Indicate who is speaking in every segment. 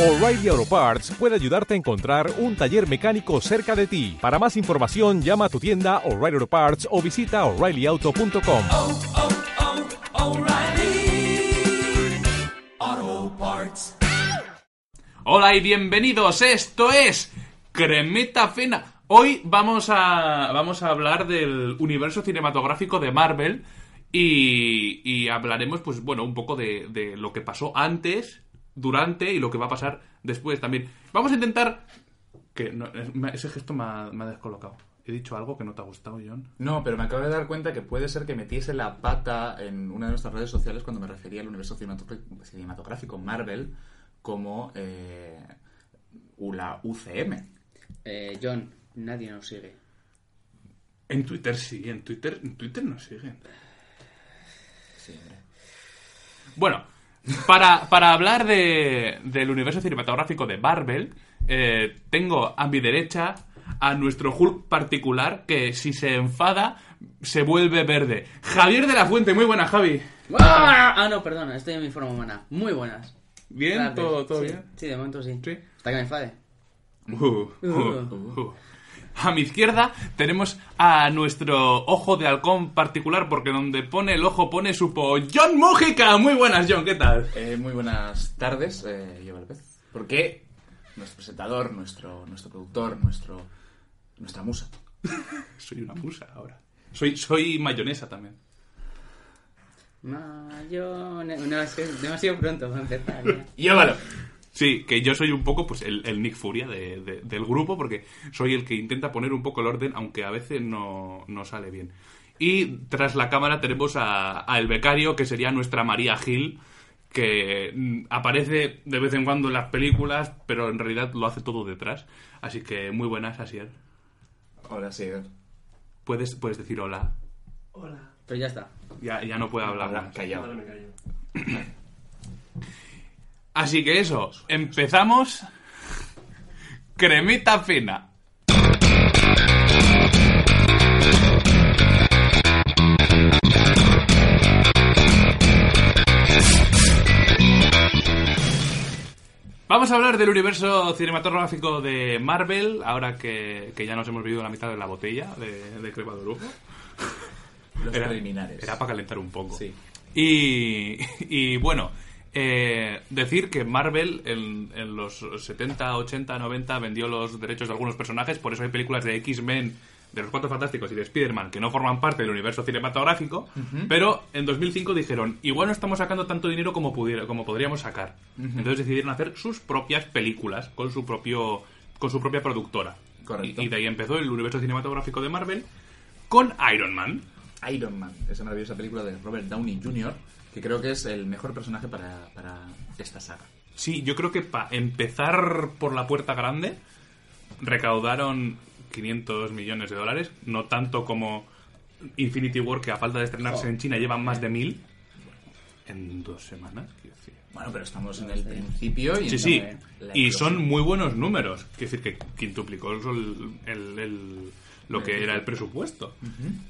Speaker 1: O'Reilly Auto Parts puede ayudarte a encontrar un taller mecánico cerca de ti. Para más información, llama a tu tienda O'Reilly Auto Parts o visita oreillyauto.com.
Speaker 2: oh, oh, O'Reilly Auto Parts.
Speaker 3: Hola y bienvenidos, esto es Cremita Fina. Hoy vamos a, vamos a hablar del universo cinematográfico de Marvel y, y hablaremos, pues bueno, un poco de, de lo que pasó antes, durante y lo que va a pasar después también. Vamos a intentar... que no, es- me- Ese gesto me ha, me ha descolocado. He dicho algo que no te ha gustado, John.
Speaker 4: No, pero me acabo de dar cuenta que puede ser que metiese la pata en una de nuestras redes sociales cuando me refería al universo cinematogra- cinematográfico Marvel como eh, la UCM.
Speaker 5: Eh, John, nadie nos sigue.
Speaker 3: En Twitter sí, en Twitter, en Twitter nos siguen. Bueno, para, para hablar de, del universo cinematográfico de Marvel, eh, tengo a mi derecha a nuestro Hulk particular que si se enfada se vuelve verde. Javier de la Fuente, muy buena Javi.
Speaker 5: ¡Ah! Ah, no, perdona, estoy en mi forma humana. Muy buenas.
Speaker 3: Bien,
Speaker 5: Gracias.
Speaker 3: todo, todo
Speaker 5: Sí,
Speaker 3: bien.
Speaker 5: Sí, de momento sí.
Speaker 3: Sí.
Speaker 5: Hasta que me enfade.
Speaker 3: Uh, uh, uh. A mi izquierda tenemos a nuestro ojo de halcón particular, porque donde pone el ojo pone su po. ¡John Mújica! Muy buenas, John, ¿qué tal?
Speaker 4: Eh, muy buenas tardes, eh, yo Valpez. Porque nuestro presentador, nuestro, nuestro productor, nuestro, nuestra musa.
Speaker 3: Soy una musa ahora. Soy, soy mayonesa también.
Speaker 5: No, yo... No, no, es que es demasiado pronto para empezar. ya.
Speaker 4: Llévalo.
Speaker 3: Sí, que yo soy un poco pues el, el Nick Furia de- de- del grupo, porque soy el que intenta poner un poco el orden, aunque a veces no, no sale bien. Y tras la cámara tenemos a, a el becario, que sería nuestra María Gil, que mm, aparece de vez en cuando en las películas, pero en realidad lo hace todo detrás. Así que muy buenas, Asier.
Speaker 4: Hola, sí.
Speaker 3: Puedes, puedes decir hola.
Speaker 5: Pero ya está.
Speaker 3: Ya, ya no puedo hablar
Speaker 4: Hola,
Speaker 3: más.
Speaker 4: callado.
Speaker 3: Así que eso, empezamos. Cremita fina. Vamos a hablar del universo cinematográfico de Marvel, ahora que, que ya nos hemos bebido la mitad de la botella de, de crema de lujo.
Speaker 4: Los
Speaker 3: Era-
Speaker 4: preliminares.
Speaker 3: Era para calentar un poco.
Speaker 4: Sí.
Speaker 3: Y, y bueno, eh, decir que Marvel en, en los 70, 80, 90 vendió los derechos de algunos personajes, por eso hay películas de X-Men, de los Cuatro Fantásticos y de Spider-Man que no forman parte del universo cinematográfico, pero en 2005 dijeron, igual no estamos sacando tanto dinero como, pudiera, como podríamos sacar. Entonces decidieron hacer sus propias películas con su, propio, con su propia productora.
Speaker 4: Correcto.
Speaker 3: Y, y de ahí empezó el universo cinematográfico de Marvel con Iron Man.
Speaker 4: Iron Man, esa maravillosa película de Robert Downey Jr., que creo que es el mejor personaje para, para esta saga.
Speaker 3: Sí, yo creo que para empezar por la puerta grande recaudaron 500 millones de dólares, no tanto como Infinity War, que a falta de estrenarse en China llevan más de mil en dos semanas. quiero decir.
Speaker 4: Bueno, pero estamos en el principio y
Speaker 3: Sí, sí,
Speaker 4: entonces Eh, la
Speaker 3: y
Speaker 4: explosión.
Speaker 3: son muy buenos números, quiero decir que quintuplicó el- el- el- lo que era el presupuesto.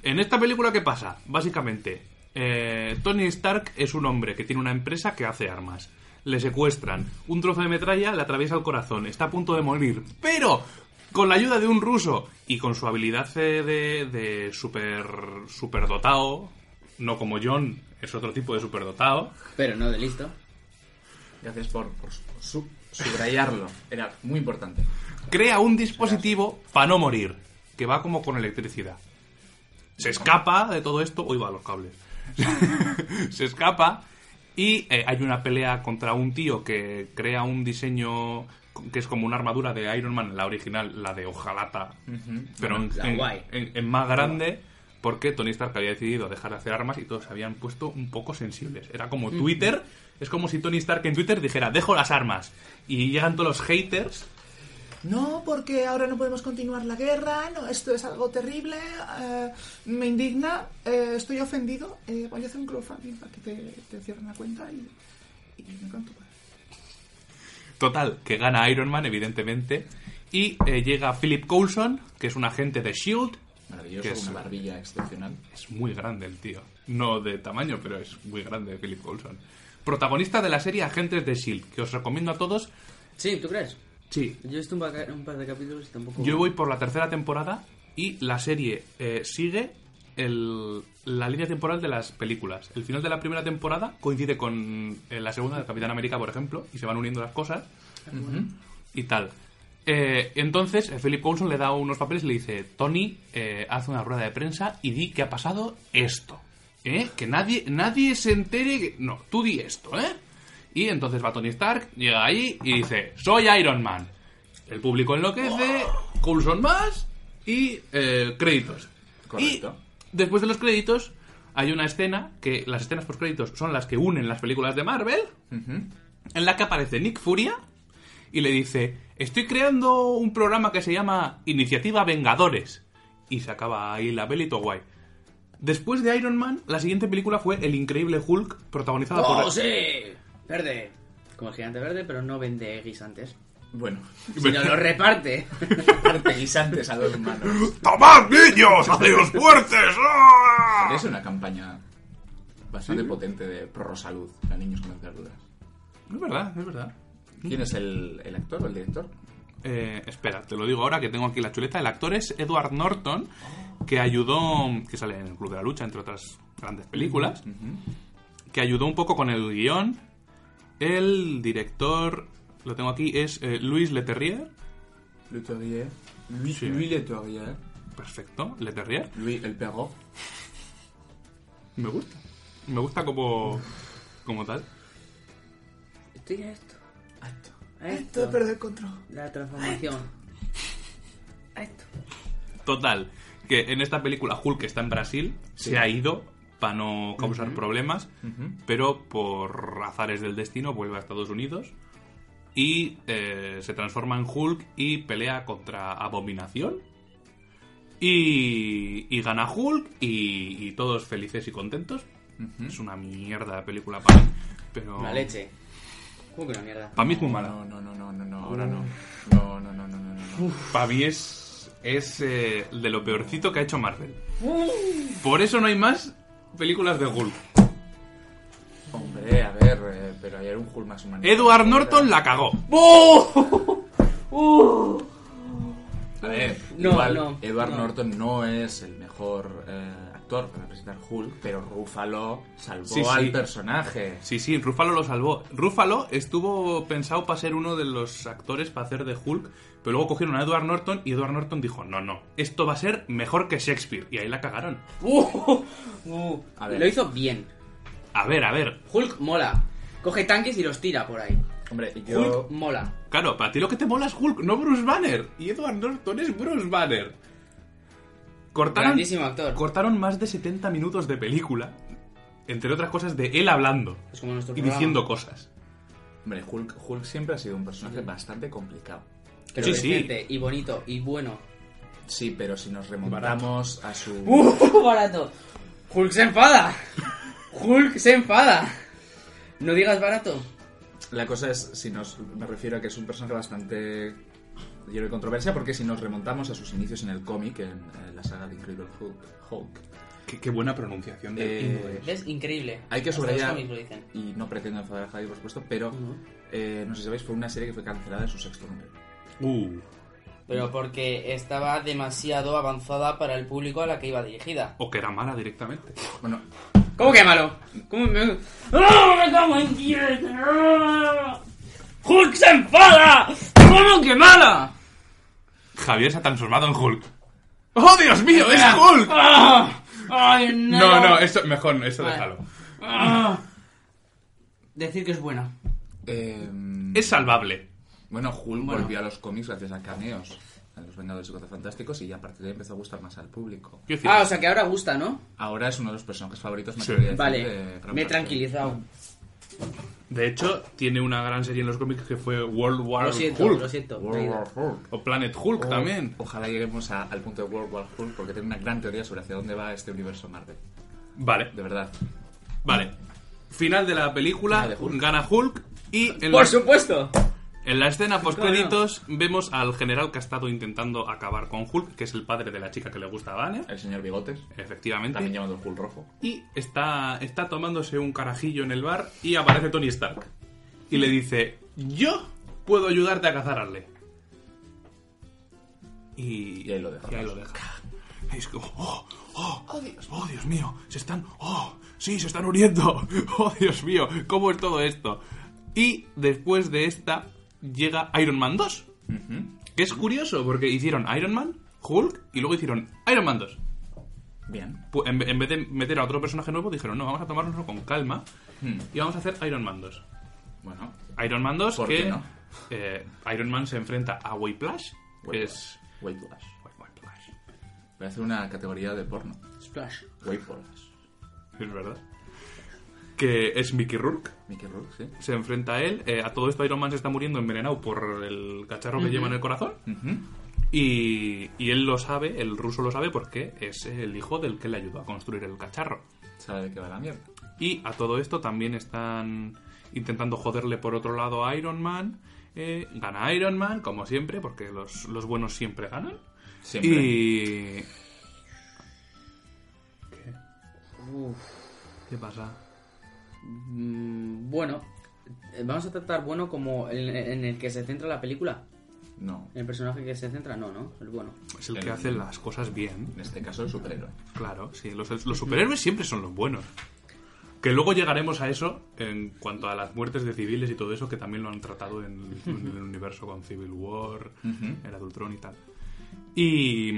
Speaker 3: En esta película, ¿qué pasa? Básicamente, eh, Tony Stark es un hombre que tiene una empresa que hace armas. Le secuestran un trozo de metralla, le atraviesa el corazón, está a punto de morir, pero con la ayuda de un ruso y con su habilidad eh, de, de super, superdotado, no como John, es otro tipo de superdotado,
Speaker 5: Pero no de listo.
Speaker 4: Gracias por, por su- su- subrayarlo. Era muy importante.
Speaker 3: crea un dispositivo para no morir, que va como con electricidad. Se escapa de todo esto, hoy va los cables. se escapa y eh, hay una pelea contra un tío que crea un diseño que es como una armadura de Iron Man, la original, la de hojalata, pero en,
Speaker 5: La
Speaker 3: en-
Speaker 5: guay.
Speaker 3: en- en más grande. Porque Tony Stark había decidido dejar de hacer armas y todos se habían puesto un poco sensibles. Era como Twitter, es como si Tony Stark en Twitter dijera, dejo las armas. Y llegan todos los haters
Speaker 4: No, porque ahora no podemos continuar la guerra. No, esto es algo terrible. me indigna. estoy ofendido. voy a hacer un crowdfunding para que te, cierren la cuenta y, me cuento.
Speaker 3: Total, que gana Iron Man, evidentemente. Y eh, llega Philip Coulson, que es un agente de Shield.
Speaker 4: Maravilloso,
Speaker 3: Que
Speaker 4: con
Speaker 3: es-
Speaker 4: una barbilla excepcional.
Speaker 3: E Es muy grande el tío. No de tamaño, pero E es muy grande Philip Coulson. Protagonista de la serie Agentes de Shield, que os recomiendo a todos.
Speaker 5: Sí, ¿tú crees?
Speaker 3: Sí,
Speaker 5: Yo he visto un, pa- un par de capítulos y tampoco...
Speaker 3: Yo voy por la tercera temporada y la serie eh, sigue el- la línea temporal de las películas. El final de la primera temporada coincide con eh, la segunda de Capitán América, por ejemplo, y se van uniendo las cosas y tal. Eh, entonces, eh, Philip Coulson le da unos papeles y le dice, Tony, eh, haz una rueda de prensa y di que ha pasado esto. ¿Eh? Que nadie, nadie se entere. que- No, tú di esto, ¿eh? Y entonces va Tony Stark, llega ahí y dice, soy Iron Man. El público enloquece, Coulson más y eh, créditos.
Speaker 6: Correcto.
Speaker 3: Y después de los créditos hay una escena, que las escenas post créditos son las que unen las películas de Marvel, en la que aparece Nick Furia y le dice, estoy creando un programa que se llama Iniciativa Vengadores. Y se acaba ahí la peli, todo guay. Después de Iron Man, la siguiente película fue El Increíble Hulk, protagonizada
Speaker 5: ¡Oh,
Speaker 3: por...
Speaker 5: sí! Verde. Como el gigante verde, pero no vende guisantes.
Speaker 6: Bueno,
Speaker 5: Sino lo reparte.
Speaker 6: parte guisantes a dos manos.
Speaker 3: ¡Tomad, niños! ¡Haceos fuertes! ¡Ah!
Speaker 6: Es una campaña bastante potente de prorrosalud para niños con enfermedades.
Speaker 3: Es verdad, es verdad.
Speaker 6: ¿Quién es el, el actor o el director?
Speaker 3: Eh, espera, te lo digo ahora que tengo aquí la chuleta. El actor es Edward Norton, que ayudó, que sale en el Club de la Lucha, entre otras grandes películas, que ayudó un poco con el guión. El director, lo tengo aquí, es eh, Luis Leterrier.
Speaker 6: Le Terrier. Louis,
Speaker 3: Sí.
Speaker 6: Louis Le Terrier.
Speaker 3: Perfecto, Leterrier.
Speaker 6: Louis El Perro.
Speaker 3: Me gusta. Me gusta como, como tal.
Speaker 5: Estoy a esto. A esto.
Speaker 4: Esto es perder control.
Speaker 5: La transformación. A esto.
Speaker 3: Total, que en esta película Hulk está en Brasil, se ha ido para no causar problemas, pero por azares del destino vuelve a Estados Unidos y eh, se transforma en Hulk y pelea contra Abominación. Y, y gana Hulk y, y todos felices y contentos. Es una mierda de película para mí, pero...
Speaker 5: Una leche. ¿Cómo que una mierda?
Speaker 3: Para mí es muy mala.
Speaker 6: No, no, no, no, no, no, ahora no. No, no, no, no, no, no. no.
Speaker 3: Para mí es, es eh, de lo peorcito que ha hecho Marvel. Por eso no hay más películas de Hulk.
Speaker 6: Hombre, a ver, eh, pero ayer un Hulk más humano.
Speaker 3: Edward Norton la cagó.
Speaker 6: A ver,
Speaker 5: No,
Speaker 6: igual
Speaker 5: no,
Speaker 6: Edward
Speaker 5: no.
Speaker 6: Norton no es el mejor eh, actor para presentar Hulk, pero Ruffalo salvó
Speaker 3: Sí, sí.
Speaker 6: al personaje.
Speaker 3: Sí, sí, Rúfalo lo salvó. Rúfalo estuvo pensado para ser uno de los actores para hacer de Hulk, pero luego cogieron a Edward Norton y Edward Norton dijo, no, no, esto va a ser mejor que Shakespeare. Y ahí la cagaron.
Speaker 5: Uh, uh.
Speaker 6: A ver.
Speaker 5: Lo hizo bien.
Speaker 3: A ver, a ver.
Speaker 5: Hulk mola. Coge tanques y los tira por ahí.
Speaker 6: Hombre, yo...
Speaker 5: Hulk mola.
Speaker 3: Claro, para ti lo que te mola es Hulk, no Bruce Banner. Y Edward Norton es Bruce Banner. Cortaron,
Speaker 5: Grandísimo actor.
Speaker 3: cortaron más de 70 minutos de película, entre otras cosas, de él hablando
Speaker 5: Es como
Speaker 3: y
Speaker 5: nuestro programa.
Speaker 3: diciendo cosas.
Speaker 6: Hombre, Hulk, Hulk siempre ha sido un personaje bastante complicado.
Speaker 5: Pero
Speaker 3: Sí, sí.
Speaker 5: decente y bonito y bueno.
Speaker 6: Sí, pero si nos remontamos a su...
Speaker 5: ¡Uh, barato! Hulk se enfada. Hulk se enfada. No digas barato.
Speaker 6: La cosa es, si nos... Me refiero a que es un personaje bastante lleno de controversia, porque si nos remontamos a sus inicios en el cómic, en, eh, la saga de Incredible Hulk, Hulk
Speaker 3: Qué, qué buena pronunciación del
Speaker 6: Eh,
Speaker 3: himno de
Speaker 5: Es increíble.
Speaker 6: Hay que
Speaker 5: Hasta
Speaker 6: subrayar,
Speaker 5: los cómics lo dicen.
Speaker 6: y no pretendo enfadar a Javi, por supuesto, pero
Speaker 5: Ujú.
Speaker 6: eh, no sé si sabéis, fue una serie que fue cancelada en su sexto número.
Speaker 3: Uh,
Speaker 5: Pero porque estaba demasiado avanzada para el público a la que iba dirigida.
Speaker 3: o que era mala directamente.
Speaker 6: Bueno,
Speaker 5: ¿Cómo que malo? ¿Cómo me... ¡Ah, me cago en Dios! ¡Ah! ¡Hulk se enfada! ¡Cómo que mala!
Speaker 3: Javier se ha transformado en Hulk. ¡Oh, Dios mío! ¡Es Hulk!
Speaker 5: ¡Ah! ¡Ay, no!
Speaker 3: No, no, esto, mejor, esto
Speaker 5: Vale.
Speaker 3: déjalo.
Speaker 5: ¡Ah! Decir que es buena.
Speaker 6: eh,
Speaker 3: Es salvable.
Speaker 6: bueno Hulk
Speaker 5: Bueno.
Speaker 6: volvió a los cómics gracias a cameos, a los Vengadores y Fantásticos, y a partir de ahí empezó a gustar más al público.
Speaker 3: Quiero decir,
Speaker 5: Ah, o sea que ahora gusta, ¿no?
Speaker 6: Ahora es uno de los personajes favoritos, me
Speaker 3: Sí.
Speaker 6: atrevería a decir, de
Speaker 5: Vale,
Speaker 6: gran
Speaker 5: me he
Speaker 6: parte.
Speaker 5: tranquilizado.
Speaker 3: de hecho, tiene una gran serie en los cómics que fue World War
Speaker 5: Lo siento,
Speaker 3: Hulk.
Speaker 5: lo siento. Oh.
Speaker 6: World War Hulk.
Speaker 3: O Planet Hulk también.
Speaker 6: Ojalá lleguemos a- al punto de World War Hulk porque tengo una gran teoría sobre hacia dónde va este universo Marvel.
Speaker 3: Vale,
Speaker 6: De verdad.
Speaker 3: vale. Final de la película,
Speaker 6: Ah, de Hulk.
Speaker 3: gana Hulk y en
Speaker 5: Por
Speaker 3: la,
Speaker 5: supuesto.
Speaker 3: en la escena postcréditos vemos al general que ha estado intentando acabar con Hulk, que es el padre de la chica que le gusta a Banner,
Speaker 6: El señor Bigotes, también
Speaker 3: efectivamente.
Speaker 6: llamado el Hulk Rojo.
Speaker 3: Y está, está tomándose un carajillo en el bar y aparece Tony Stark. Y le dice, yo puedo ayudarte a cazar a Arle. Y,
Speaker 6: Y ahí lo deja.
Speaker 3: y ahí lo deja. Y es como, oh, oh,
Speaker 4: Oh, Dios.
Speaker 3: oh, Dios mío, se están, oh, sí, se están uniendo, oh, Dios mío, ¿cómo es todo esto? Y después de esta llega Iron Man 2, que es curioso porque hicieron Iron Man, Hulk y luego hicieron Iron Man 2.
Speaker 6: Bien.
Speaker 3: Pu- En, en vez de meter a otro personaje nuevo, dijeron, no, vamos a tomárnoslo con calma
Speaker 6: Hmm.
Speaker 3: y vamos a hacer Iron Man 2.
Speaker 6: Bueno.
Speaker 3: Iron Man 2
Speaker 6: ¿Por
Speaker 3: que
Speaker 6: qué no?
Speaker 3: eh, Iron Man se enfrenta a Whiplash, que es
Speaker 6: White Flash.
Speaker 3: Whiplash,
Speaker 6: Voy a hacer una categoría de porno.
Speaker 5: Splash.
Speaker 6: White Flash.
Speaker 3: es verdad. Que es Mickey Rourke,
Speaker 6: Mickey Rourke, sí.
Speaker 3: se enfrenta a él. eh, a todo esto Iron Man se está muriendo envenenado por el cacharro que lleva en el corazón. y, y él lo sabe, el ruso lo sabe porque es el hijo del que le ayudó a construir el cacharro.
Speaker 6: Sabe de qué va la mierda.
Speaker 3: Y a todo esto también están intentando joderle por otro lado a Iron Man. Eh, gana Iron Man, como siempre, porque los, los buenos siempre ganan.
Speaker 6: Siempre.
Speaker 3: Y... ¿Qué? ¿Qué pasa?
Speaker 5: Mm, bueno, eh, vamos a tratar bueno como en, en el que se centra la película.
Speaker 6: No.
Speaker 5: En el personaje que se centra, no, no, el bueno.
Speaker 3: Es el,
Speaker 6: El-
Speaker 3: que hace las cosas bien.
Speaker 6: En este caso, el superhéroe.
Speaker 3: Claro, sí. Los, los superhéroes siempre son los buenos. Que luego llegaremos a eso en cuanto a las muertes de civiles y todo eso, que también lo han tratado en, en el universo con Civil War, el Adultrón y tal. Y,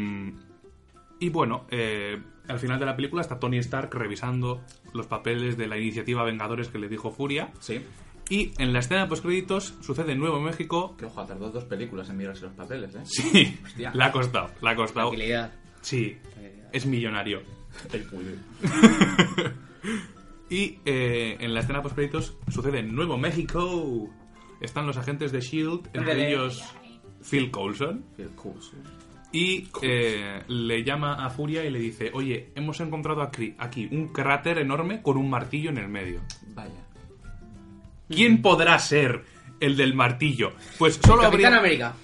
Speaker 3: y bueno, eh, al final de la película está Tony Stark revisando los papeles de la iniciativa Vengadores que le dijo Furia.
Speaker 6: Sí.
Speaker 3: Y en la escena de postcréditos sucede en Nuevo México.
Speaker 6: Que ojo, ha tardado dos películas en mirarse los papeles, ¿eh?
Speaker 3: Sí,
Speaker 6: Hostia.
Speaker 3: la ha costado, la ha costado.
Speaker 5: Tranquilidad. Eh,
Speaker 3: Sí, es millonario.
Speaker 6: El puño.
Speaker 3: Y eh, en la escena post créditos sucede en Nuevo México. Están los agentes de Shield, E entre
Speaker 5: Ándale.
Speaker 3: ellos Phil Coulson,
Speaker 6: El cool, sí.
Speaker 3: y eh, le llama a Furia y le dice, oye, hemos encontrado aquí, aquí un cráter enorme con un martillo en el medio.
Speaker 6: Vaya.
Speaker 3: ¿Quién podrá ser el del martillo? Pues solo
Speaker 5: Capitán
Speaker 3: habría...
Speaker 5: América.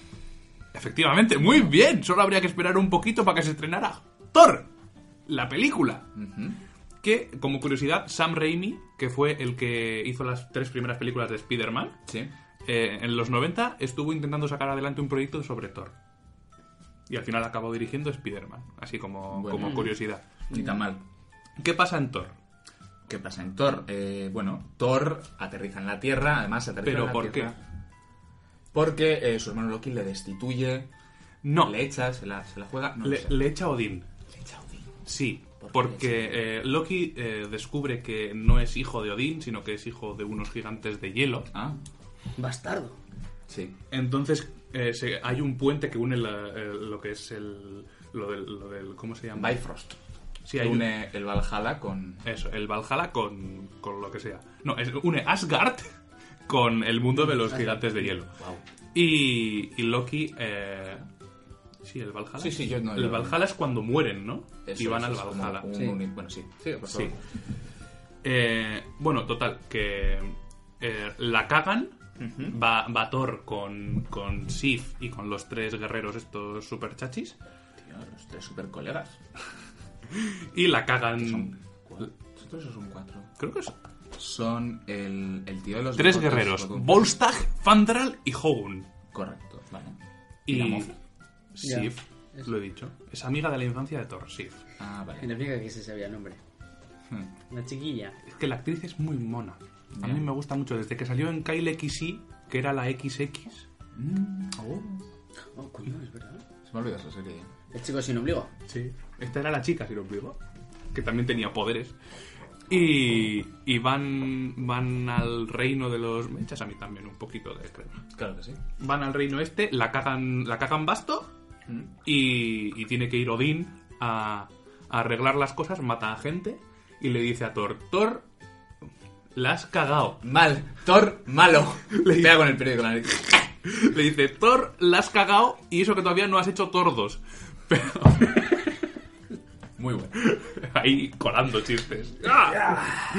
Speaker 3: Efectivamente, muy bien. Solo habría que esperar un poquito para que se estrenara Thor, la película. Que, como curiosidad, Sam Raimi, que fue el que hizo las tres primeras películas de Spider-Man,
Speaker 6: Sí.
Speaker 3: eh, en los 90 estuvo intentando sacar adelante un proyecto sobre Thor. Y al final acabó dirigiendo Spider-Man, así como,
Speaker 6: Bueno.
Speaker 3: como curiosidad.
Speaker 6: Ni tan mal.
Speaker 3: ¿Qué pasa en Thor?
Speaker 6: ¿Qué pasa en Thor? Eh, bueno, Thor aterriza en la Tierra, además aterriza
Speaker 3: ¿Pero
Speaker 6: en la
Speaker 3: por
Speaker 6: Tierra. Porque eh, su hermano Loki le destituye,
Speaker 3: No,
Speaker 6: le echa, se la, se la juega. No lo
Speaker 3: le,
Speaker 6: sé.
Speaker 3: le echa Odín.
Speaker 6: Le echa Odín.
Speaker 3: Sí,
Speaker 6: ¿Por qué
Speaker 3: porque eh, Loki eh, descubre que no es hijo de Odín, sino que es hijo de unos gigantes de hielo.
Speaker 6: Ah,
Speaker 5: Bastardo.
Speaker 6: sí.
Speaker 3: Entonces eh, se- hay un puente que une la- eh, lo que es el... Lo del, lo del- ¿Cómo se llama?
Speaker 6: Bifrost.
Speaker 3: Sí,
Speaker 6: Que
Speaker 3: hay un-
Speaker 6: une el Valhalla con.
Speaker 3: eso, el Valhalla con, con lo que sea. No, es- une Asgard con el mundo de los gigantes de hielo.
Speaker 6: Wow.
Speaker 3: Y, y Loki... eh, sí, el Valhalla.
Speaker 6: Sí, sí, yo no-
Speaker 3: El
Speaker 6: yo-
Speaker 3: Valhalla es cuando mueren, ¿no?
Speaker 6: Eso,
Speaker 3: y van
Speaker 6: eso
Speaker 3: al
Speaker 6: es como
Speaker 3: Valhalla.
Speaker 6: un
Speaker 5: Sí.
Speaker 6: uni- Bueno, sí. Sí, por
Speaker 3: Sí.
Speaker 6: favor.
Speaker 3: Eh, bueno, total, que eh, la cagan. va, va Thor con, con Sif y con los tres guerreros estos super chachis.
Speaker 6: Tío, los tres super colegas.
Speaker 3: Y la
Speaker 6: Mm.
Speaker 3: cagan.
Speaker 6: Nosotros son cuatro.
Speaker 3: Creo que son
Speaker 6: Son el, el tío de los.
Speaker 3: tres
Speaker 6: bigotes,
Speaker 3: guerreros:
Speaker 6: Goku.
Speaker 3: Volstagg, Fandral y Hogun.
Speaker 6: Correcto, vale.
Speaker 3: Y,
Speaker 6: la moza?
Speaker 3: Sif,
Speaker 5: Ya.
Speaker 3: lo he dicho. Es amiga de la infancia de Thor, Sif.
Speaker 6: Ah, vale. Hmm.
Speaker 5: Significa que se sabía el nombre. La chiquilla.
Speaker 3: Es que la actriz es muy mona. A mí me gusta mucho. Desde que salió en Kyle XY, que era la XX.
Speaker 6: Mm.
Speaker 5: Oh, coño, es verdad.
Speaker 6: Se me olvidó esa serie.
Speaker 5: El chico sin ombligo.
Speaker 3: Sí. Esta era la chica, si lo digo. Que también tenía poderes. Y, y van, van al reino de los... Me echas a mí también un poquito de crema.
Speaker 6: Claro que sí.
Speaker 3: Van al reino este, la cagan, la cagan basto y, y tiene que ir Odín a, a arreglar las cosas, mata a gente y le dice a Thor, Thor, la has cagado.
Speaker 6: Mal. Thor, malo. Le pega con el periódico en la nariz.
Speaker 3: Le dice, Thor, la has cagado y eso que todavía no has hecho tordos. Pero
Speaker 6: Muy bueno.
Speaker 3: ahí colando chistes. ¡Ah!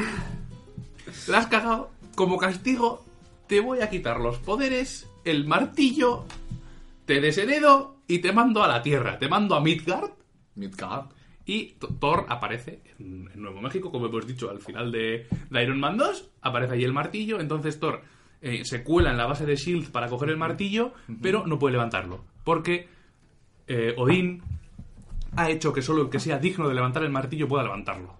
Speaker 3: La has cagado. Como castigo, te voy a quitar los poderes, el martillo, te desheredo y te mando a la tierra. Te mando a Midgard.
Speaker 6: Midgard.
Speaker 3: Y T- Thor aparece en en Nuevo México, como hemos dicho al final de, de Iron Man 2. Aparece ahí el martillo. Entonces Thor eh, se cuela en la base de Shield E para coger el martillo, pero no puede levantarlo. Porque eh, Odín ha hecho que solo el que sea digno de levantar el martillo pueda levantarlo.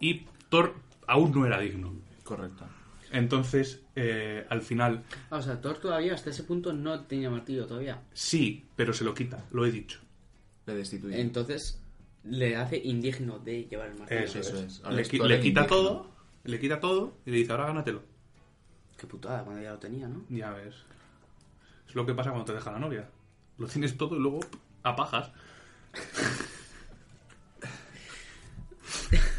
Speaker 3: Y Thor aún no era digno.
Speaker 6: Correcto.
Speaker 3: Entonces, eh, al final,
Speaker 5: Ah, o sea, Thor todavía hasta ese punto no tenía martillo todavía.
Speaker 3: sí, pero se lo quita, lo he dicho.
Speaker 6: Le destituye.
Speaker 5: Entonces le hace indigno de llevar el martillo.
Speaker 3: Eso,
Speaker 6: Eso
Speaker 3: es.
Speaker 6: es. Ahora
Speaker 3: Le,
Speaker 6: es
Speaker 3: qui-
Speaker 6: Thor
Speaker 3: le
Speaker 6: el
Speaker 3: quita
Speaker 6: indigno.
Speaker 3: todo, le quita todo y le dice, ahora gánatelo.
Speaker 5: Qué putada cuando ya lo tenía, ¿no?
Speaker 3: Ya ves. Es lo que pasa cuando te deja la novia. Lo tienes todo y luego apajas.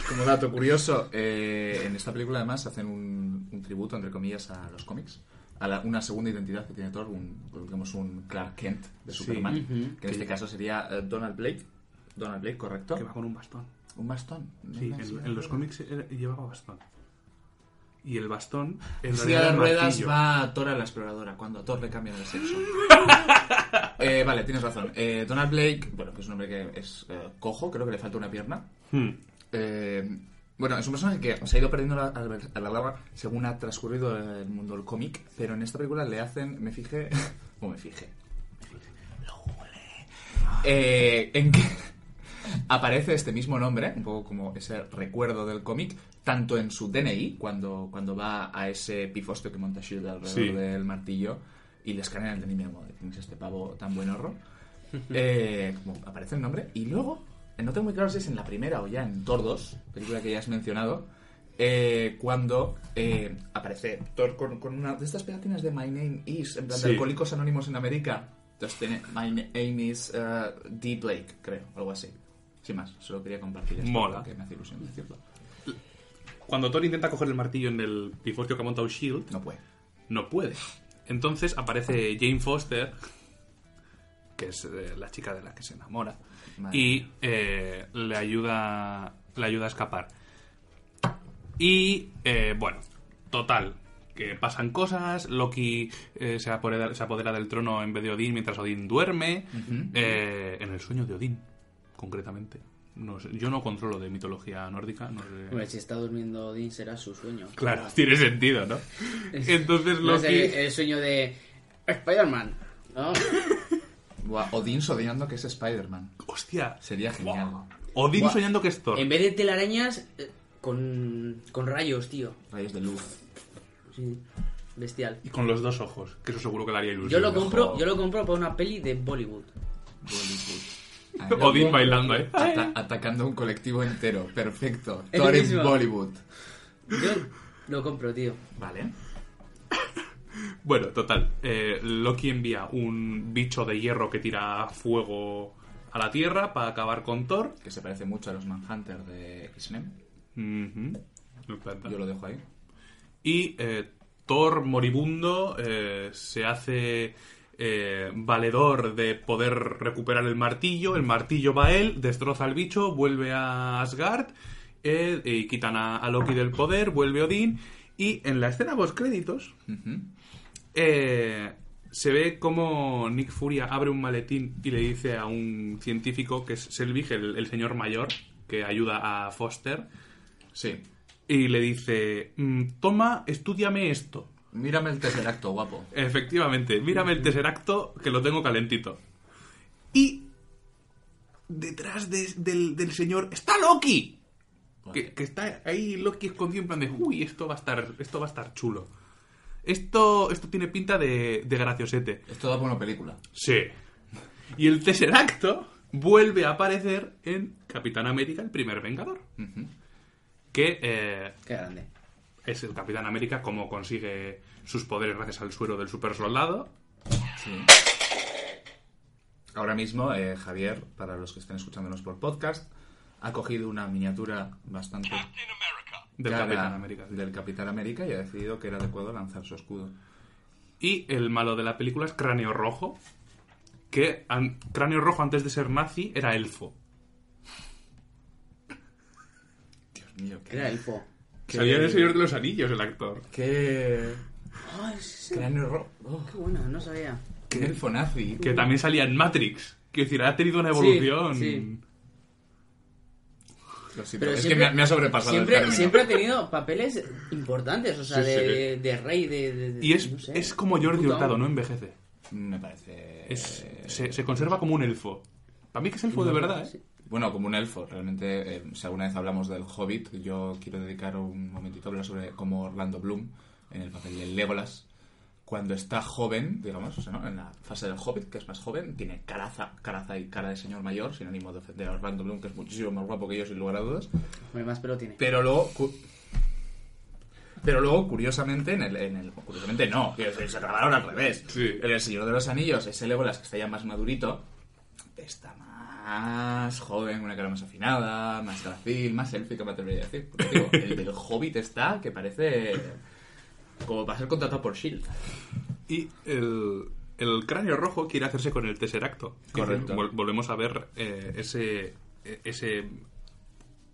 Speaker 6: Como dato curioso, eh, en esta película además hacen un, un tributo, entre comillas, a los cómics. A la- una segunda identidad que tiene Thor, un, digamos un Clark Kent de
Speaker 3: Sí.
Speaker 6: Superman.
Speaker 5: Ujú.
Speaker 6: Que en este caso sería eh, Donald Blake. Donald Blake, correcto.
Speaker 3: Que va con un bastón.
Speaker 6: Un bastón.
Speaker 3: Sí, en, en los cómics era- llevaba bastón. Y el bastón... En
Speaker 6: Si
Speaker 3: realidad
Speaker 6: a
Speaker 3: era
Speaker 6: las
Speaker 3: un
Speaker 6: ruedas
Speaker 3: martillo.
Speaker 6: va a Thor a la exploradora, cuando a Thor le cambian de sexo. Eh, vale, tienes razón. Eh, Donald Blake, bueno, que es un hombre que es eh, cojo, creo que le falta una pierna.
Speaker 3: Hmm.
Speaker 6: Eh, bueno, es un personaje que se ha ido perdiendo la- al ver- a la larga según ha transcurrido el mundo del cómic, pero en esta película le hacen, me fijé, o me fijé, lo googleé, eh, en que aparece este mismo nombre, un poco como ese recuerdo del cómic, tanto en su DNI, cuando, cuando va a ese pifostio que monta Shield alrededor
Speaker 3: Sí.
Speaker 6: del martillo y le escanean el DNI, mira, como, tienes este pavo tan buen horror. Eh, como aparece el nombre. Y luego, eh, no tengo muy claro si es en la primera o ya en Thor 2, película que ya has mencionado, eh, cuando eh, aparece Thor con, con una de estas pegatinas de My Name Is, en plan
Speaker 3: Sí.
Speaker 6: de Alcohólicos Anónimos en América. Entonces tiene My Name Is eh, D. Blake, creo, algo así. Sin más, solo quería compartir esto
Speaker 3: Mola.
Speaker 6: porque me hace ilusión decirlo.
Speaker 3: Cuando Thor intenta coger el martillo en el pifostio que ha montado Shield,
Speaker 6: No puede.
Speaker 3: E no puede. Entonces aparece Jane Foster, que es eh, la chica de la que se enamora,
Speaker 6: Madre
Speaker 3: y eh, le, ayuda, le ayuda a escapar. Y eh, bueno, total, que pasan cosas, Loki eh, se, apodera, se apodera del trono en vez de Odín mientras Odín duerme, eh, en el sueño de Odín, concretamente. No sé, yo no controlo de mitología nórdica, no sé.
Speaker 5: Hombre, si está durmiendo Odín será su sueño.
Speaker 3: Claro, tiene sentido, ¿no? Entonces
Speaker 5: No eh,
Speaker 3: Loki...
Speaker 5: es el, el sueño de Spider-Man, ¿no?
Speaker 6: Buah, Odín soñando que es Spider-Man.
Speaker 3: Hostia,
Speaker 6: Sería genial.
Speaker 3: Odín
Speaker 5: Buah.
Speaker 3: soñando que es Thor.
Speaker 5: en vez de telarañas, eh, con, con rayos, tío.
Speaker 6: Rayos de luz.
Speaker 5: Sí, bestial.
Speaker 3: Y con los dos ojos, que eso seguro que le haría ilusión.
Speaker 5: Yo lo compro,
Speaker 6: ojo.
Speaker 5: yo lo compro para una peli de Bollywood.
Speaker 6: Bollywood.
Speaker 3: Odín bailando, ¿eh?
Speaker 6: Ata- atacando a un colectivo entero. Perfecto.
Speaker 5: El
Speaker 6: Thor en
Speaker 5: mismo.
Speaker 6: Bollywood.
Speaker 5: Yo lo compro, tío.
Speaker 6: Vale.
Speaker 3: Bueno, total. eh, Loki envía un bicho de hierro que tira fuego a la Tierra para acabar con Thor.
Speaker 6: Que se parece mucho a los Manhunter de X-Men.
Speaker 3: Ujú, me encanta.
Speaker 6: Yo lo dejo ahí.
Speaker 3: Y eh, Thor moribundo eh, se hace eh, valedor de poder recuperar el martillo. El martillo va a él, destroza al bicho, vuelve a Asgard eh, y quitan a, a Loki del poder, vuelve Odín. Y en la escena post créditos
Speaker 6: Ujú.
Speaker 3: eh, se ve como Nick Furia abre un maletín y le dice a un científico que es Selvig, el, el señor mayor que ayuda a Foster,
Speaker 6: Sí.
Speaker 3: y le dice, "Mm, toma, estudiame esto.
Speaker 6: Mírame el tercer acto, guapo.
Speaker 3: Efectivamente, mírame el tesseracto que lo tengo calentito. Y detrás de- del, del señor está Loki. Que, que está ahí Loki escondido en plan de, uy, esto va a estar, esto va a estar chulo. Esto, esto tiene pinta de, de graciosete.
Speaker 6: Esto da por una película.
Speaker 3: Sí. Y el tesseracto vuelve a aparecer en Capitán América, el primer Vengador. Que eh,
Speaker 5: Qué grande.
Speaker 3: es el Capitán América como consigue sus poderes gracias al suero del super soldado.
Speaker 6: Ahora mismo, eh, Javier, para los que estén escuchándonos por podcast, ha cogido una miniatura bastante
Speaker 3: Del
Speaker 6: cara
Speaker 3: Capitán América. sí.
Speaker 6: del Capitán América y ha decidido que era adecuado lanzar su escudo.
Speaker 3: Y el malo de la película es Cráneo Rojo, que an- Cráneo Rojo antes de ser nazi era elfo.
Speaker 6: Dios mío, qué...
Speaker 5: Era el po.
Speaker 6: qué-
Speaker 3: Sabía del Señor de los Anillos el actor.
Speaker 6: Qué...
Speaker 5: Ay, sí, sí.
Speaker 6: Cráneo rojo. Oh,
Speaker 5: Qué buena, no sabía.
Speaker 6: qué elfo nazi.
Speaker 3: Que también salía en Matrix. Quiero decir, ha tenido una
Speaker 5: Sí,
Speaker 3: evolución.
Speaker 5: sí.
Speaker 6: Lo siento,
Speaker 5: Pero
Speaker 6: es
Speaker 5: siempre-
Speaker 6: que me, me ha sobrepasado. el
Speaker 5: Siempre,
Speaker 6: término.
Speaker 5: siempre ha tenido papeles importantes, o sea,
Speaker 6: Sí, sí,
Speaker 5: de, de rey, de, de- de-
Speaker 3: Y es,
Speaker 5: no sé,
Speaker 3: es como Jordi
Speaker 5: puta
Speaker 3: Hurtado,
Speaker 5: hombre.
Speaker 3: no envejece.
Speaker 6: Me parece.
Speaker 3: Es-
Speaker 5: Eh,
Speaker 3: se, se conserva como un elfo. Para mí que es elfo de verdad, ¿eh?
Speaker 6: Bueno, como un elfo, realmente, eh, si alguna vez hablamos del Hobbit, yo quiero dedicar un momentito a hablar sobre cómo Orlando Bloom, en el papel de Legolas, cuando está joven, digamos, o sea, ¿no? en la fase del Hobbit, que es más joven, tiene caraza, caraza y cara de señor mayor, sin ánimo de ofender a Orlando Bloom, que es muchísimo más guapo que yo, sin lugar a dudas.
Speaker 5: Hombre, más pelo tiene.
Speaker 6: Pero luego. cu- Pero luego, curiosamente, en el, en el- Curiosamente no, quiero decir, se grabaron al revés.
Speaker 3: Sí.
Speaker 6: En El Señor de los Anillos, ese Legolas que está ya más madurito, está más joven, una cara más afinada, más gracil, más selfie, que me atrevería a decir. Porque, digo, el del Hobbit está que parece. como para ser contratado por Shield.
Speaker 3: Y el, el cráneo rojo quiere hacerse con el tesseracto. Que
Speaker 6: Correcto.
Speaker 3: vol- volvemos a ver eh, ese, eh, ese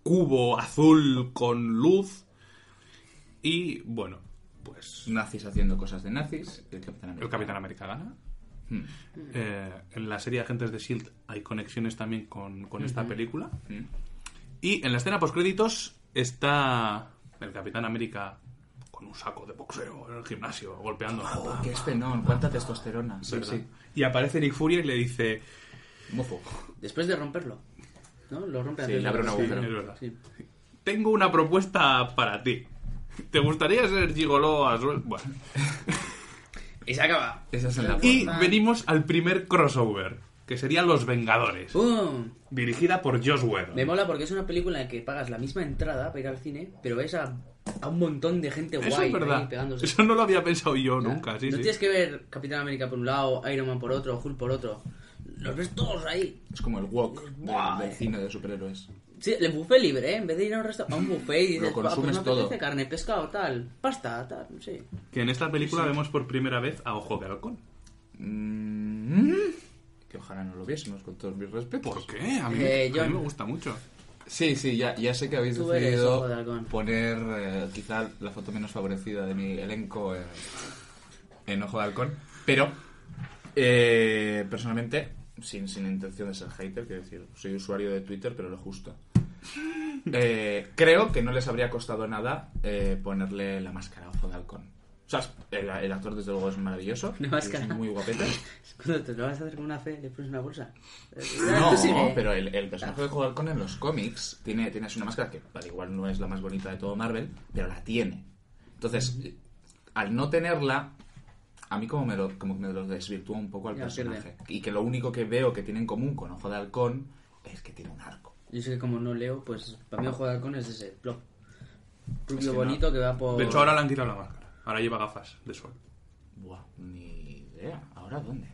Speaker 3: cubo azul con luz. Y bueno, pues
Speaker 6: Nazis haciendo cosas de nazis, el Capitán América.
Speaker 3: el Capitán América gana.
Speaker 6: Hmm.
Speaker 3: Eh, en la serie Agentes de Shield E hay conexiones también con, con esta película. Y en la escena postcréditos está el Capitán América con un saco de boxeo en el gimnasio, golpeando.
Speaker 6: Joder, que este no, cuánta testosterona. Sí,
Speaker 3: ¿Verdad?
Speaker 6: sí.
Speaker 3: Y aparece Nick Fury y le dice,
Speaker 6: Mozo.
Speaker 5: Después de romperlo, ¿no? Lo rompe
Speaker 6: Sí,
Speaker 5: antes
Speaker 6: le
Speaker 5: de-
Speaker 6: abre un agujero.
Speaker 3: es verdad.
Speaker 5: Sí.
Speaker 3: tengo una propuesta para ti. ¿Te gustaría ser gigoló a suel-?" Bueno.
Speaker 5: Y se acaba.
Speaker 6: Esa es la
Speaker 3: Y
Speaker 5: Forma.
Speaker 3: venimos al primer crossover, que sería Los Vengadores,
Speaker 5: ¡Pum!
Speaker 3: dirigida por Josh Whedon.
Speaker 5: Me mola porque es una película en la que pagas la misma entrada para ir al cine, pero ves a, a un montón de gente
Speaker 3: Eso
Speaker 5: guay
Speaker 3: es
Speaker 5: ahí
Speaker 3: verdad.
Speaker 5: pegándose.
Speaker 3: Eso no lo había pensado yo nunca, sí,
Speaker 5: no
Speaker 3: sí.
Speaker 5: tienes que ver Capitán América por un lado, Iron Man por otro, Hulk por otro. Los ves todos ahí.
Speaker 6: Es como el wok del-
Speaker 5: Buah,
Speaker 6: del
Speaker 5: eh.
Speaker 6: cine de superhéroes.
Speaker 5: Sí, el buffet libre, ¿eh? En vez de ir a un restaurante, a un buffet y dices,
Speaker 6: Lo consumes
Speaker 5: "Ah, pues me
Speaker 6: todo".
Speaker 5: apetece carne, pescado, tal, pasta, tal, sí.
Speaker 3: Que en esta película vemos por primera vez a Ojo de Halcón.
Speaker 6: Mm, que ojalá no lo viésemos, con todos mis respetos.
Speaker 3: ¿Por qué? A mí,
Speaker 5: Eh,
Speaker 3: a mí
Speaker 5: John.
Speaker 3: me gusta mucho.
Speaker 6: Sí, sí, ya, ya sé que habéis
Speaker 5: Tú eres
Speaker 6: decidido
Speaker 5: ojo de halcón.
Speaker 6: poner eh, quizá la foto menos favorecida de mi elenco eh, en Ojo de Halcón, pero eh, personalmente, sin, sin intención de ser hater, quiero decir, soy usuario de Twitter, pero lo justo. Eh, creo que no les habría costado nada eh, ponerle la máscara a Ojo de Halcón. O sea, el, el actor desde luego es maravilloso,
Speaker 5: Una máscara.
Speaker 6: es muy guapete.
Speaker 5: Cuando te lo vas a hacer con una fe, le pones una bolsa.
Speaker 6: No,
Speaker 5: Tú sí, ¿eh?
Speaker 6: pero el, el personaje de Ojo de Halcón en los cómics tiene, tiene así una máscara que al igual no es la más bonita de todo Marvel, pero la tiene. Entonces, eh, al no tenerla, a mí como, me lo, como que me lo desvirtúa un poco al
Speaker 5: Ya,
Speaker 6: personaje. Y que lo único que veo que tiene en común con Ojo de Halcón es que tiene un arco.
Speaker 5: Yo sé que como no leo, pues para mí Ojo de Halcón es ese plop. Rubio
Speaker 6: Es que no.
Speaker 5: bonito que va por...
Speaker 3: De hecho, ahora le han quitado la máscara. Ahora lleva gafas de sol.
Speaker 6: Buah, ni idea. ¿Ahora dónde?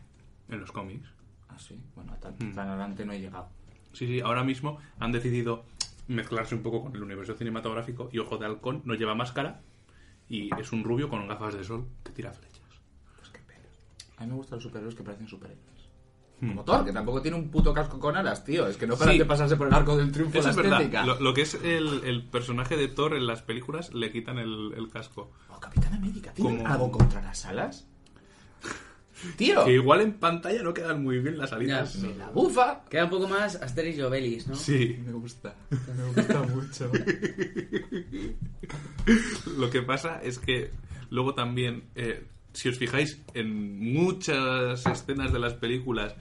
Speaker 3: En los cómics.
Speaker 6: Ah, sí. Bueno, tan,
Speaker 3: Hmm.
Speaker 6: tan adelante no he llegado.
Speaker 3: Sí, sí, ahora mismo han decidido mezclarse un poco con el universo cinematográfico y Ojo de Halcón no lleva máscara y es un rubio con gafas de sol que tira flechas.
Speaker 6: Pues qué pena. A mí me gustan los superhéroes que parecen superhéroes. Como Thor, que tampoco tiene un puto casco con alas, tío. Es que no paran
Speaker 3: Hmm. Sí.
Speaker 6: de pasarse por el arco del triunfo
Speaker 3: Eso
Speaker 6: la
Speaker 3: es verdad.
Speaker 6: estética.
Speaker 3: Lo, lo que es el, el personaje de Thor en las películas le quitan el, el casco.
Speaker 6: Oh, Capitán América, ¿tiene
Speaker 3: Como-
Speaker 6: algo contra las alas? Tío,
Speaker 3: Que igual en pantalla no quedan muy bien las alitas.
Speaker 5: Ya, sí.
Speaker 6: la bufa.
Speaker 5: Queda un poco más Asterix y Obelix, ¿no?
Speaker 3: Sí,
Speaker 6: Me gusta, me gusta mucho.
Speaker 3: lo que pasa es que luego también, eh, si os fijáis en muchas escenas de las películas,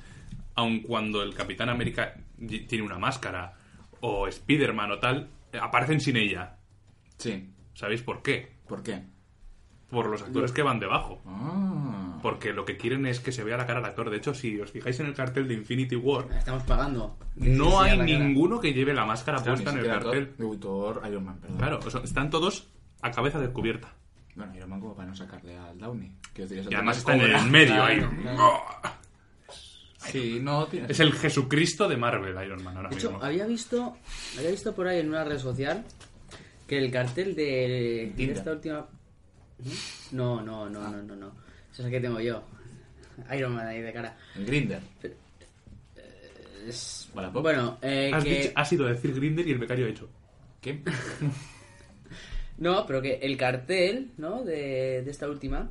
Speaker 3: aun cuando el Capitán América y- tiene una máscara o Spider-Man o tal, eh, aparecen sin ella.
Speaker 6: Sí,
Speaker 3: ¿Sabéis por qué?
Speaker 6: ¿por qué?
Speaker 3: Por los actores que van debajo.
Speaker 6: Ah,
Speaker 3: Porque lo que quieren es que se vea la cara del actor. De hecho, si os fijáis en el cartel de Infinity War,
Speaker 5: Estamos pagando. Sí, sí,
Speaker 3: No
Speaker 5: a
Speaker 3: hay
Speaker 5: la cara.
Speaker 3: ninguno que lleve la máscara
Speaker 6: claro,
Speaker 3: puesta en
Speaker 6: ni
Speaker 3: el
Speaker 6: siquiera
Speaker 3: cartel.
Speaker 6: Thor. Uy, Thor, Iron Man, perdón.
Speaker 3: Claro, o sea, están todos a cabeza descubierta.
Speaker 6: Bueno, Iron Man como para no sacarle al Downey. Quiero decir, ese
Speaker 3: Y además está
Speaker 6: tema
Speaker 3: en
Speaker 6: es
Speaker 3: el
Speaker 6: cobra.
Speaker 3: medio ahí.
Speaker 5: Claro.
Speaker 6: Sí, no, tiene...
Speaker 3: Es el Jesucristo de Marvel, Iron Man, ahora
Speaker 5: De hecho,
Speaker 3: mismo.
Speaker 5: había visto, había visto por ahí en una red social que el cartel de, de
Speaker 6: Tinder.
Speaker 5: esta última... ¿Mm? No, no, no, no, no, no. Esa es la que tengo yo. Iron Man ahí de cara.
Speaker 6: el Grinder.
Speaker 5: Eh, Es-
Speaker 6: Wallapop.
Speaker 5: Bueno, eh,
Speaker 3: Oh. Has,
Speaker 5: que...
Speaker 3: dicho- has ido a decir Grinder y el becario ha hecho.
Speaker 6: ¿Qué?
Speaker 5: No, pero que el cartel, ¿no? De, de esta última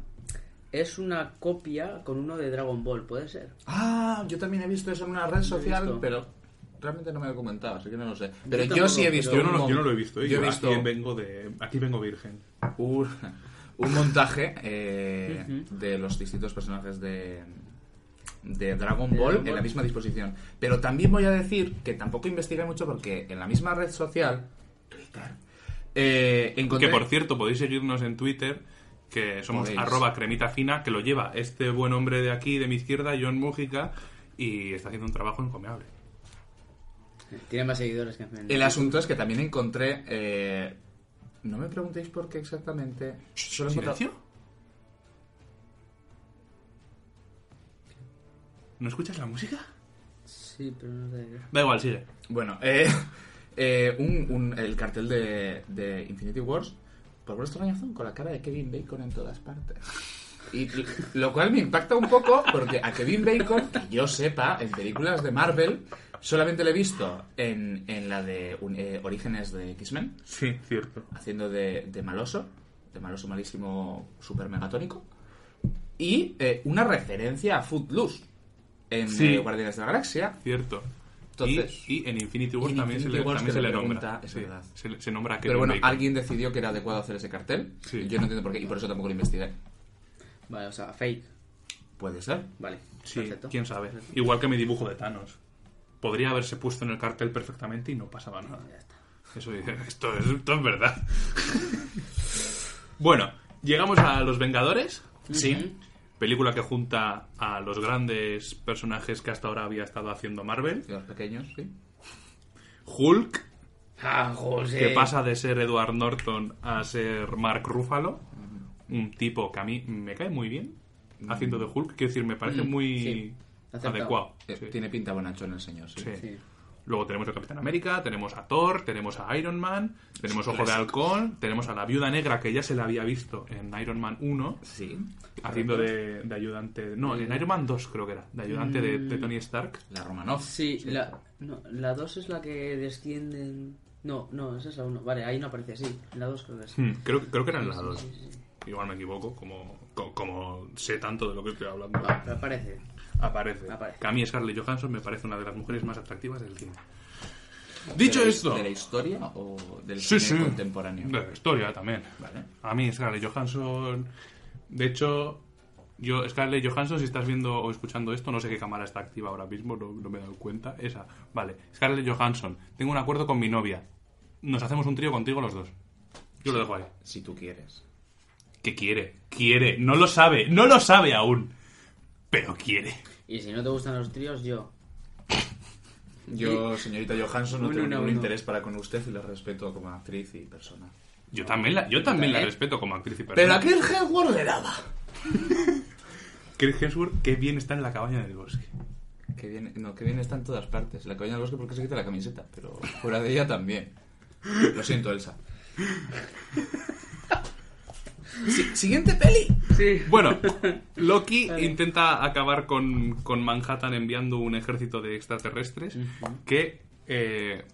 Speaker 5: es una copia con uno de Dragon Ball, puede ser.
Speaker 6: Ah, yo también he visto eso en una red social,
Speaker 5: visto.
Speaker 6: pero realmente no me he documentado, así que no lo sé. Pero yo,
Speaker 5: tampoco,
Speaker 6: sí he
Speaker 5: pero-
Speaker 6: visto.
Speaker 3: Yo no,
Speaker 6: un
Speaker 3: lo-
Speaker 6: mon-
Speaker 3: yo no lo he visto, ¿eh?
Speaker 6: Yo he
Speaker 3: Yo
Speaker 6: visto
Speaker 3: Aquí vengo, de, aquí vengo virgen.
Speaker 6: un, un montaje eh, de los distintos personajes de, de Dragon Ball en la misma disposición. Pero también voy a decir que tampoco investigué mucho porque en la misma red social, Twitter, eh, encontré...
Speaker 3: Que por cierto, podéis seguirnos en Twitter, que somos
Speaker 6: Podéis.
Speaker 3: arroba cremita fina, que lo lleva este buen hombre de aquí, de mi izquierda, John Mújica, y está haciendo un trabajo encomiable.
Speaker 5: Tiene más seguidores que Fernández.
Speaker 6: El asunto es que también encontré... eh, no me preguntéis por qué exactamente... Solo he encontrado-
Speaker 3: ¿Silencio? ¿No escuchas la música?
Speaker 5: Sí, pero no sé.
Speaker 3: Da igual, sigue.
Speaker 6: Bueno, eh, eh, un- un- el cartel de, de Infinity Wars, por alguna extraña razón, con la cara de Kevin Bacon en todas partes. Y l- lo cual me impacta un poco porque a Kevin Bacon, que yo sepa, en películas de Marvel, solamente le he visto en, en la de un- eh, Orígenes de X-Men,
Speaker 3: Sí, cierto.
Speaker 6: haciendo de, de maloso, de maloso malísimo super megatónico, y eh, una referencia a Footloose en
Speaker 3: Sí.
Speaker 6: eh, Guardianes de la Galaxia,
Speaker 3: Cierto.
Speaker 6: Entonces-
Speaker 3: y, y en Infinity Wars
Speaker 6: Y en
Speaker 3: también,
Speaker 6: Infinity
Speaker 3: se, le,
Speaker 6: Wars
Speaker 3: también
Speaker 6: que
Speaker 3: se
Speaker 6: lo
Speaker 3: le
Speaker 6: pregunta,
Speaker 3: nombra.
Speaker 6: es
Speaker 3: Sí,
Speaker 6: verdad.
Speaker 3: Se, le- se nombra a Kevin
Speaker 6: Pero bueno,
Speaker 3: Bacon.
Speaker 6: alguien decidió que era adecuado hacer ese cartel.
Speaker 3: Sí.
Speaker 6: Yo no entiendo por qué, y por eso tampoco lo investigué.
Speaker 5: Vale, o sea, fake.
Speaker 6: Puede ser.
Speaker 5: Vale,
Speaker 3: Sí,
Speaker 5: perfecto.
Speaker 3: quién sabe. Igual que mi dibujo de Thanos. Podría haberse puesto en el cartel perfectamente y no pasaba nada.
Speaker 5: Ya está.
Speaker 3: Eso dice, esto es, esto es verdad. bueno, llegamos a Los Vengadores.
Speaker 6: Sí.
Speaker 3: Película que junta a los grandes personajes que hasta ahora había estado haciendo Marvel.
Speaker 6: Y los pequeños, sí.
Speaker 3: Hulk,
Speaker 5: Ah, José.
Speaker 3: que pasa de ser Edward Norton a ser Mark Ruffalo. Un tipo que a mí me cae muy bien haciendo de Hulk. Quiero decir, me parece
Speaker 5: Mm,
Speaker 3: muy
Speaker 5: sí. Acertado.
Speaker 3: adecuado.
Speaker 6: Eh,
Speaker 3: Sí.
Speaker 6: Tiene pinta bonachón el señor, sí.
Speaker 3: Sí.
Speaker 5: Sí.
Speaker 3: Luego tenemos a Capitán América, tenemos a Thor, tenemos a Iron Man, tenemos Ojo de Halcón, tenemos a la Viuda Negra que ya se la había visto en Iron Man 1,
Speaker 6: Sí.
Speaker 3: haciendo de, de ayudante. No, en Iron Man 2 creo que era, de ayudante de, de Tony Stark.
Speaker 6: La Romanov.
Speaker 5: Sí, la, no, la 2 es la que descienden. No, no, esa es la 1. Vale, ahí no aparece así. La 2 creo que es.
Speaker 3: Hmm, Creo, creo que era en la
Speaker 5: Sí,
Speaker 3: 2.
Speaker 5: sí, sí.
Speaker 3: Igual me equivoco, como, co- como sé tanto de lo que estoy hablando.
Speaker 5: Va, pero aparece.
Speaker 3: Aparece.
Speaker 5: Aparece.
Speaker 3: Que a mí Scarlett Johansson me parece una de las mujeres más atractivas del cine. Dicho
Speaker 6: ¿De la-
Speaker 3: esto...
Speaker 6: ¿De la historia o del
Speaker 3: Sí,
Speaker 6: cine
Speaker 3: sí.
Speaker 6: contemporáneo?
Speaker 3: De la historia también. A mí Scarlett Johansson... De hecho, yo Scarlett Johansson, si estás viendo o escuchando esto, no sé qué cámara está activa ahora mismo, no, no me he dado cuenta. Esa. Vale. Scarlett Johansson, tengo un acuerdo con mi novia. Nos hacemos un trío contigo los dos. Yo lo dejo ahí.
Speaker 6: Si tú quieres.
Speaker 3: ¿Qué quiere? Quiere. No lo sabe. No lo sabe aún. Pero quiere.
Speaker 5: Y si no te gustan los tríos, yo.
Speaker 6: Yo, señorita Johansson, no
Speaker 5: Uno,
Speaker 6: tengo
Speaker 5: uno,
Speaker 6: ningún
Speaker 5: uno.
Speaker 6: interés para con usted y la respeto como actriz y persona.
Speaker 3: Yo también la, yo también la
Speaker 5: ¿Eh?
Speaker 3: respeto como actriz y
Speaker 6: Pero
Speaker 3: persona.
Speaker 6: a Chris Hemsworth le daba.
Speaker 3: Chris Hemsworth, qué bien está en la cabaña del bosque.
Speaker 6: Que bien, no, que bien está en todas partes. La cabaña del bosque porque se quita la camiseta, pero fuera de ella también. Lo siento, Elsa. Si- Siguiente peli.
Speaker 5: Sí.
Speaker 3: Bueno, Loki intenta acabar con, con Manhattan enviando un ejército de extraterrestres que eh,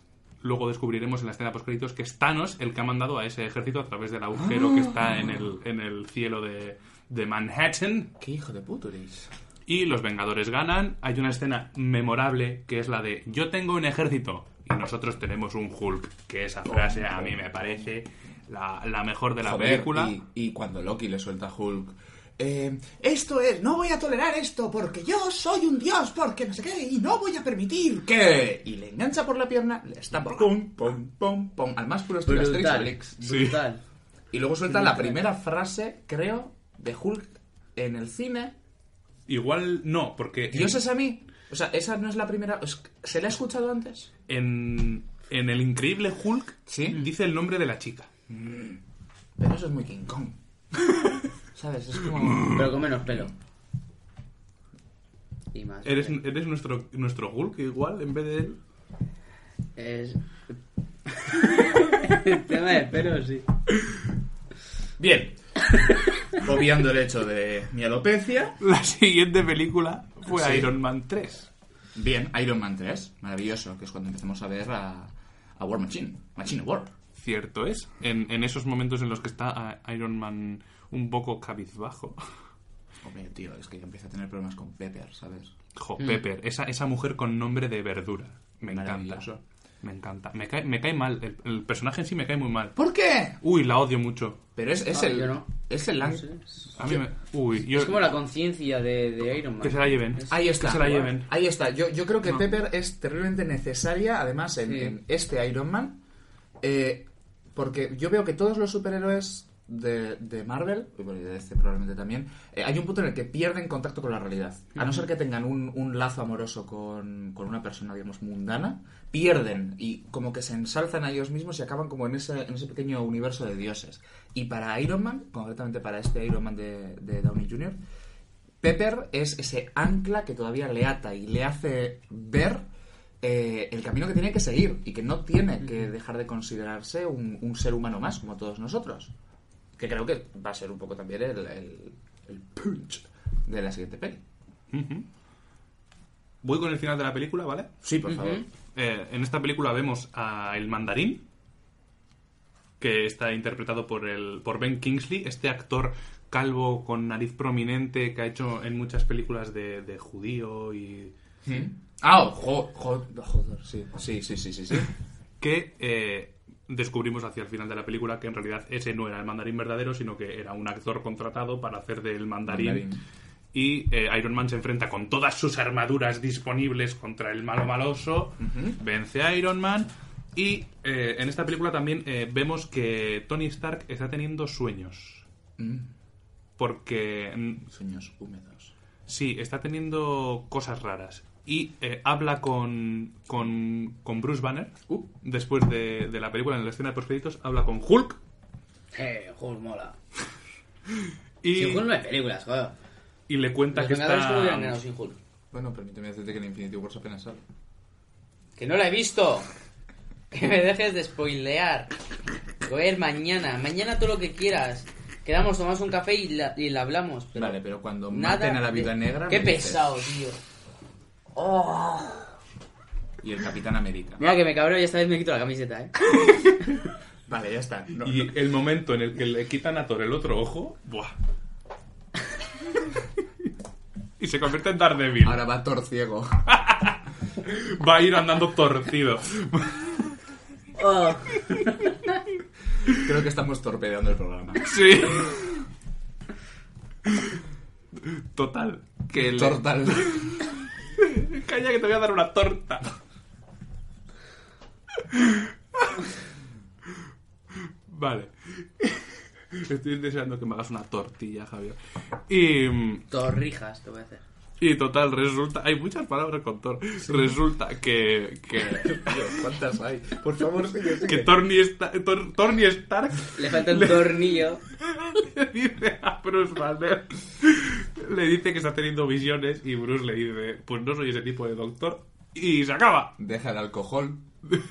Speaker 3: luego descubriremos en la escena postcréditos que es Thanos el que ha mandado a ese ejército a través del agujero que está en el, en el cielo de, de Manhattan.
Speaker 6: ¿Qué hijo de puto eres?
Speaker 3: Y los Vengadores ganan. Hay una escena memorable que es la de yo tengo un ejército y nosotros tenemos un Hulk. Que esa frase a mí me parece la, la mejor de la
Speaker 6: Joder,
Speaker 3: película.
Speaker 6: Y, y cuando Loki le suelta a Hulk.
Speaker 4: Eh, esto es, no voy a tolerar esto porque yo soy un dios, porque no sé qué, y no voy a permitir que...
Speaker 6: ¿Qué? Y le engancha por la pierna, le estampa. Pum, pum, pum, pum. Al más puro estilo Asterix y
Speaker 5: Brutal.
Speaker 6: Obelix.
Speaker 5: Brutal.
Speaker 6: Y luego suelta la primera frase, creo, de Hulk en el cine.
Speaker 3: Igual no, porque...
Speaker 6: Dios es a mí. O sea, esa no es la primera. es- ¿Se la ha escuchado antes?
Speaker 3: en, en el increíble Hulk
Speaker 6: Sí.
Speaker 3: dice el nombre de la chica.
Speaker 6: Pero eso es muy King Kong. ¿Sabes? Es
Speaker 3: Hmm.
Speaker 6: como.
Speaker 5: Pero con menos pelo. Y más.
Speaker 3: Eres,
Speaker 5: vale.
Speaker 3: eres nuestro, nuestro Hulk igual en vez de él.
Speaker 5: Es. el tema de pelo, sí.
Speaker 6: Bien. Obviando el hecho de mi alopecia.
Speaker 3: La siguiente película fue
Speaker 6: Sí.
Speaker 3: Iron Man 3.
Speaker 6: Bien, Iron Man 3. Maravilloso, que es cuando empezamos a ver a, a War Machine. Machine War.
Speaker 3: Cierto es. En, en esos momentos en los que está ah, Iron Man un poco cabizbajo.
Speaker 6: Hombre, tío, es que ya empieza a tener problemas con Pepper, ¿sabes?
Speaker 3: Jo, Pepper, esa, esa mujer con nombre de verdura. Me encanta.
Speaker 6: Maravilloso.
Speaker 3: Me encanta. Me cae, me cae mal. El, el personaje en sí me cae muy mal.
Speaker 6: ¿Por qué?
Speaker 3: Uy, la odio mucho.
Speaker 6: Pero es, es
Speaker 5: Ah,
Speaker 6: el.
Speaker 5: yo no.
Speaker 6: Es el.
Speaker 5: No
Speaker 6: lang-
Speaker 5: sé.
Speaker 3: A mí me. Uy, yo.
Speaker 5: Es como la conciencia de, de Iron Man.
Speaker 3: Que se la lleven.
Speaker 5: Es-
Speaker 6: Ahí está.
Speaker 3: Que se la lleven.
Speaker 6: Ahí está. Yo, yo creo que
Speaker 3: No.
Speaker 6: Pepper es terriblemente necesaria, además, en,
Speaker 5: Sí.
Speaker 6: en este Iron Man. eh, porque yo veo que todos los superhéroes de, de Marvel, y bueno, y de DC probablemente también, eh, hay un punto en el que pierden contacto con la realidad. A no ser que tengan un, un lazo amoroso con, con una persona, digamos, mundana, pierden y como que se ensalzan a ellos mismos y acaban como en ese, en ese pequeño universo de dioses. Y para Iron Man, concretamente para este Iron Man de, de Downey Jr., Pepper es ese ancla que todavía le ata y le hace ver eh, el camino que tiene que seguir y que no tiene que dejar de considerarse un, un ser humano más como todos nosotros. Que creo que va a ser un poco también el, el- el punch de la siguiente peli.
Speaker 3: Ujú. Voy con el final de la película, ¿vale?
Speaker 6: Sí, por favor.
Speaker 3: Eh, en esta película vemos a el mandarín, que está interpretado por, el, por Ben Kingsley, este actor calvo con nariz prominente que ha hecho en muchas películas de, de judío y...
Speaker 6: Ah, oh, jo- jo- joder, sí. Sí, sí, sí, sí, sí.
Speaker 3: que eh, descubrimos hacia el final de la película que en realidad ese no era el mandarín verdadero, sino que era un actor contratado para hacer del mandarín.
Speaker 6: Mandarín.
Speaker 3: Y eh, Iron Man se enfrenta con todas sus armaduras disponibles contra el malo maloso, vence a Iron Man. Y eh, en esta película también eh, vemos que Tony Stark está teniendo sueños. Porque mm,
Speaker 6: Sueños húmedos.
Speaker 3: Sí, está teniendo cosas raras. Y eh, habla con, con, con Bruce Banner.
Speaker 5: Uh.
Speaker 3: Después de, de la película, en la escena de postcréditos, habla con Hulk.
Speaker 5: Eh, Hulk mola.
Speaker 3: Y,
Speaker 5: Sin Hulk no hay películas, joder.
Speaker 3: y le cuenta
Speaker 5: Los
Speaker 3: que
Speaker 5: Vengadores
Speaker 3: está.
Speaker 5: cómo hubieran ganado sin Hulk.
Speaker 6: Bueno, permíteme decirte que en Infinity Wars apenas sale.
Speaker 5: ¡Que no la he visto! ¡Que me dejes de spoilear! Joder, mañana, mañana todo lo que quieras. Quedamos, tomamos un café y la, y la hablamos. Pero
Speaker 6: Vale, pero cuando
Speaker 5: nada
Speaker 6: maten a la
Speaker 5: de-
Speaker 6: viuda negra.
Speaker 5: ¡Qué
Speaker 6: me dices.
Speaker 5: pesado, tío!
Speaker 6: Y el Capitán América.
Speaker 5: Mira que me cabreo y esta vez me quito la camiseta, ¿eh?
Speaker 6: Vale, ya está. No, no.
Speaker 3: Y el momento en el que le quitan a Thor el otro ojo. ¡Buah! y se convierte en Daredevil.
Speaker 6: Ahora va Thor ciego.
Speaker 3: Va a ir andando torcido.
Speaker 6: Creo que estamos torpedeando el programa.
Speaker 3: sí. Total. Que le-
Speaker 6: Tortal.
Speaker 3: Calla que te voy a dar una torta. Vale. Estoy deseando que me hagas una tortilla, Javier. Y,
Speaker 5: Torrijas, te voy a hacer.
Speaker 3: y total, resulta... Hay muchas palabras con Thor. Resulta que... que...
Speaker 6: ¿Cuántas hay? Por favor, sigue,
Speaker 3: Que Torny, Sta- Tor- Tony Stark
Speaker 5: Le falta un tornillo.
Speaker 3: le dice a Bruce Banner, le dice que está teniendo visiones y Bruce le dice, pues no soy ese tipo de doctor y se acaba.
Speaker 6: Deja el alcohol.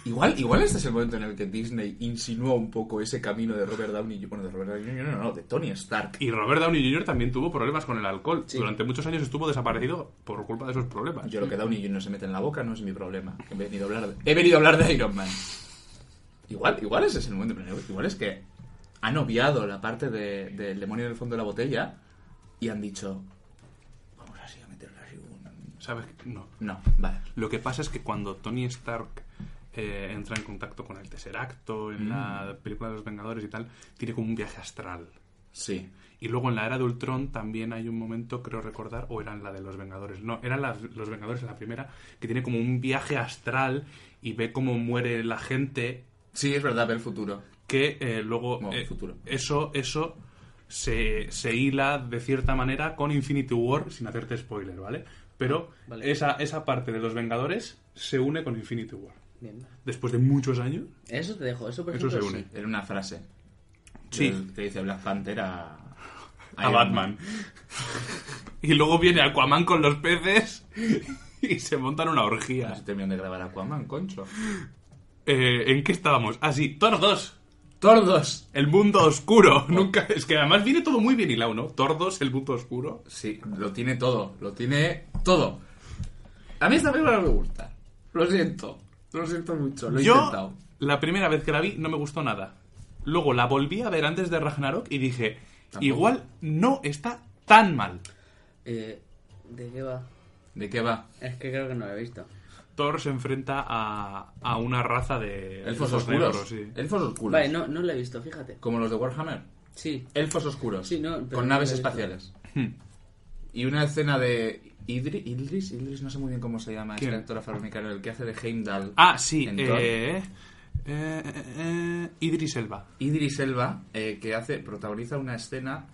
Speaker 6: Igual, igual este es el momento en el que Disney insinuó un poco ese camino de Robert Downey Bueno, de Robert Downey Jr. no, no, de Tony Stark.
Speaker 3: Y Robert Downey Jr. también tuvo problemas con el alcohol. Durante muchos años estuvo desaparecido por culpa de esos problemas.
Speaker 6: Yo lo que Downey Jr. se mete en la boca no es mi problema. He venido a hablar de, he venido a hablar de Iron Man. Igual, igual ese es el momento. pero Igual es que han obviado la parte de- del demonio en el fondo de la botella y han dicho... Vamos así a meterle así un...
Speaker 3: ¿Sabes? qué? No.
Speaker 6: No, vale.
Speaker 3: Lo que pasa es que cuando Tony Stark eh, entra en contacto con el Tesseracto en la película de los Vengadores y tal, tiene como un viaje astral.
Speaker 6: Sí.
Speaker 3: Y luego en la era de Ultron también hay un momento, creo recordar, o eran la de los Vengadores. No, eran las- los Vengadores en la primera, que tiene como un viaje astral y ve cómo muere la gente
Speaker 6: Sí, es verdad, ver el futuro.
Speaker 3: que eh, luego
Speaker 6: Bueno,
Speaker 3: eh,
Speaker 6: futuro.
Speaker 3: eso eso se, se hila de cierta manera con Infinity War sin hacerte spoiler, ¿vale? Pero
Speaker 5: Vale.
Speaker 3: Esa, esa parte de los Vengadores se une con Infinity War.
Speaker 5: Bien.
Speaker 3: Después de muchos años,
Speaker 5: Eso te dejo, eso por
Speaker 3: Eso
Speaker 5: ejemplo,
Speaker 3: se une.
Speaker 5: sí.
Speaker 6: Era una frase.
Speaker 3: Sí.
Speaker 6: Del- Que dice Black Panther a...
Speaker 3: a
Speaker 6: Iron
Speaker 3: Batman. y luego viene Aquaman con los peces y se montan una
Speaker 6: Man.
Speaker 3: orgía.
Speaker 6: Se terminó de grabar Aquaman, concho.
Speaker 3: Eh, ¿En qué estábamos? Ah, sí, Thor 2.
Speaker 6: ¡Tordos!
Speaker 3: El mundo oscuro. Nunca. Es que además viene todo muy bien hilado, ¿no? Thor 2, el mundo oscuro.
Speaker 6: Sí, lo tiene todo. Lo tiene todo. A mí esta película no me gusta. Lo siento. Lo siento mucho. Lo he
Speaker 3: Yo,
Speaker 6: intentado.
Speaker 3: la primera vez que la vi, no me gustó nada. Luego la volví a ver antes de Ragnarok y dije,
Speaker 6: Tampoco.
Speaker 3: igual no está tan mal.
Speaker 5: Eh, ¿De qué va?
Speaker 6: ¿De qué va?
Speaker 5: Es que creo que no lo he visto.
Speaker 3: Thor se enfrenta a, a una raza de elfos
Speaker 6: Elfos oscuros. Eh,
Speaker 3: sí.
Speaker 6: Elfos oscuros.
Speaker 5: Vale, no, no la he visto, fíjate.
Speaker 6: Como los de Warhammer.
Speaker 5: Sí.
Speaker 6: Elfos oscuros.
Speaker 5: Sí, no, pero
Speaker 6: con
Speaker 5: no
Speaker 6: naves
Speaker 5: lo he visto.
Speaker 6: espaciales. Y una escena de Idri- Idris, Idris, no sé muy bien cómo se llama
Speaker 3: ¿Quién?
Speaker 6: este actor afroamericano, el que hace de Heimdall.
Speaker 3: Ah, sí.
Speaker 6: en Thor.
Speaker 3: Eh, eh, eh, Idris Elba.
Speaker 6: Idris Elba, eh, que hace, protagoniza una escena.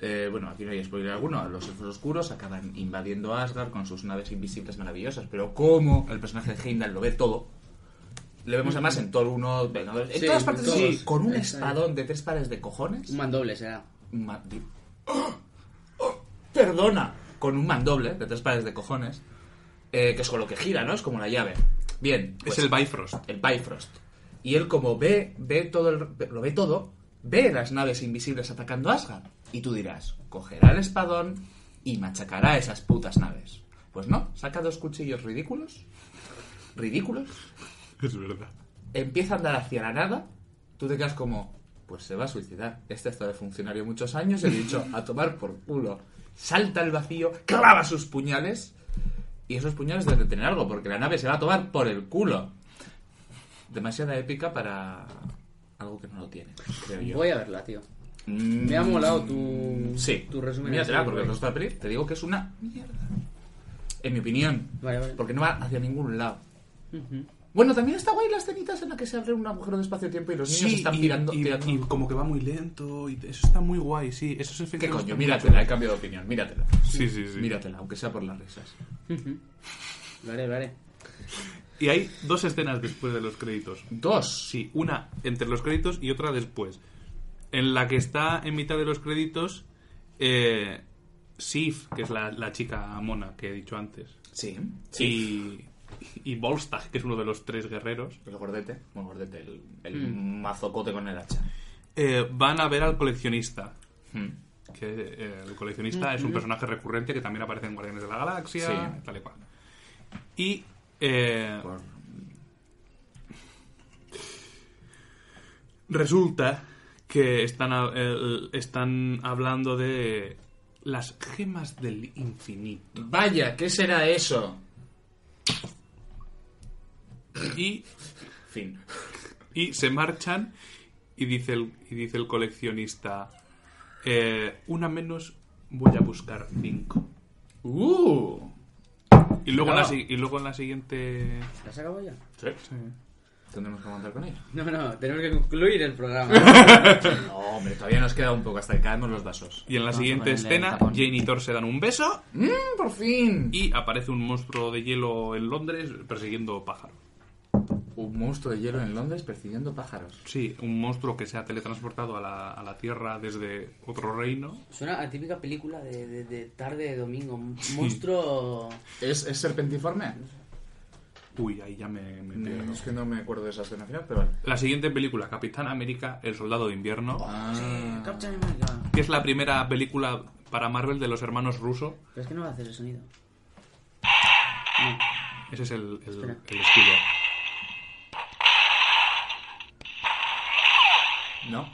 Speaker 6: eh, bueno, aquí no hay spoiler alguno. Los elfos oscuros acaban invadiendo Asgard con sus naves invisibles maravillosas. Pero como el personaje de Heimdall lo ve todo, le vemos además en Thor 1, Vengadores- en
Speaker 5: Sí,
Speaker 6: todas partes,
Speaker 5: todos.
Speaker 6: sí, con un
Speaker 5: Ahí está.
Speaker 6: espadón de tres pares de cojones.
Speaker 5: Un mandoble será.
Speaker 6: Ma- di- ¡Oh! ¡Oh! ¡Perdona! Con un mandoble de tres pares de cojones, eh, que es con lo que gira, ¿no? Es como la llave. Bien. pues,
Speaker 3: es el Bifrost.
Speaker 6: el Bifrost. Y él como ve, ve todo el- lo ve todo, ve las naves invisibles atacando Asgard. Y tú dirás, cogerá el espadón y machacará esas putas naves. Pues no, saca dos cuchillos ridículos, ridículos,
Speaker 3: Es verdad.
Speaker 6: empieza a andar hacia la nada, tú te quedas como, pues se va a suicidar. Este ha estado de funcionario muchos años, he dicho, a tomar por culo. Salta al vacío, clava sus puñales, y esos puñales deben de tener algo, porque la nave se va a tomar por el culo. Demasiada épica para algo que no lo tiene, creo yo.
Speaker 5: Voy a verla, tío.
Speaker 6: Mm,
Speaker 5: Me ha molado tu,
Speaker 6: Sí,
Speaker 5: tu resumen. este
Speaker 6: Míratela,
Speaker 5: así,
Speaker 6: porque el
Speaker 5: guay.
Speaker 6: resto de la peli te digo que es una mierda. En mi opinión.
Speaker 5: Vale, vale.
Speaker 6: Porque no va hacia ningún lado.
Speaker 5: Ujú.
Speaker 6: Bueno, también está guay las escenitas en las que se abre un agujero de espacio-tiempo y los niños están
Speaker 3: y,
Speaker 6: tirando.
Speaker 3: y-
Speaker 6: tirando-
Speaker 3: y como que va muy lento. Y eso está muy guay, sí. Esos efectos.
Speaker 6: ¿Qué coño?
Speaker 3: están
Speaker 6: Míratela, he cambiado de opinión, míratela.
Speaker 3: Sí, sí, sí.
Speaker 6: Míratela, aunque sea por las risas.
Speaker 5: Vale, vale.
Speaker 3: Y hay dos escenas después de los créditos.
Speaker 6: Dos.
Speaker 3: Sí, una entre los créditos y otra después. En la que está en mitad de los créditos eh, Sif, que es la, la chica mona que he dicho antes.
Speaker 6: Sí.
Speaker 3: Y, y Volstagg, que es uno de los tres guerreros.
Speaker 6: El gordete, bueno, gordete, el, el mazocote con el hacha.
Speaker 3: eh, van a ver al coleccionista.
Speaker 6: Mm.
Speaker 3: Que eh, el coleccionista es un personaje recurrente que también aparece en Guardianes de la Galaxia,
Speaker 6: Sí.
Speaker 3: tal y cual. Y eh,
Speaker 6: Por-
Speaker 3: Resulta que están, a- el- están hablando de las gemas del infinito.
Speaker 6: Vaya, ¿qué será eso?
Speaker 3: Y,
Speaker 6: Fin.
Speaker 3: y se marchan y dice el, y dice el coleccionista, eh, una menos voy a buscar cinco.
Speaker 6: ¡Uh!
Speaker 3: Y luego, en la,
Speaker 6: Claro.
Speaker 3: si- y luego en la siguiente...
Speaker 5: ¿La has acabado ya?
Speaker 6: Sí. Tendremos que aguantar con ella.
Speaker 5: No, no, tenemos que concluir el programa.
Speaker 6: No, hombre, todavía nos queda un poco hasta que caemos los vasos.
Speaker 3: Y en la
Speaker 6: Vamos a
Speaker 3: siguiente
Speaker 6: ponerle el
Speaker 3: escena,
Speaker 6: tapón.
Speaker 3: Jane y Thor se dan un beso
Speaker 6: ¡Mmm, por fin!
Speaker 3: y aparece un monstruo de hielo en Londres persiguiendo pájaros.
Speaker 6: Un monstruo de hielo en Londres persiguiendo pájaros.
Speaker 3: Sí, un monstruo que se ha teletransportado a la, a la Tierra desde otro reino.
Speaker 5: Suena a típica película de, de- de tarde de domingo. Un Monstruo.
Speaker 6: ¿Es, es serpentiforme?
Speaker 3: Uy, ahí ya me, me pierdo.
Speaker 6: Eh, Es que no me acuerdo de esa escena final, pero vale.
Speaker 3: La siguiente película, Capitán América, El Soldado de Invierno,
Speaker 5: Sí, Captain America.
Speaker 3: que es la primera película para Marvel de los hermanos Russo.
Speaker 5: Pero es que no va a hacer el sonido.
Speaker 3: Ese es el, el,
Speaker 5: Espera.
Speaker 3: el escudo.
Speaker 6: No.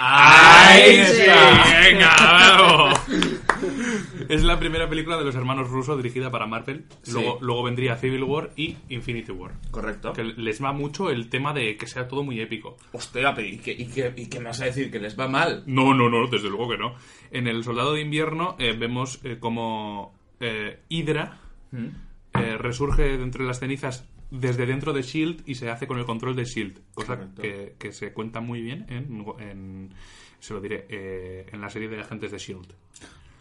Speaker 3: ¡Ahí está! ¡Venga, vamos! Es la primera película de los hermanos Russo dirigida para Marvel.
Speaker 6: Sí.
Speaker 3: Luego, luego vendría Civil War y Infinity War.
Speaker 6: Correcto.
Speaker 3: Que les va mucho el tema de que sea todo muy épico.
Speaker 6: Hostia, pero ¿y qué, y, qué, ¿y qué me vas a decir? ¿Que les va mal?
Speaker 3: No, no, no, desde luego que no. En El Soldado de Invierno eh, vemos eh, como eh, Hydra eh, resurge de entre las cenizas desde dentro de Shield E y se hace con el control de Shield, E cosa
Speaker 6: Correcto.
Speaker 3: que, que se cuenta muy bien en, en- se lo diré, eh, en la serie de agentes de Shield.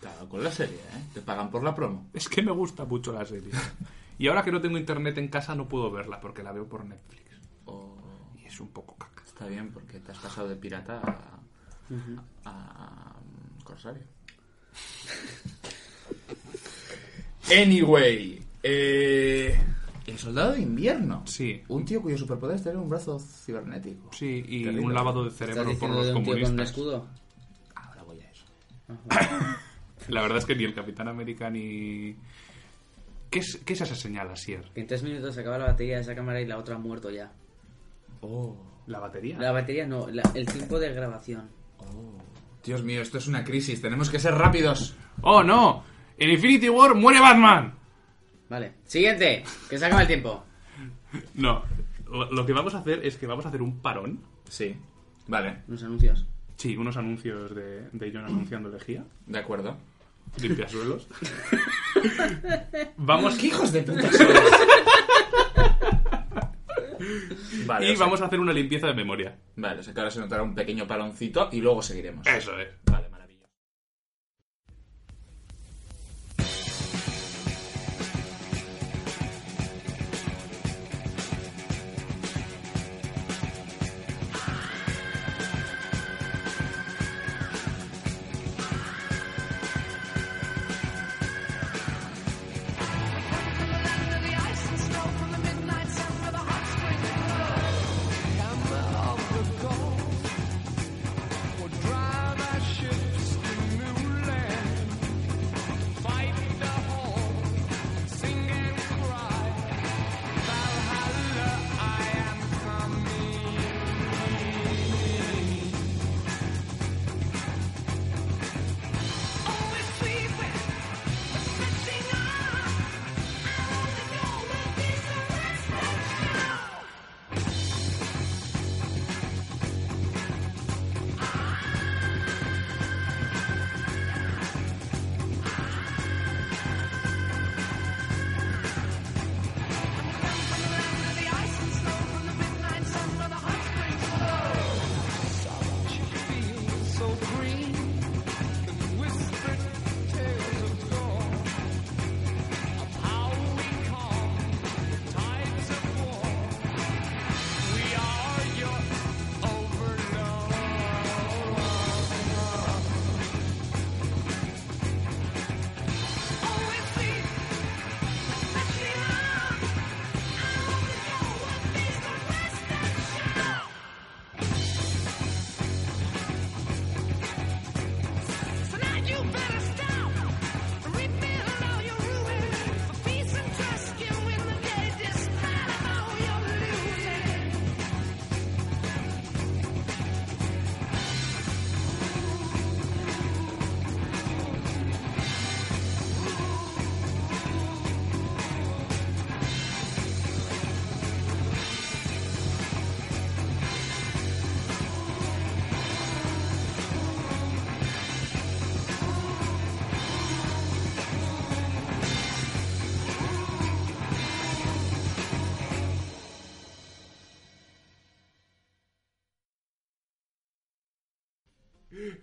Speaker 6: Claro, con la serie, ¿eh? Te pagan por la promo.
Speaker 3: Es que me gusta mucho la serie. Y ahora que no tengo internet en casa no puedo verla porque la veo por Netflix
Speaker 5: Oh.
Speaker 6: O
Speaker 3: y es un poco caca.
Speaker 6: está bien porque te has pasado de pirata a, a- a corsario. Anyway, eh, el soldado de invierno.
Speaker 3: Sí.
Speaker 6: Un tío cuyo superpoder es tener un brazo cibernético.
Speaker 3: Sí, y
Speaker 6: Terrible.
Speaker 3: un lavado de
Speaker 5: ¿Estás
Speaker 3: cerebro por
Speaker 5: diciendo
Speaker 3: los
Speaker 5: de un tío con un
Speaker 3: comunistas.
Speaker 5: escudo?
Speaker 6: Ahora voy a eso.
Speaker 3: La verdad es que ni el Capitán América ni... ¿Qué es, qué es esa señal, Asier?
Speaker 5: Que en tres minutos se acaba la batería de esa cámara y la otra ha muerto ya.
Speaker 3: ¿La batería?
Speaker 5: La batería no, la- el tiempo de grabación.
Speaker 6: Dios mío, esto es una crisis. Tenemos que ser rápidos.
Speaker 3: ¡Oh, no! En Infinity War muere Batman.
Speaker 5: Vale. Siguiente, que se acaba el tiempo.
Speaker 3: No, lo lo que vamos a hacer es que vamos a hacer un parón.
Speaker 6: Sí. Vale,
Speaker 5: Los anuncios.
Speaker 3: Sí, unos anuncios de, de John anunciando lejía.
Speaker 6: de acuerdo.
Speaker 3: Limpia suelos. vamos
Speaker 6: ¿Qué hijos de puta vale,
Speaker 3: y
Speaker 6: o sea-
Speaker 3: vamos a hacer una limpieza de memoria.
Speaker 6: Vale, o sea que ahora se notará un pequeño paroncito y luego seguiremos.
Speaker 3: Eso es.
Speaker 6: Vale, maravilloso.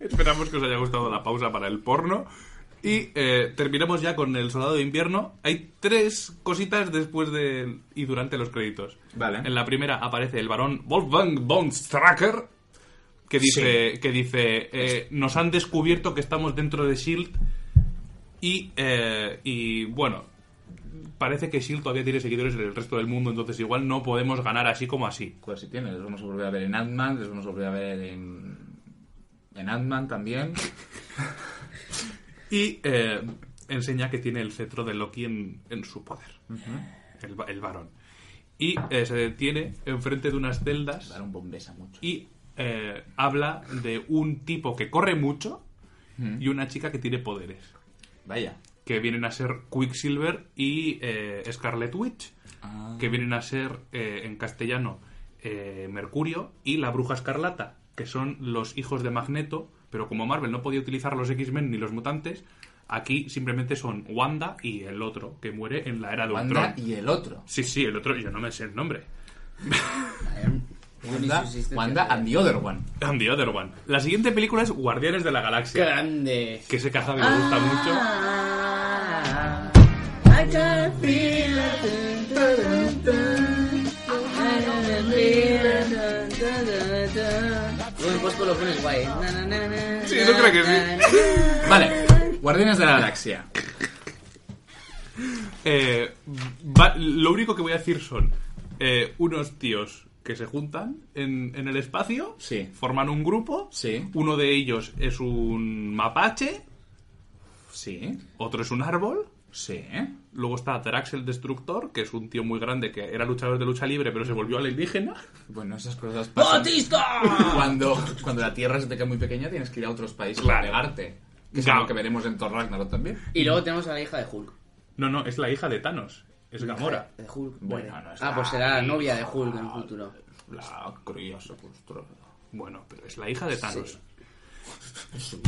Speaker 3: Esperamos que os haya gustado la pausa para el porno. Y eh, terminamos ya con el soldado de invierno. Hay tres cositas después de y durante los créditos.
Speaker 6: Vale.
Speaker 3: En la primera aparece el varón Wolfgang von Stracker, que dice, que dice eh, nos han descubierto que estamos dentro de S.H.I.E.L.D. E Y, eh, y bueno, parece que S.H.I.E.L.D. E todavía tiene seguidores en el resto del mundo, entonces igual no podemos ganar así como así.
Speaker 6: Pues si tiene, les vamos a volver a ver en Ant-Man, les vamos a volver a ver en. En Ant-Man también.
Speaker 3: Y eh, enseña que tiene el cetro de Loki en, en su poder. el, va- el varón. Y eh, se detiene enfrente de unas celdas
Speaker 6: Dar un bombesa mucho.
Speaker 3: y eh, habla de un tipo que corre mucho y una chica que tiene poderes.
Speaker 6: Vaya.
Speaker 3: Que vienen a ser Quicksilver y eh, Scarlet Witch.
Speaker 6: Ah.
Speaker 3: Que vienen a ser eh, en castellano eh, Mercurio y la Bruja Escarlata. Que son los hijos de Magneto. Pero como Marvel no podía utilizar los X-Men ni los mutantes, aquí simplemente son Wanda y el otro que muere en la era de
Speaker 6: Wanda
Speaker 3: Ultron.
Speaker 6: y el otro.
Speaker 3: Sí, sí, el otro, yo no me sé el nombre.
Speaker 6: Wanda,
Speaker 5: Ni su existencia.
Speaker 6: Wanda and the other one.
Speaker 3: And the other one. La siguiente película es Guardianes de la Galaxia.
Speaker 5: Grande.
Speaker 3: Que se caja me
Speaker 5: Ah.
Speaker 3: gusta mucho.
Speaker 5: Bueno, pues con los pones guay. Na, na, na, na,
Speaker 3: Sí,
Speaker 5: na,
Speaker 3: yo creo que
Speaker 5: na,
Speaker 3: sí.
Speaker 5: na.
Speaker 6: Vale. Guardianes de la Galaxia.
Speaker 3: Eh, va- lo único que voy a decir son eh, unos tíos que se juntan en, en el espacio,
Speaker 6: Sí.
Speaker 3: forman un grupo.
Speaker 6: Sí.
Speaker 3: Uno de ellos es un mapache,
Speaker 6: Sí.
Speaker 3: otro es un árbol.
Speaker 6: Sí.
Speaker 3: Luego está Drax el Destructor, que es un tío muy grande que era luchador de lucha libre, pero se volvió alienígena.
Speaker 6: Bueno, esas cosas pasan.
Speaker 3: Ah.
Speaker 6: Cuando, cuando la Tierra se te queda muy pequeña tienes que ir a otros países
Speaker 3: Claro.
Speaker 6: a pegarte. Que es
Speaker 3: Claro.
Speaker 6: algo que veremos en Thor Ragnarok también.
Speaker 5: Y luego tenemos a la hija de Hulk.
Speaker 3: No, no, es la hija de Thanos. Es Gamora.
Speaker 5: De Hulk.
Speaker 6: Bueno,
Speaker 5: vale.
Speaker 6: no es
Speaker 5: Ah, pues será la novia de Hulk en el futuro.
Speaker 6: La curiosa constructora.
Speaker 3: Bueno, pero es la hija de Thanos.
Speaker 5: Sí.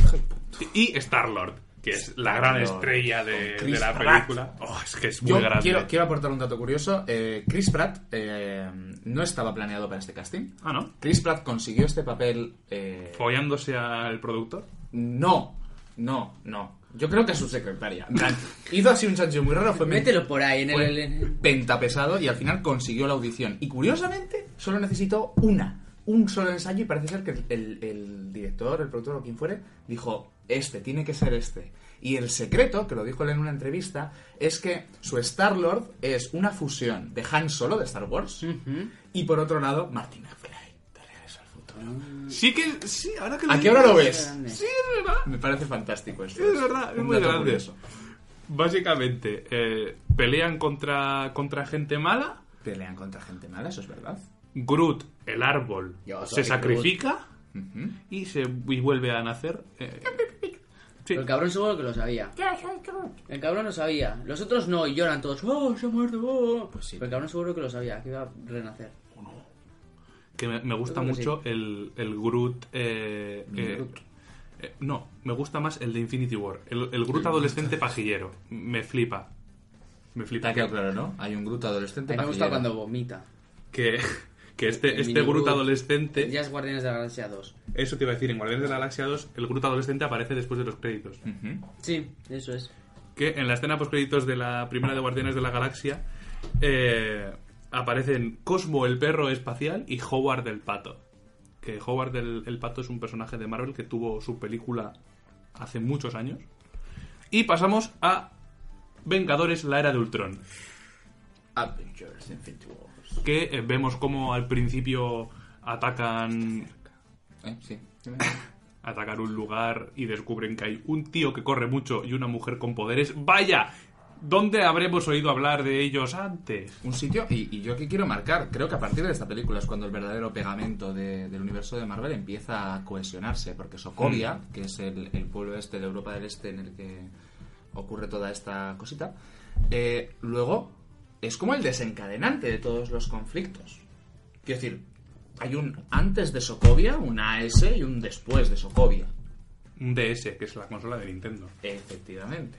Speaker 3: Y Star-Lord, que es la gran
Speaker 6: Star-Lord.
Speaker 3: estrella de,
Speaker 6: Con Chris
Speaker 3: de la
Speaker 6: Pratt.
Speaker 3: película. Oh, es que es muy
Speaker 6: Yo
Speaker 3: grande.
Speaker 6: quiero, quiero aportar un dato curioso. Eh, Chris Pratt eh, no estaba planeado para este casting.
Speaker 3: Ah, ¿no?
Speaker 6: Chris Pratt consiguió este papel. eh,
Speaker 3: Follándose al productor.
Speaker 6: no, no, no. Yo creo que a su secretaria. En plan, hizo así un chanchullo muy raro. Fue
Speaker 3: Pues
Speaker 6: men-
Speaker 5: Mételo por ahí en el-
Speaker 6: fue
Speaker 5: en el-
Speaker 6: pentapesado y al final consiguió la audición. Y curiosamente, solo necesitó una. Un solo ensayo y parece ser que el, el director, el productor o quien fuere, dijo, este, tiene que ser este. Y el secreto, que lo dijo él en una entrevista, es que su Star-Lord es una fusión de Han Solo, de Star Wars, y por otro lado, Martin McFly, de Regreso al Futuro.
Speaker 3: Sí que... Sí, ahora que
Speaker 6: Mm. ¿A qué hora lo
Speaker 3: dices,
Speaker 6: ves?
Speaker 5: grande.
Speaker 3: Sí, es verdad.
Speaker 6: Me parece fantástico esto.
Speaker 3: Es verdad, es
Speaker 6: Un
Speaker 3: muy
Speaker 6: dato
Speaker 3: grande.
Speaker 6: curioso.
Speaker 3: Básicamente, eh, pelean contra, contra gente mala.
Speaker 6: Pelean contra gente mala, eso es verdad.
Speaker 3: Groot, el árbol,
Speaker 5: Yo soy
Speaker 3: se sacrifica y, se, y vuelve a nacer. eh, sí.
Speaker 5: Pero el cabrón seguro que lo sabía. El cabrón lo sabía. Los otros no, y lloran todos. ¡Oh, se ha muerto! oh, oh".
Speaker 6: Pues sí.
Speaker 5: Pero el cabrón seguro que lo sabía, que iba a renacer.
Speaker 3: Que me, me gusta
Speaker 5: Yo creo que
Speaker 3: mucho el, el Groot. eh,
Speaker 6: Mini
Speaker 3: eh,
Speaker 6: Groot.
Speaker 3: eh, no, me gusta más el de Infinity War. El, el Groot adolescente pajillero. Me flipa. Me
Speaker 6: Te
Speaker 3: flipa.
Speaker 6: ha quedado claro, ¿no? Hay un Groot
Speaker 5: A
Speaker 6: adolescente.
Speaker 5: mí me gusta
Speaker 6: pajillero.
Speaker 5: cuando vomita.
Speaker 3: Que, que este,
Speaker 5: El
Speaker 3: este
Speaker 5: mini
Speaker 3: Groot
Speaker 5: Groot.
Speaker 3: adolescente.
Speaker 5: Ya es Guardianes de la Galaxia 2.
Speaker 3: Eso te iba a decir, en Guardianes de la Galaxia 2, el Groot adolescente aparece después de los créditos.
Speaker 6: Ujú.
Speaker 5: Sí, eso es.
Speaker 3: que en la escena post créditos de la primera de Guardianes de la Galaxia eh, aparecen Cosmo el perro espacial y Howard el pato. Que Howard el, el pato es un personaje de Marvel que tuvo su película hace muchos años. Y pasamos a Vengadores la era de Ultron.
Speaker 6: Avengers Infinity Wars.
Speaker 3: Que eh, vemos como al principio atacan
Speaker 6: ¿Eh? Sí.
Speaker 3: atacar un lugar y descubren que hay un tío que corre mucho y una mujer con poderes. ¡Vaya! ¿Dónde habremos oído hablar de ellos antes?
Speaker 6: un sitio, y, y yo que quiero marcar, creo que a partir de esta película es cuando el verdadero pegamento de- del universo de Marvel empieza a cohesionarse, porque Sokovia, que es el, el pueblo este de Europa del Este en el que ocurre toda esta cosita, eh, luego es como el desencadenante de todos los conflictos. Quiero decir, hay un antes de Sokovia, un AS y un después de Sokovia,
Speaker 3: Un DS, que es la consola de Nintendo.
Speaker 6: efectivamente.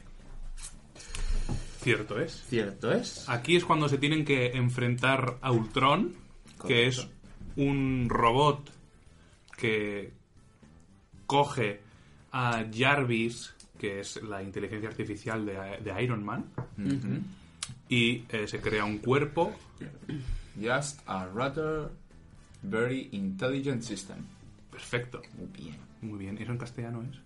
Speaker 3: Cierto es.
Speaker 6: Cierto es.
Speaker 3: Aquí es cuando se tienen que enfrentar a Ultron, que es
Speaker 6: Correcto.
Speaker 3: un robot que coge a Jarvis, que es la inteligencia artificial de, de Iron Man, y eh, se crea un cuerpo
Speaker 6: Just a rather very intelligent system.
Speaker 3: perfecto.
Speaker 6: Muy bien.
Speaker 3: Muy bien, eso en castellano es.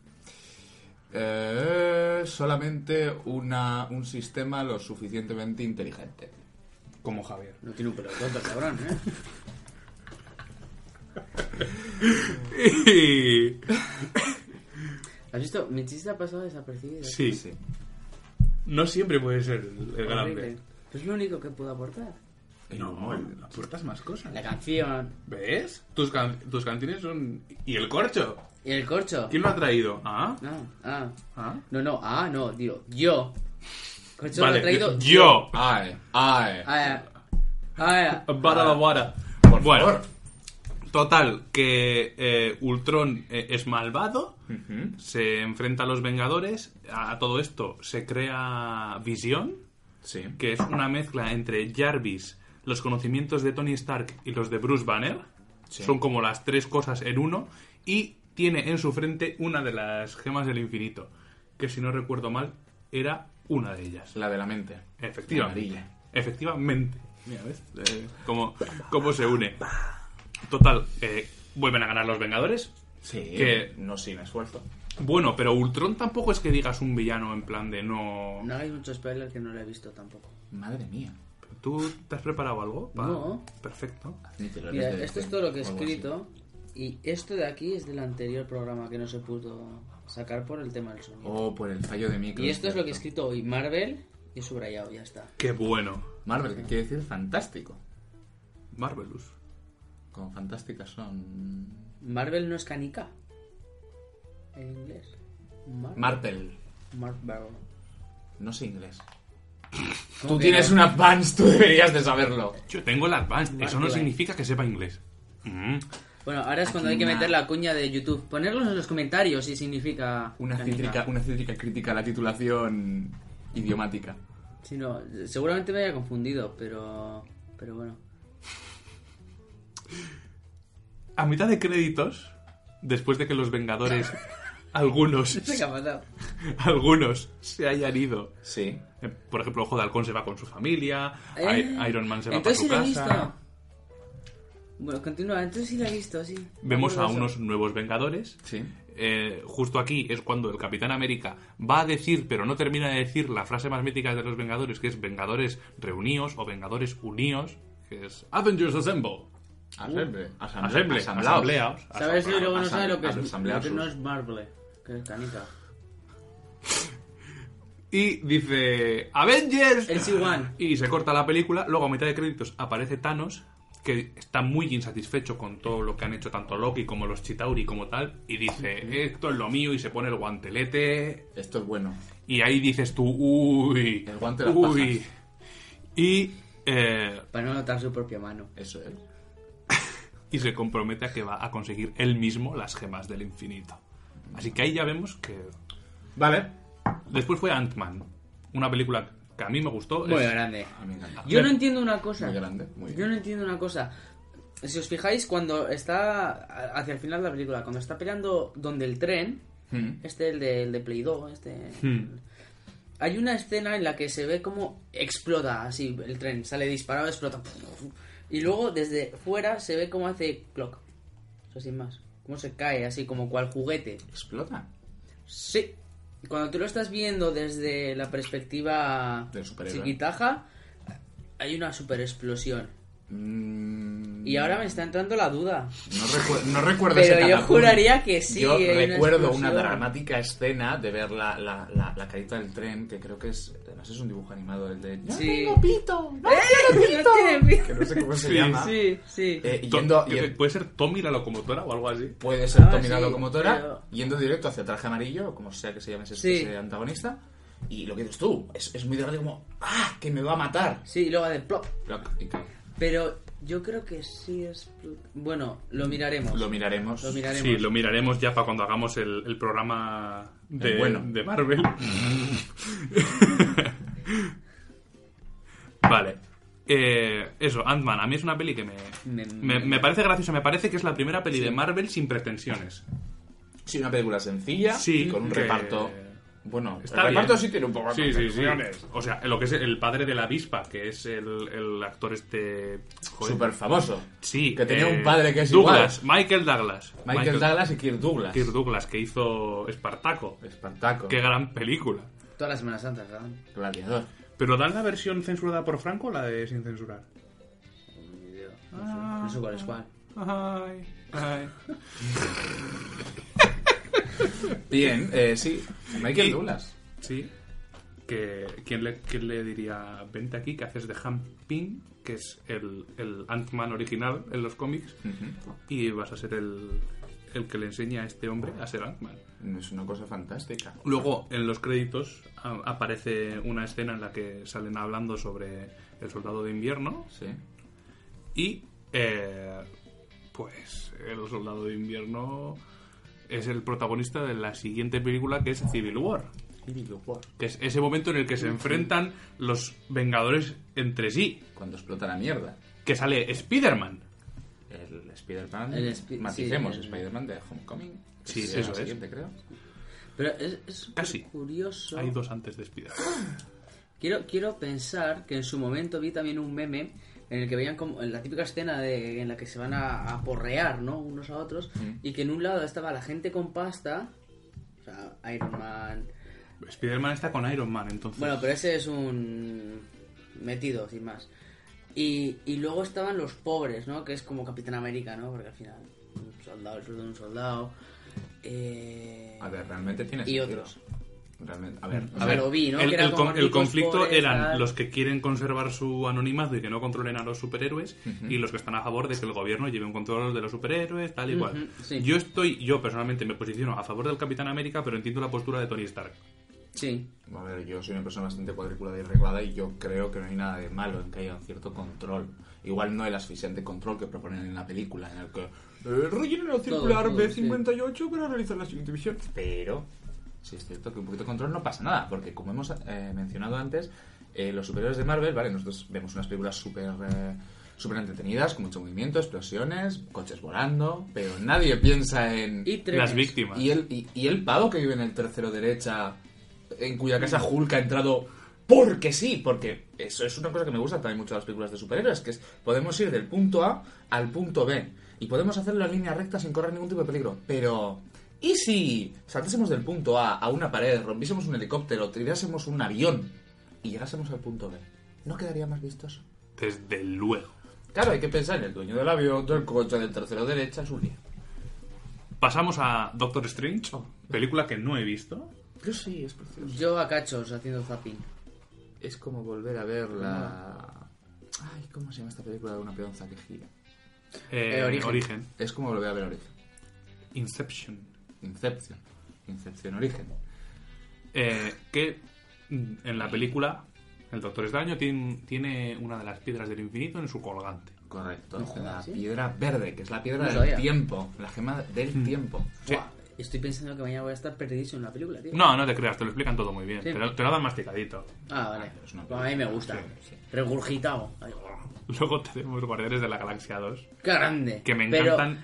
Speaker 6: Eh, solamente una, un sistema lo suficientemente inteligente.
Speaker 3: Como Javier.
Speaker 5: No tiene un pelo tonto, el cabrón, ¿eh?
Speaker 3: Y-
Speaker 5: ¿Has visto? Mi chiste ha pasado desapercibido.
Speaker 3: sí, no siempre puede ser el grande.
Speaker 5: Horrible. Pues Es lo único que puedo aportar.
Speaker 3: No, aportas más cosas.
Speaker 5: La canción.
Speaker 3: ¿Ves? Tus, can- tus canciones son... ¿Y el corcho?
Speaker 5: ¿Y el corcho?
Speaker 3: ¿Quién lo ha traído? ¿Ah?
Speaker 5: No, ah.
Speaker 3: ¿Ah?
Speaker 5: No, no, ah, no, digo, yo. Corcho lo
Speaker 3: Vale,
Speaker 5: he traído
Speaker 3: yo.
Speaker 6: Ae, ae.
Speaker 5: Ah, ya. Ah, ya.
Speaker 3: Vara la vara.
Speaker 6: Por
Speaker 3: bueno,
Speaker 6: favor.
Speaker 3: total, que eh, Ultron eh, es malvado, se enfrenta a los Vengadores, a, a todo esto se crea Visión,
Speaker 6: Sí.
Speaker 3: que es una mezcla entre Jarvis, los conocimientos de Tony Stark y los de Bruce Banner.
Speaker 6: Sí.
Speaker 3: Son como las tres cosas en uno. Y tiene en su frente una de las gemas del infinito, que si no recuerdo mal, era una de ellas.
Speaker 6: La de la mente.
Speaker 3: Efectivamente.
Speaker 6: Amarilla.
Speaker 3: Efectivamente. Mira, ¿ves? Eh, cómo, cómo se une. Total, eh, vuelven a ganar los Vengadores.
Speaker 6: Sí.
Speaker 3: Que-
Speaker 6: Eh, No sin esfuerzo.
Speaker 3: Bueno, pero Ultron tampoco es que digas un villano en plan de no...
Speaker 5: No hagáis mucho spoiler que no lo he visto tampoco.
Speaker 6: Madre mía.
Speaker 3: ¿Tú te has preparado algo? Pa-
Speaker 5: No.
Speaker 3: Perfecto.
Speaker 6: Admítelo,
Speaker 5: Mira,
Speaker 6: eres de-
Speaker 5: esto es todo lo que he
Speaker 6: o algo así.
Speaker 5: escrito. Y esto de aquí es del anterior programa que no se pudo sacar por el tema del sonido.
Speaker 6: Oh, por el fallo de micro.
Speaker 5: y esto es lo que he
Speaker 6: cierto.
Speaker 5: escrito hoy. Marvel y he subrayado, ya está.
Speaker 3: Qué bueno.
Speaker 6: Marvel, que quiere decir fantástico.
Speaker 3: Marvelous.
Speaker 6: Como fantásticas son.
Speaker 5: Marvel no es canica. En inglés. Mar-
Speaker 6: Martel.
Speaker 5: Marvel.
Speaker 6: No sé inglés. Tú tienes un advance, tú deberías de saberlo.
Speaker 3: Yo tengo el Advanced, eso no
Speaker 5: vale.
Speaker 3: significa que sepa inglés. Mm.
Speaker 5: Bueno, ahora es cuando hay que meter la cuña de YouTube. Ponerlos en los comentarios si significa.
Speaker 6: Una
Speaker 5: canica.
Speaker 6: cítrica, una cítrica crítica a la titulación idiomática.
Speaker 5: Sí, no, seguramente me haya confundido, pero. Pero bueno.
Speaker 3: A mitad de créditos, después de que los Vengadores, algunos,
Speaker 5: No sé qué ha pasado.
Speaker 3: algunos se hayan ido.
Speaker 6: Sí.
Speaker 3: Eh, Por ejemplo, Ojo de Halcón se va con su familia,
Speaker 5: Eh,
Speaker 3: I- Iron Man se va para
Speaker 5: entonces
Speaker 3: su
Speaker 5: sí la he
Speaker 3: casa.
Speaker 5: visto. Bueno, continúa, entonces sí la he visto, sí.
Speaker 3: Vemos a
Speaker 5: Curioso.
Speaker 3: unos nuevos Vengadores.
Speaker 6: Sí.
Speaker 3: Eh, justo aquí es cuando el Capitán América va a decir, pero no termina de decir, la frase más mítica de los Vengadores, que es Vengadores reunidos o Vengadores unidos, que es Avengers Assemble.
Speaker 6: Asamble.
Speaker 3: Asemble,
Speaker 6: Uh. Asambleaos.
Speaker 3: asambleaos.
Speaker 5: ¿Sabes? Y luego no
Speaker 6: asam-
Speaker 5: sabe lo que es.
Speaker 6: asamblear
Speaker 5: Lo que
Speaker 6: sus-
Speaker 5: no es Marvel, que es canica.
Speaker 3: Y dice Avengers.
Speaker 5: El C1.
Speaker 3: Y se corta la película. Luego a mitad de créditos aparece Thanos, que está muy insatisfecho con todo lo que han hecho tanto Loki como los Chitauri como tal. Y dice, esto es lo mío y se pone el guantelete.
Speaker 6: Esto es bueno.
Speaker 3: Y ahí dices tú, uy.
Speaker 6: El guante de las
Speaker 3: uy. Y, eh,
Speaker 5: Para no notar su propia mano.
Speaker 6: Eso es.
Speaker 3: y se compromete a que va a conseguir él mismo las gemas del infinito. Así que ahí ya vemos que...
Speaker 6: Vale.
Speaker 3: Después fue Ant-Man, una película que a mí me gustó.
Speaker 5: Muy
Speaker 3: Es-
Speaker 5: grande.
Speaker 6: A mí me encanta.
Speaker 5: Yo no entiendo una cosa.
Speaker 6: Muy grande, muy bien.
Speaker 5: Yo no entiendo una cosa. Si os fijáis, cuando está hacia el final de la película, cuando está peleando donde el tren,
Speaker 6: Hmm.
Speaker 5: este el de, el de Play 2, este...
Speaker 3: Hmm.
Speaker 5: Hay una escena en la que se ve como explota así el tren, sale disparado, explota. Y luego desde fuera se ve como hace clock. Eso sin más. Cómo se cae así como cual juguete.
Speaker 6: Explota.
Speaker 5: Sí. Cuando tú lo estás viendo desde la perspectiva
Speaker 6: Del superhéroe.
Speaker 5: chiquitaja, hay una super explosión.
Speaker 6: Mm,
Speaker 5: Y ahora me está entrando la duda.
Speaker 6: No, recu- no recuerdo
Speaker 5: Pero
Speaker 6: ese
Speaker 5: yo
Speaker 6: catacumba.
Speaker 5: juraría que sí,
Speaker 6: Yo
Speaker 5: hay una
Speaker 6: recuerdo una,
Speaker 5: explosión.
Speaker 6: dramática escena de ver la, la, la, la carita del tren, que creo que es. Además, es un dibujo animado. El de.
Speaker 5: Sí.
Speaker 4: Pito, ¿no?
Speaker 5: ¡Eh! ¡No tiene
Speaker 6: Que
Speaker 5: pito!
Speaker 6: no sé cómo se
Speaker 3: Sí,
Speaker 6: llama.
Speaker 5: Sí, sí.
Speaker 6: Eh,
Speaker 3: To-
Speaker 6: yendo,
Speaker 3: yo
Speaker 6: y-
Speaker 3: sé, ¿Puede ser Tommy la locomotora o algo así?
Speaker 6: puede ser
Speaker 5: Ah,
Speaker 6: Tommy la
Speaker 5: sí,
Speaker 6: locomotora,
Speaker 5: pero-
Speaker 6: yendo directo hacia traje amarillo, o como sea que se llame ese,
Speaker 5: Sí.
Speaker 6: ese antagonista. Y lo que dices tú, es, es muy de repente como, ¡ah! Que me va a matar.
Speaker 5: Sí, y luego hace plop.
Speaker 6: Ploc, y cae.
Speaker 5: Pero yo creo que sí es... Bueno, lo miraremos.
Speaker 6: Lo miraremos.
Speaker 5: Lo miraremos.
Speaker 3: Sí, lo miraremos ya para cuando hagamos el, el programa de,
Speaker 6: El bueno.
Speaker 3: de Marvel. vale. Eh, eso, Ant-Man. A mí es una peli que me,
Speaker 5: Me-
Speaker 3: me, me parece graciosa. Me parece que es la primera peli de Marvel sin pretensiones.
Speaker 6: Sí, una película sencilla,
Speaker 3: Sí,
Speaker 6: con un
Speaker 3: que-
Speaker 6: reparto. Bueno,
Speaker 3: Está
Speaker 6: el
Speaker 3: bien.
Speaker 6: reparto sí tiene un poco más
Speaker 3: Sí,
Speaker 6: de
Speaker 3: sí, sí.
Speaker 6: pretensiones.
Speaker 3: O sea, lo que es el padre de la avispa, que es el, el actor este... joder.
Speaker 6: Súper famoso.
Speaker 3: Sí.
Speaker 6: Que tenía
Speaker 3: eh,
Speaker 6: un padre que es
Speaker 3: Douglas, Michael Douglas.
Speaker 6: igual. Michael Douglas y Kirk Douglas.
Speaker 3: Kirk Douglas, que hizo Espartaco.
Speaker 6: Espartaco.
Speaker 3: Qué gran película.
Speaker 5: Todas las Semanas Santas, ¿verdad?
Speaker 6: Gladiador.
Speaker 3: ¿Pero dan la versión censurada por Franco o la de sin censurar?
Speaker 5: No sé, no sé cuál es cuál.
Speaker 3: Ay, ay.
Speaker 6: Bien, eh, sí. Michael
Speaker 3: Y-
Speaker 6: Douglas.
Speaker 3: Sí. Que, ¿quién, le, quién le diría, vente aquí, que haces de Hamping, que es el, el Ant-Man original en los cómics,
Speaker 6: Ujú.
Speaker 3: y vas a ser el, el que le enseña a este hombre a ser Ant-Man?
Speaker 6: Es una cosa fantástica.
Speaker 3: Luego, en los créditos, a- aparece una escena en la que salen hablando sobre el soldado de invierno,
Speaker 6: Sí.
Speaker 3: Y eh, pues el soldado de invierno es el protagonista de la siguiente película que es Civil War. Que es ese momento en el que se enfrentan los Vengadores entre sí.
Speaker 6: Cuando explota la mierda.
Speaker 3: Que sale Spider-Man.
Speaker 6: El Spider-Man.
Speaker 5: El Spi-
Speaker 6: Maticemos,
Speaker 5: sí, el-
Speaker 6: Spider-Man de Homecoming.
Speaker 3: Sí,
Speaker 6: Es
Speaker 3: eso es.
Speaker 6: la siguiente, creo.
Speaker 5: Pero es, es
Speaker 3: Casi.
Speaker 5: curioso.
Speaker 3: Hay dos antes de Spider-Man.
Speaker 5: Quiero, quiero pensar que en su momento vi también un meme en el que veían como en la típica escena de, en la que se van a, a porrear, ¿no? Unos a otros. Y que en un lado estaba la gente con pasta. O sea, Iron Man.
Speaker 3: Spider-Man está con Iron Man, entonces.
Speaker 5: Bueno, pero ese es un metido, sin más. Y, y luego estaban los pobres, ¿no? Que es como Capitán América, ¿no? Porque al final, un soldado, el sueldo de un soldado. Eh...
Speaker 6: A ver, realmente tienes.
Speaker 5: Y otros.
Speaker 6: Realmente. A ver.
Speaker 5: A ver, lo vi, ¿no?
Speaker 3: El,
Speaker 5: Que era
Speaker 3: el
Speaker 5: como
Speaker 3: con- el
Speaker 5: ricos,
Speaker 3: conflicto
Speaker 5: pobres,
Speaker 3: eran
Speaker 5: tal.
Speaker 3: los que quieren conservar su anonimato y que no controlen a los superhéroes y los que están a favor de que el gobierno lleve un control de los superhéroes, tal y cual.
Speaker 5: Ujú, sí.
Speaker 3: Yo estoy, yo personalmente me posiciono a favor del Capitán América, pero entiendo la postura de Tony Stark.
Speaker 5: Sí.
Speaker 6: A ver, yo soy una persona bastante cuadriculada y reglada y yo creo que no hay nada de malo en que haya un cierto control. Igual no el asfixiante control que proponen en la película, en el que eh, rellenen el circular
Speaker 5: todo,
Speaker 6: B58 para realizar la siguiente misión. Pero sí es cierto que un poquito de control no pasa nada, porque como hemos eh, mencionado antes, eh, los superhéroes de Marvel, vale, nosotros vemos unas películas súper eh, súper entretenidas, con mucho movimiento, explosiones, coches volando, pero nadie piensa en...
Speaker 5: Y tres.
Speaker 3: Las víctimas.
Speaker 6: Y el, y, y el pavo que vive en el tercero derecha, en cuya casa Hulk ha entrado porque sí, porque eso es una cosa que me gusta también mucho de las películas de superhéroes, que es podemos ir del punto A al punto B y podemos hacerlo en línea recta sin correr ningún tipo de peligro, pero ¿y si saltásemos del punto A a una pared, rompiésemos un helicóptero, tirásemos un avión y llegásemos al punto B? ¿No quedaría más vistoso?
Speaker 3: Desde luego.
Speaker 6: Claro, hay que pensar en el dueño del avión, del coche, del tercero derecha, es un día.
Speaker 3: Pasamos a Doctor Strange, película que no he visto.
Speaker 6: Yo sí, es precioso.
Speaker 5: Yo a cachos haciendo zapping.
Speaker 6: Es como volver a ver la. Ay, ¿cómo se llama esta película de una peonza que gira?
Speaker 3: Eh,
Speaker 5: Eh, Origen.
Speaker 3: origen.
Speaker 6: Es como volver a ver Origen.
Speaker 3: Inception.
Speaker 6: Inception. Inception Origen.
Speaker 3: Eh, que mm, en la película el Doctor Extraño tiene, tiene una de las piedras del infinito en su colgante.
Speaker 6: Correcto.
Speaker 5: No jodas,
Speaker 6: la
Speaker 5: ¿sí?
Speaker 6: piedra verde, que es la piedra
Speaker 5: No
Speaker 6: del
Speaker 5: sabía.
Speaker 6: tiempo. La gema del tiempo.
Speaker 3: Sí.
Speaker 5: Buah, Estoy pensando que mañana voy a estar perdido en la película, tío.
Speaker 3: No, no te creas, te lo explican todo muy bien.
Speaker 5: Sí.
Speaker 3: Te, lo, te lo dan masticadito.
Speaker 5: Ah, vale.
Speaker 6: es una
Speaker 5: Pues a mí me gusta.
Speaker 6: sí.
Speaker 5: Regurgitado. Ay,
Speaker 3: Luego tenemos Guardianes de la Galaxia 2.
Speaker 5: ¡Qué grande!
Speaker 3: Que me
Speaker 5: Pero
Speaker 3: encantan.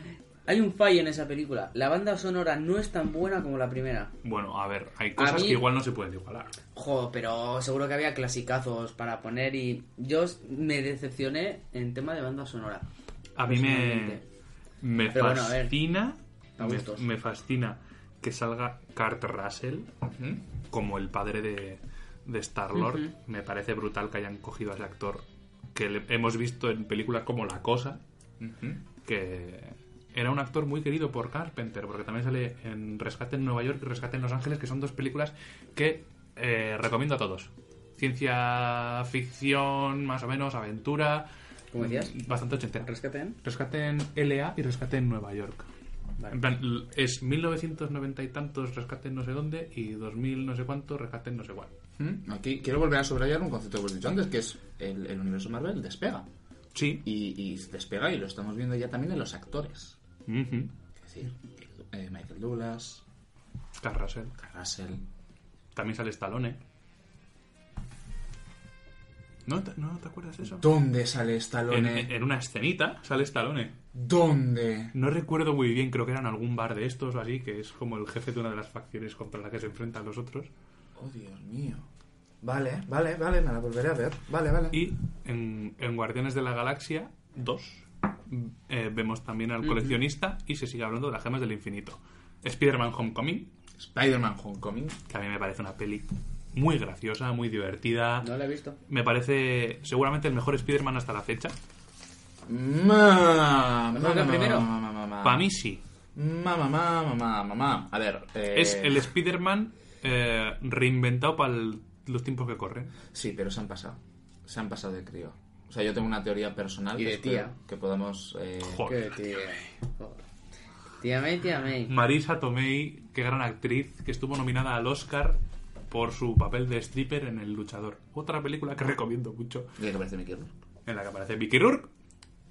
Speaker 5: hay un fallo en esa película. La banda sonora no es tan buena como la primera.
Speaker 3: Bueno, a ver, hay cosas
Speaker 5: mí-
Speaker 3: que igual no se pueden igualar.
Speaker 5: Jo, pero seguro que había clasicazos para poner y yo s- me decepcioné en tema de banda sonora.
Speaker 3: A mí me,
Speaker 5: Personalmente.
Speaker 3: me
Speaker 5: Pero bueno, a ver.
Speaker 3: fascina.
Speaker 5: A
Speaker 3: me-
Speaker 5: gustos.
Speaker 3: me, fascina que salga Kurt Russell como el padre de, de Star-Lord.
Speaker 5: Ujú.
Speaker 3: Me parece brutal que hayan cogido a ese actor que le- hemos visto en películas como La Cosa,
Speaker 6: Ujú.
Speaker 3: que era un actor muy querido por Carpenter, porque también sale en Rescate en Nueva York y Rescate en Los Ángeles, que son dos películas que eh, recomiendo a todos. Ciencia ficción, más o menos, aventura.
Speaker 5: ¿Cómo decías?
Speaker 3: Bastante ochentera.
Speaker 5: Rescaten.
Speaker 3: Rescate en LA y Rescate en Nueva York.
Speaker 5: Vale.
Speaker 3: En plan, l- es 1990 y tantos Rescate en no sé dónde y 2000 no sé cuánto Rescate en no sé cuál.
Speaker 6: Ujú. Aquí quiero volver a subrayar un concepto que hemos dicho antes, que es el, el universo Marvel despega.
Speaker 3: Sí.
Speaker 6: Y, y despega y lo estamos viendo ya también en los actores.
Speaker 3: Ujú.
Speaker 6: Es decir, eh, Michael Douglas,
Speaker 3: Kurt Russell.
Speaker 6: Kurt Russell.
Speaker 3: También sale Stallone. ¿No te, no te acuerdas de eso?
Speaker 6: ¿Dónde sale
Speaker 3: En,
Speaker 6: Stallone?
Speaker 3: en una escenita sale Stallone.
Speaker 6: ¿Dónde?
Speaker 3: No recuerdo muy bien, creo que era en algún bar de estos o así, que es como el jefe de una de las facciones contra la que se enfrentan los otros.
Speaker 6: Oh, Dios mío. Vale, vale, vale, me la volveré a ver. Vale, vale.
Speaker 3: Y en, en Guardianes de la Galaxia 2 eh, vemos también al coleccionista y se sigue hablando de las gemas del infinito. Spider-Man Homecoming,
Speaker 6: Spider-Man Homecoming.
Speaker 3: que a mí me parece una peli muy graciosa, muy divertida.
Speaker 5: No la he visto.
Speaker 3: Me parece seguramente el mejor Spider-Man hasta la fecha.
Speaker 6: Mamá,
Speaker 5: Vamos a ver primero.
Speaker 6: mamá, mamá.
Speaker 3: Para mí sí.
Speaker 6: Mamá, mamá, mamá, mamá. A ver. eh,
Speaker 3: Es el Spider-Man eh, reinventado para los tiempos que corren.
Speaker 6: Sí, pero se han pasado. Se han pasado de crío. O sea, yo tengo una teoría personal
Speaker 5: Y
Speaker 6: que
Speaker 5: de
Speaker 6: espero
Speaker 5: tía.
Speaker 6: que podamos. eh,
Speaker 5: Qué
Speaker 3: Joder.
Speaker 5: tía. Tía May, tía May.
Speaker 3: Marisa Tomei, qué gran actriz, que estuvo nominada al Oscar por su papel de stripper en El Luchador. Otra película que recomiendo mucho,
Speaker 6: ¿Y qué te parece Mickey Rourke?
Speaker 3: en la que aparece Vicky Rourke,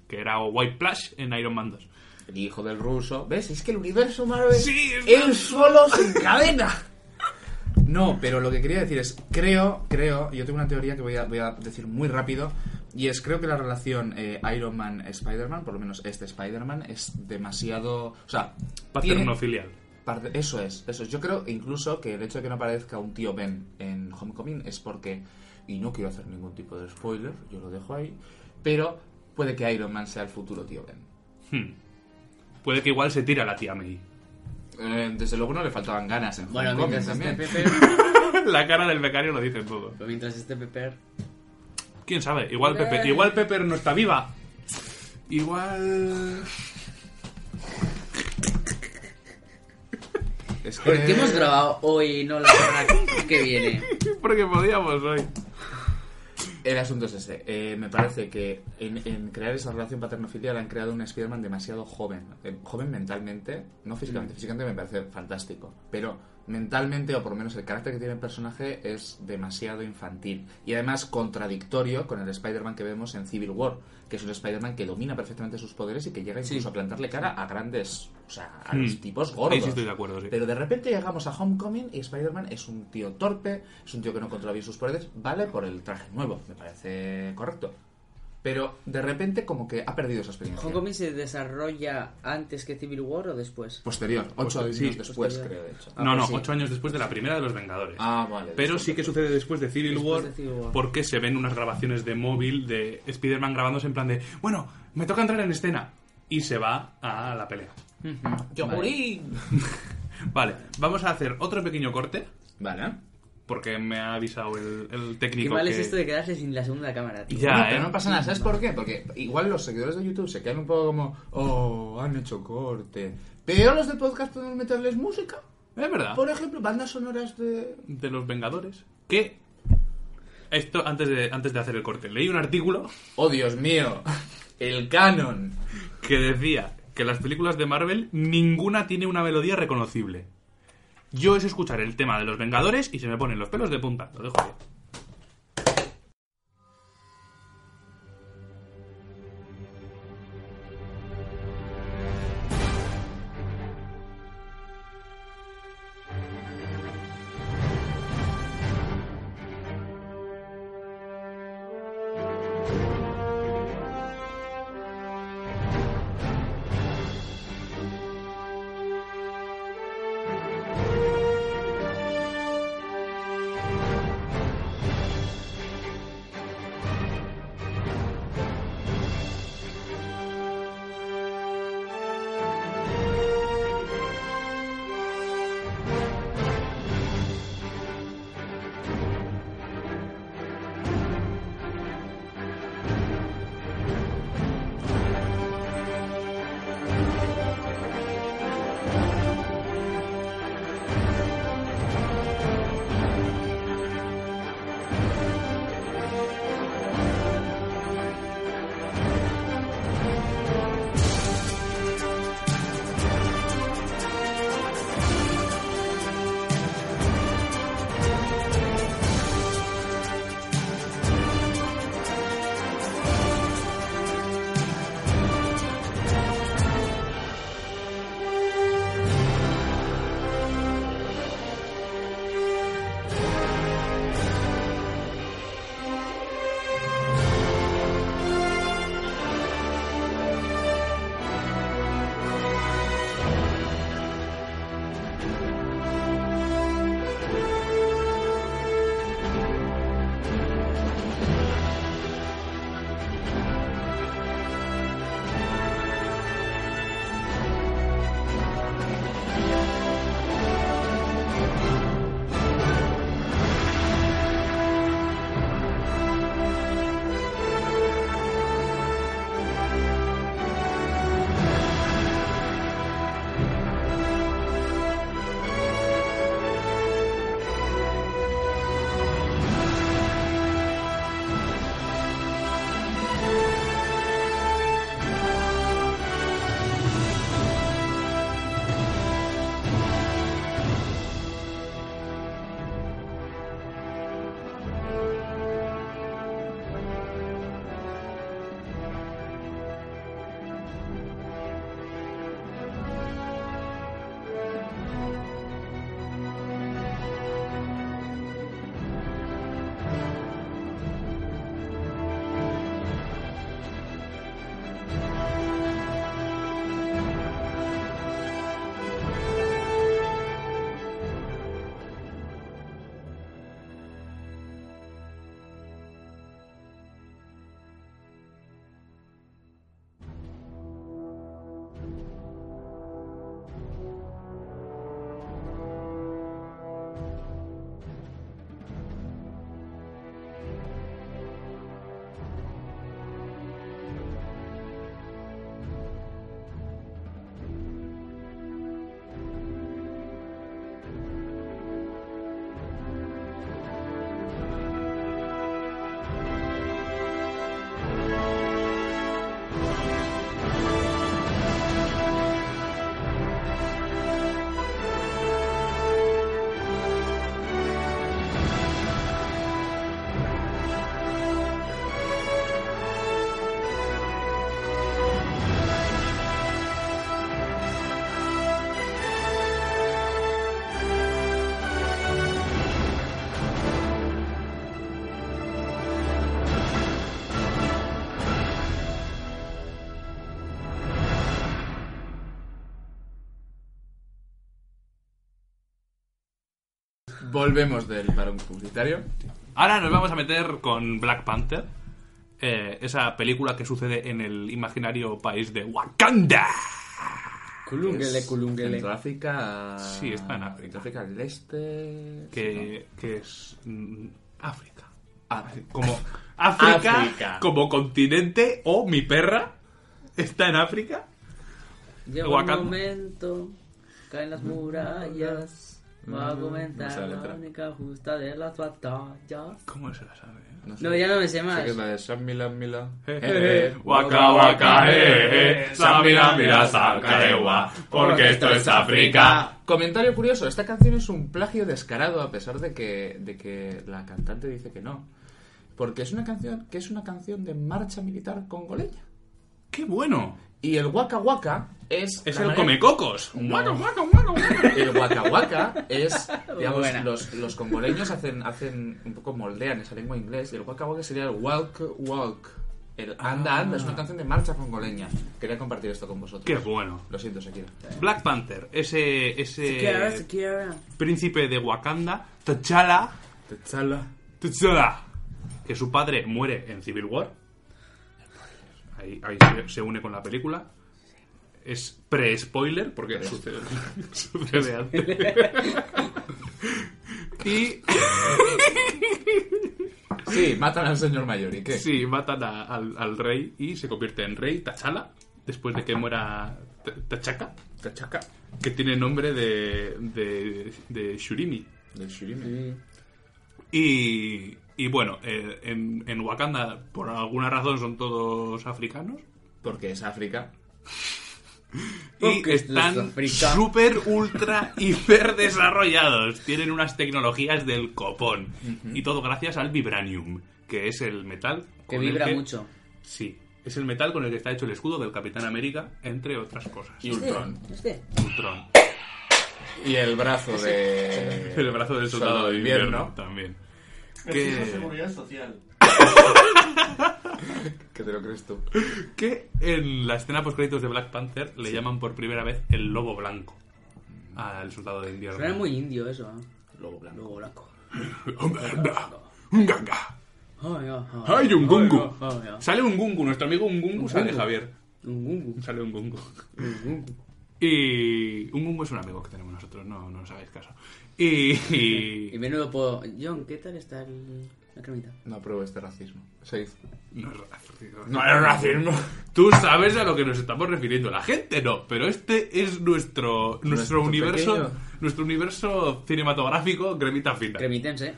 Speaker 3: que era White Plush en Iron Man 2.
Speaker 6: El hijo del ruso. ¿Ves? Es que el universo Marvel.
Speaker 3: Sí, es
Speaker 6: él solo se encadena. No, pero lo que quería decir es, creo, creo, yo tengo una teoría que voy a, voy a decir muy rápido, y es, creo que la relación eh, Iron Man-Spider-Man, por lo menos este Spider-Man, es demasiado... O sea, tiene-
Speaker 3: Paterno filial.
Speaker 6: Parte- Eso es, eso es. Yo creo incluso que el hecho de que no aparezca un tío Ben en Homecoming es porque, y no quiero hacer ningún tipo de spoiler, yo lo dejo ahí, pero puede que Iron Man sea el futuro tío Ben.
Speaker 3: Hmm. Puede que igual se tira la tía May.
Speaker 6: Eh, desde luego no le faltaban ganas en
Speaker 5: Bueno,
Speaker 6: Homecoming
Speaker 5: mientras esté
Speaker 6: también.
Speaker 5: Pepper.
Speaker 3: la cara del becario lo dice todo.
Speaker 5: pues mientras esté Pepper.
Speaker 3: ¿Quién sabe? Igual Pepper, igual Pepper no está viva. Igual...
Speaker 6: Es que-
Speaker 5: ¿Por
Speaker 3: Eh.
Speaker 5: qué hemos grabado hoy y no la semana que viene?
Speaker 3: Porque podíamos hoy.
Speaker 6: El asunto es este. Eh, me parece que en, en crear esa relación paterno-filial han creado un Spider-Man demasiado joven. Eh, joven mentalmente, no
Speaker 5: Mm.
Speaker 6: físicamente. Físicamente me parece fantástico. Pero mentalmente, o por lo menos el carácter que tiene el personaje, es demasiado infantil. Y además contradictorio con el Spider-Man que vemos en Civil War, que es un Spider-Man que domina perfectamente sus poderes y que llega incluso a plantarle cara a grandes. O sea,
Speaker 5: Hmm.
Speaker 6: a los
Speaker 3: Mm.
Speaker 6: tipos gordos.
Speaker 3: Ahí sí estoy de acuerdo, sí.
Speaker 6: Pero de repente llegamos a Homecoming y Spider-Man es un tío torpe, es un tío que no controla bien sus poderes, vale por el traje nuevo, me parece correcto. Pero de repente como que ha perdido esa experiencia.
Speaker 5: ¿Homecoming se desarrolla antes que Civil War o después?
Speaker 3: Pues
Speaker 6: Posterior, ocho
Speaker 3: Poster-
Speaker 6: años
Speaker 3: sí,
Speaker 6: después,
Speaker 5: posterior.
Speaker 6: creo, de hecho.
Speaker 5: Ah,
Speaker 3: no, no,
Speaker 5: pues sí.
Speaker 3: ocho años después de la primera de los Vengadores.
Speaker 6: Ah, vale.
Speaker 3: Pero sí que sucede después de Civil,
Speaker 5: Después
Speaker 3: War,
Speaker 5: de Civil War.
Speaker 3: porque se ven unas grabaciones de móvil de Spider-Man grabándose en plan de, bueno, me toca entrar en escena. Y se va a la pelea.
Speaker 6: Yo morí.
Speaker 3: Vale, vamos a hacer otro pequeño corte,
Speaker 6: Vale.
Speaker 3: porque me ha avisado el, el técnico.
Speaker 5: Qué mal
Speaker 3: que...
Speaker 5: es esto de quedarse sin la segunda cámara, tío.
Speaker 3: Ya,
Speaker 6: No,
Speaker 3: ¿eh?
Speaker 6: pero no pasa nada, ¿sabes por qué? Porque igual los seguidores de YouTube se quedan un poco como, oh, han hecho corte. Pero los de podcast podemos meterles música.
Speaker 3: Es verdad.
Speaker 6: Por ejemplo, bandas sonoras de...
Speaker 3: de los Vengadores que esto antes de antes de hacer el corte leí un artículo
Speaker 6: Oh, Dios mío. El canon.
Speaker 3: que decía que las películas de Marvel ninguna tiene una melodía reconocible. Yo es escuchar el tema de los Vengadores y se me ponen los pelos de punta. Lo dejo ahí.
Speaker 6: Volvemos del parón publicitario.
Speaker 3: Ahora nos vamos a meter con Black Panther, eh, esa película que sucede en el imaginario país de Wakanda.
Speaker 5: Culunguele, culunguele.
Speaker 6: Centroáfrica.
Speaker 3: Sí, está en África.
Speaker 6: Centroáfrica del Este.
Speaker 3: Que, que es mm, África.
Speaker 6: Ah,
Speaker 3: Como África,
Speaker 6: África.
Speaker 3: como continente o mi perra está en África.
Speaker 5: Llega
Speaker 3: Wakanda.
Speaker 5: un momento, caen las murallas, va a
Speaker 6: no
Speaker 5: comentar
Speaker 6: sé la
Speaker 5: la
Speaker 6: letra.
Speaker 5: única justa de las batallas.
Speaker 3: ¿Cómo se la sabe?
Speaker 6: no, sé.
Speaker 5: No, ya no me sé más.
Speaker 6: Sé que es la de San Mila Mila.
Speaker 3: Eh,
Speaker 6: Eh, eh.
Speaker 3: Waka waka, eh, eh, samira mira sacarewa, porque esto es África.
Speaker 6: Comentario curioso, esta canción es un plagio descarado a pesar de que, de que la cantante dice que no. Porque es una canción que es una canción de marcha militar congoleña.
Speaker 3: ¡Qué bueno!
Speaker 6: Y el Waka Waka es...
Speaker 3: Es
Speaker 6: la
Speaker 3: el
Speaker 6: manera-
Speaker 3: comecocos.
Speaker 6: No.
Speaker 3: Guaca, guaca, guaca, guaca.
Speaker 6: El Waka Waka es, digamos,
Speaker 5: Buena.
Speaker 6: los, los congoleños hacen, hacen un poco moldean esa lengua inglés y el Waka Waka sería el Walk Walk. El Anda
Speaker 3: Ah.
Speaker 6: Anda es una canción de marcha congoleña. Quería compartir esto con vosotros.
Speaker 3: ¡Qué bueno!
Speaker 6: Lo siento, Shakira.
Speaker 3: Black Panther, ese,
Speaker 5: Siquiera,
Speaker 3: ese
Speaker 5: siquiera.
Speaker 3: príncipe de Wakanda, T'Challa,
Speaker 6: T'Challa.
Speaker 3: T'Challa, que su padre muere en Civil War. Ahí, ahí se, se une con la película. Es pre-spoiler porque sucede, sucede antes. y
Speaker 6: Sí, matan al señor mayor. ¿Y qué?
Speaker 3: sí, matan a- al, al rey y se convierte en rey T'Challa después de que muera T- T'Chaka, T'Chaka, que tiene nombre de, de, de Shurimi.
Speaker 6: Del Shirime.
Speaker 3: Y, y bueno, eh, en, en Wakanda, por alguna razón, son todos africanos.
Speaker 6: Porque es África.
Speaker 3: Y
Speaker 5: Porque los
Speaker 3: están
Speaker 5: africanos.
Speaker 3: súper, ultra, hiper desarrollados. Tienen unas tecnologías del copón. Y todo gracias al vibranium, que es el metal.
Speaker 5: Que
Speaker 3: con el
Speaker 5: vibra mucho.
Speaker 3: Sí, es el metal con el que está hecho el escudo del Capitán América, entre otras cosas.
Speaker 6: Y Ultron.
Speaker 5: Este.
Speaker 3: Ultron.
Speaker 6: Y el brazo de...
Speaker 3: El brazo del soldado de invierno también.
Speaker 7: Preciso
Speaker 3: Que-
Speaker 7: seguridad social.
Speaker 6: Que te lo crees tú.
Speaker 3: que en la escena post créditos de Black Panther le llaman por primera vez el lobo blanco al soldado de invierno.
Speaker 5: Suena muy indio eso, ¿eh?
Speaker 6: Lobo blanco.
Speaker 5: Luego blanco.
Speaker 3: Un ganga.
Speaker 5: Ay, ay,
Speaker 3: ¡Ay, un gungu!
Speaker 5: ay, ay, ay.
Speaker 3: Sale un gungu, nuestro amigo un gungu sale Javier.
Speaker 5: Un gungu.
Speaker 3: Sale un gungu. Y un gungu es un amigo que tenemos nosotros, no, no os hagáis caso. Y,
Speaker 5: Y
Speaker 3: y-
Speaker 5: menudo puedo... John, ¿qué tal está el... la cremita?
Speaker 6: No apruebo este racismo. Seis.
Speaker 3: No es racismo.
Speaker 6: No es racismo.
Speaker 3: Tú sabes a lo que nos estamos refiriendo, la gente no, pero este es nuestro, nuestro,
Speaker 6: Nuestro
Speaker 3: universo,
Speaker 6: pequeño.
Speaker 3: nuestro universo cinematográfico gremita fina.
Speaker 5: Cremitense.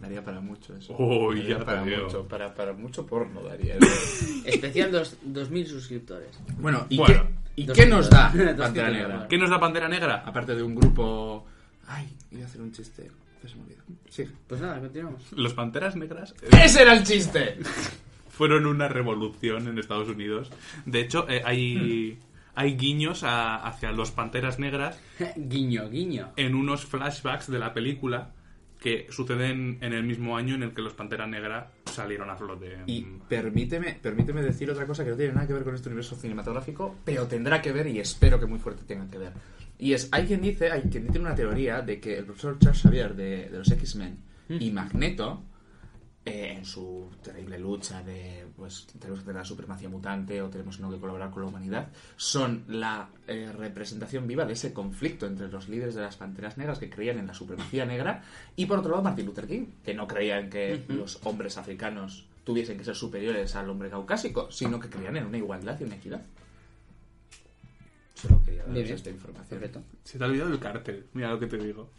Speaker 6: Daría para mucho eso.
Speaker 3: Uy,
Speaker 6: Daría
Speaker 3: ya
Speaker 6: para
Speaker 3: te digo.
Speaker 6: mucho. Para, para mucho porno daría.
Speaker 2: ¿eh?
Speaker 5: Especial dos- 2.000 suscriptores.
Speaker 6: bueno, ¿y
Speaker 3: Bueno.
Speaker 6: qué, ¿y
Speaker 5: Dos
Speaker 6: qué
Speaker 5: tipos.
Speaker 6: nos da
Speaker 5: Dos
Speaker 6: Pantera
Speaker 5: tipos,
Speaker 6: Negra?
Speaker 5: vale.
Speaker 3: ¿Qué nos da Pantera Negra?
Speaker 6: Aparte de un grupo... Ay, iba a hacer un chiste. Pero se me olvidó. Sí.
Speaker 5: Pues nada, continuamos.
Speaker 3: Los Panteras Negras eh,
Speaker 6: ¡Ese era el chiste!
Speaker 3: fueron una revolución en Estados Unidos. De hecho, eh, hay,
Speaker 6: Hmm.
Speaker 3: hay guiños a- hacia los Panteras Negras
Speaker 5: guiño, guiño.
Speaker 3: en unos flashbacks de la película que suceden en el mismo año en el que los Panteras Negras salieron a flote. en-
Speaker 6: Y permíteme, permíteme decir otra cosa que no tiene nada que ver con este universo cinematográfico, pero tendrá que ver y espero que muy fuerte tenga que ver. Y es, hay quien dice, hay quien tiene una teoría de que el profesor Charles Xavier de, de los X-Men y Magneto, eh, en su terrible lucha de, pues, tenemos que tener la supremacía mutante o tenemos no que colaborar con la humanidad, son la eh, representación viva de ese conflicto entre los líderes de las Panteras Negras que creían en la supremacía negra y, por otro lado, Martin Luther King, que no creían que los hombres africanos tuviesen que ser superiores al hombre caucásico, sino que creían en una igualdad y una equidad. Solo quería
Speaker 5: Muy
Speaker 6: daros
Speaker 5: bien.
Speaker 6: esta información.
Speaker 5: Perfecto.
Speaker 3: Se te ha olvidado el cartel, mira lo que te digo.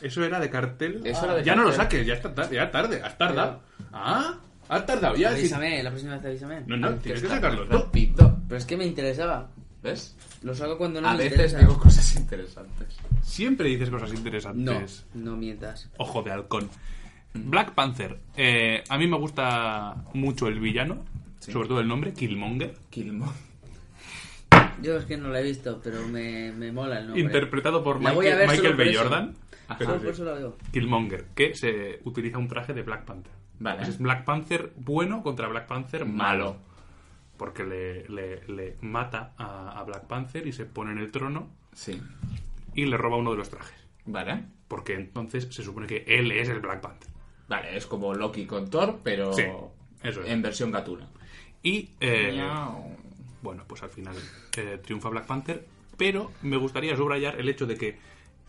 Speaker 3: Eso era de cartel.
Speaker 6: Eso era de
Speaker 3: ya no lo
Speaker 6: cartel.
Speaker 3: saques, ya está tar- ya tarde, has tardado. Ah, has tardado ya. sí.
Speaker 5: Avísame, la próxima vez avísame.
Speaker 3: No, no, tienes que
Speaker 6: Está
Speaker 3: sacarlo. tú.
Speaker 6: Rápido.
Speaker 5: Pero es que me interesaba.
Speaker 6: ¿Ves?
Speaker 5: Lo saco cuando no
Speaker 6: A
Speaker 5: me
Speaker 6: veces
Speaker 5: interesa.
Speaker 6: digo cosas interesantes.
Speaker 3: Siempre dices cosas
Speaker 5: No,
Speaker 3: interesantes.
Speaker 5: no mientas.
Speaker 3: Ojo de halcón. Black Panther. Eh, a mí me gusta mucho el villano,
Speaker 6: Sí.
Speaker 3: sobre todo el nombre, Killmonger,
Speaker 6: Killmonger.
Speaker 5: Yo es que no la he visto, pero me, me mola el nombre.
Speaker 3: interpretado por
Speaker 5: La voy a
Speaker 3: Michael,
Speaker 5: ver
Speaker 3: Michael
Speaker 5: solo por
Speaker 3: B.
Speaker 5: eso.
Speaker 3: Jordan.
Speaker 5: Solo
Speaker 3: Pero
Speaker 5: por
Speaker 3: sí.
Speaker 5: eso la veo.
Speaker 3: Killmonger, que se utiliza un traje de Black Panther.
Speaker 6: Vale.
Speaker 3: Es Black Panther bueno contra Black Panther malo. Porque le, le- le mata a, a Black Panther y se pone en el trono
Speaker 6: Sí.
Speaker 3: y le roba uno de los trajes.
Speaker 6: Vale.
Speaker 3: Porque entonces se supone que él es el Black Panther.
Speaker 2: Vale, es como Loki con Thor, pero
Speaker 3: Sí, eso es.
Speaker 2: en versión gatuna.
Speaker 3: Y eh,
Speaker 2: Miau.
Speaker 3: bueno, pues al final eh, triunfa Black Panther, pero me gustaría subrayar el hecho de que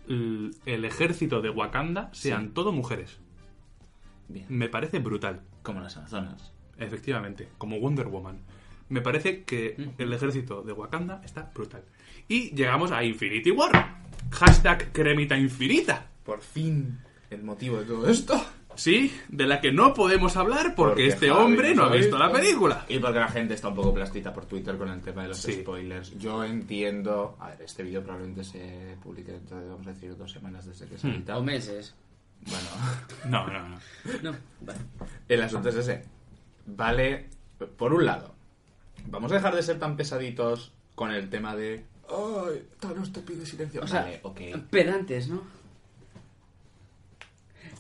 Speaker 3: l- el ejército de Wakanda sean todo mujeres.
Speaker 2: Bien,
Speaker 3: Me parece brutal,
Speaker 2: como las Amazonas.
Speaker 3: efectivamente, como Wonder Woman. Me parece que el ejército de Wakanda está brutal. Y llegamos a Infinity War. Hashtag cremita infinita.
Speaker 2: Por fin, el motivo de todo esto.
Speaker 3: Sí, de la que no podemos hablar porque, este
Speaker 2: Javi
Speaker 3: hombre no ha visto la película.
Speaker 2: Y porque la gente está un poco plastita por Twitter con el tema de los
Speaker 3: Sí.
Speaker 2: spoilers. Yo entiendo. A ver, este vídeo probablemente se publique dentro de, vamos a decir, dos semanas desde que se
Speaker 3: Hmm.
Speaker 2: ha editado.
Speaker 5: O meses.
Speaker 2: Bueno.
Speaker 3: No, no, no.
Speaker 5: No, vale.
Speaker 2: El asunto es ese. Vale, por un lado, vamos a dejar de ser tan pesaditos con el tema de. ¡Ay, Thanos te pide silencio!
Speaker 5: O sea,
Speaker 2: vale, ok.
Speaker 5: pedantes, ¿no?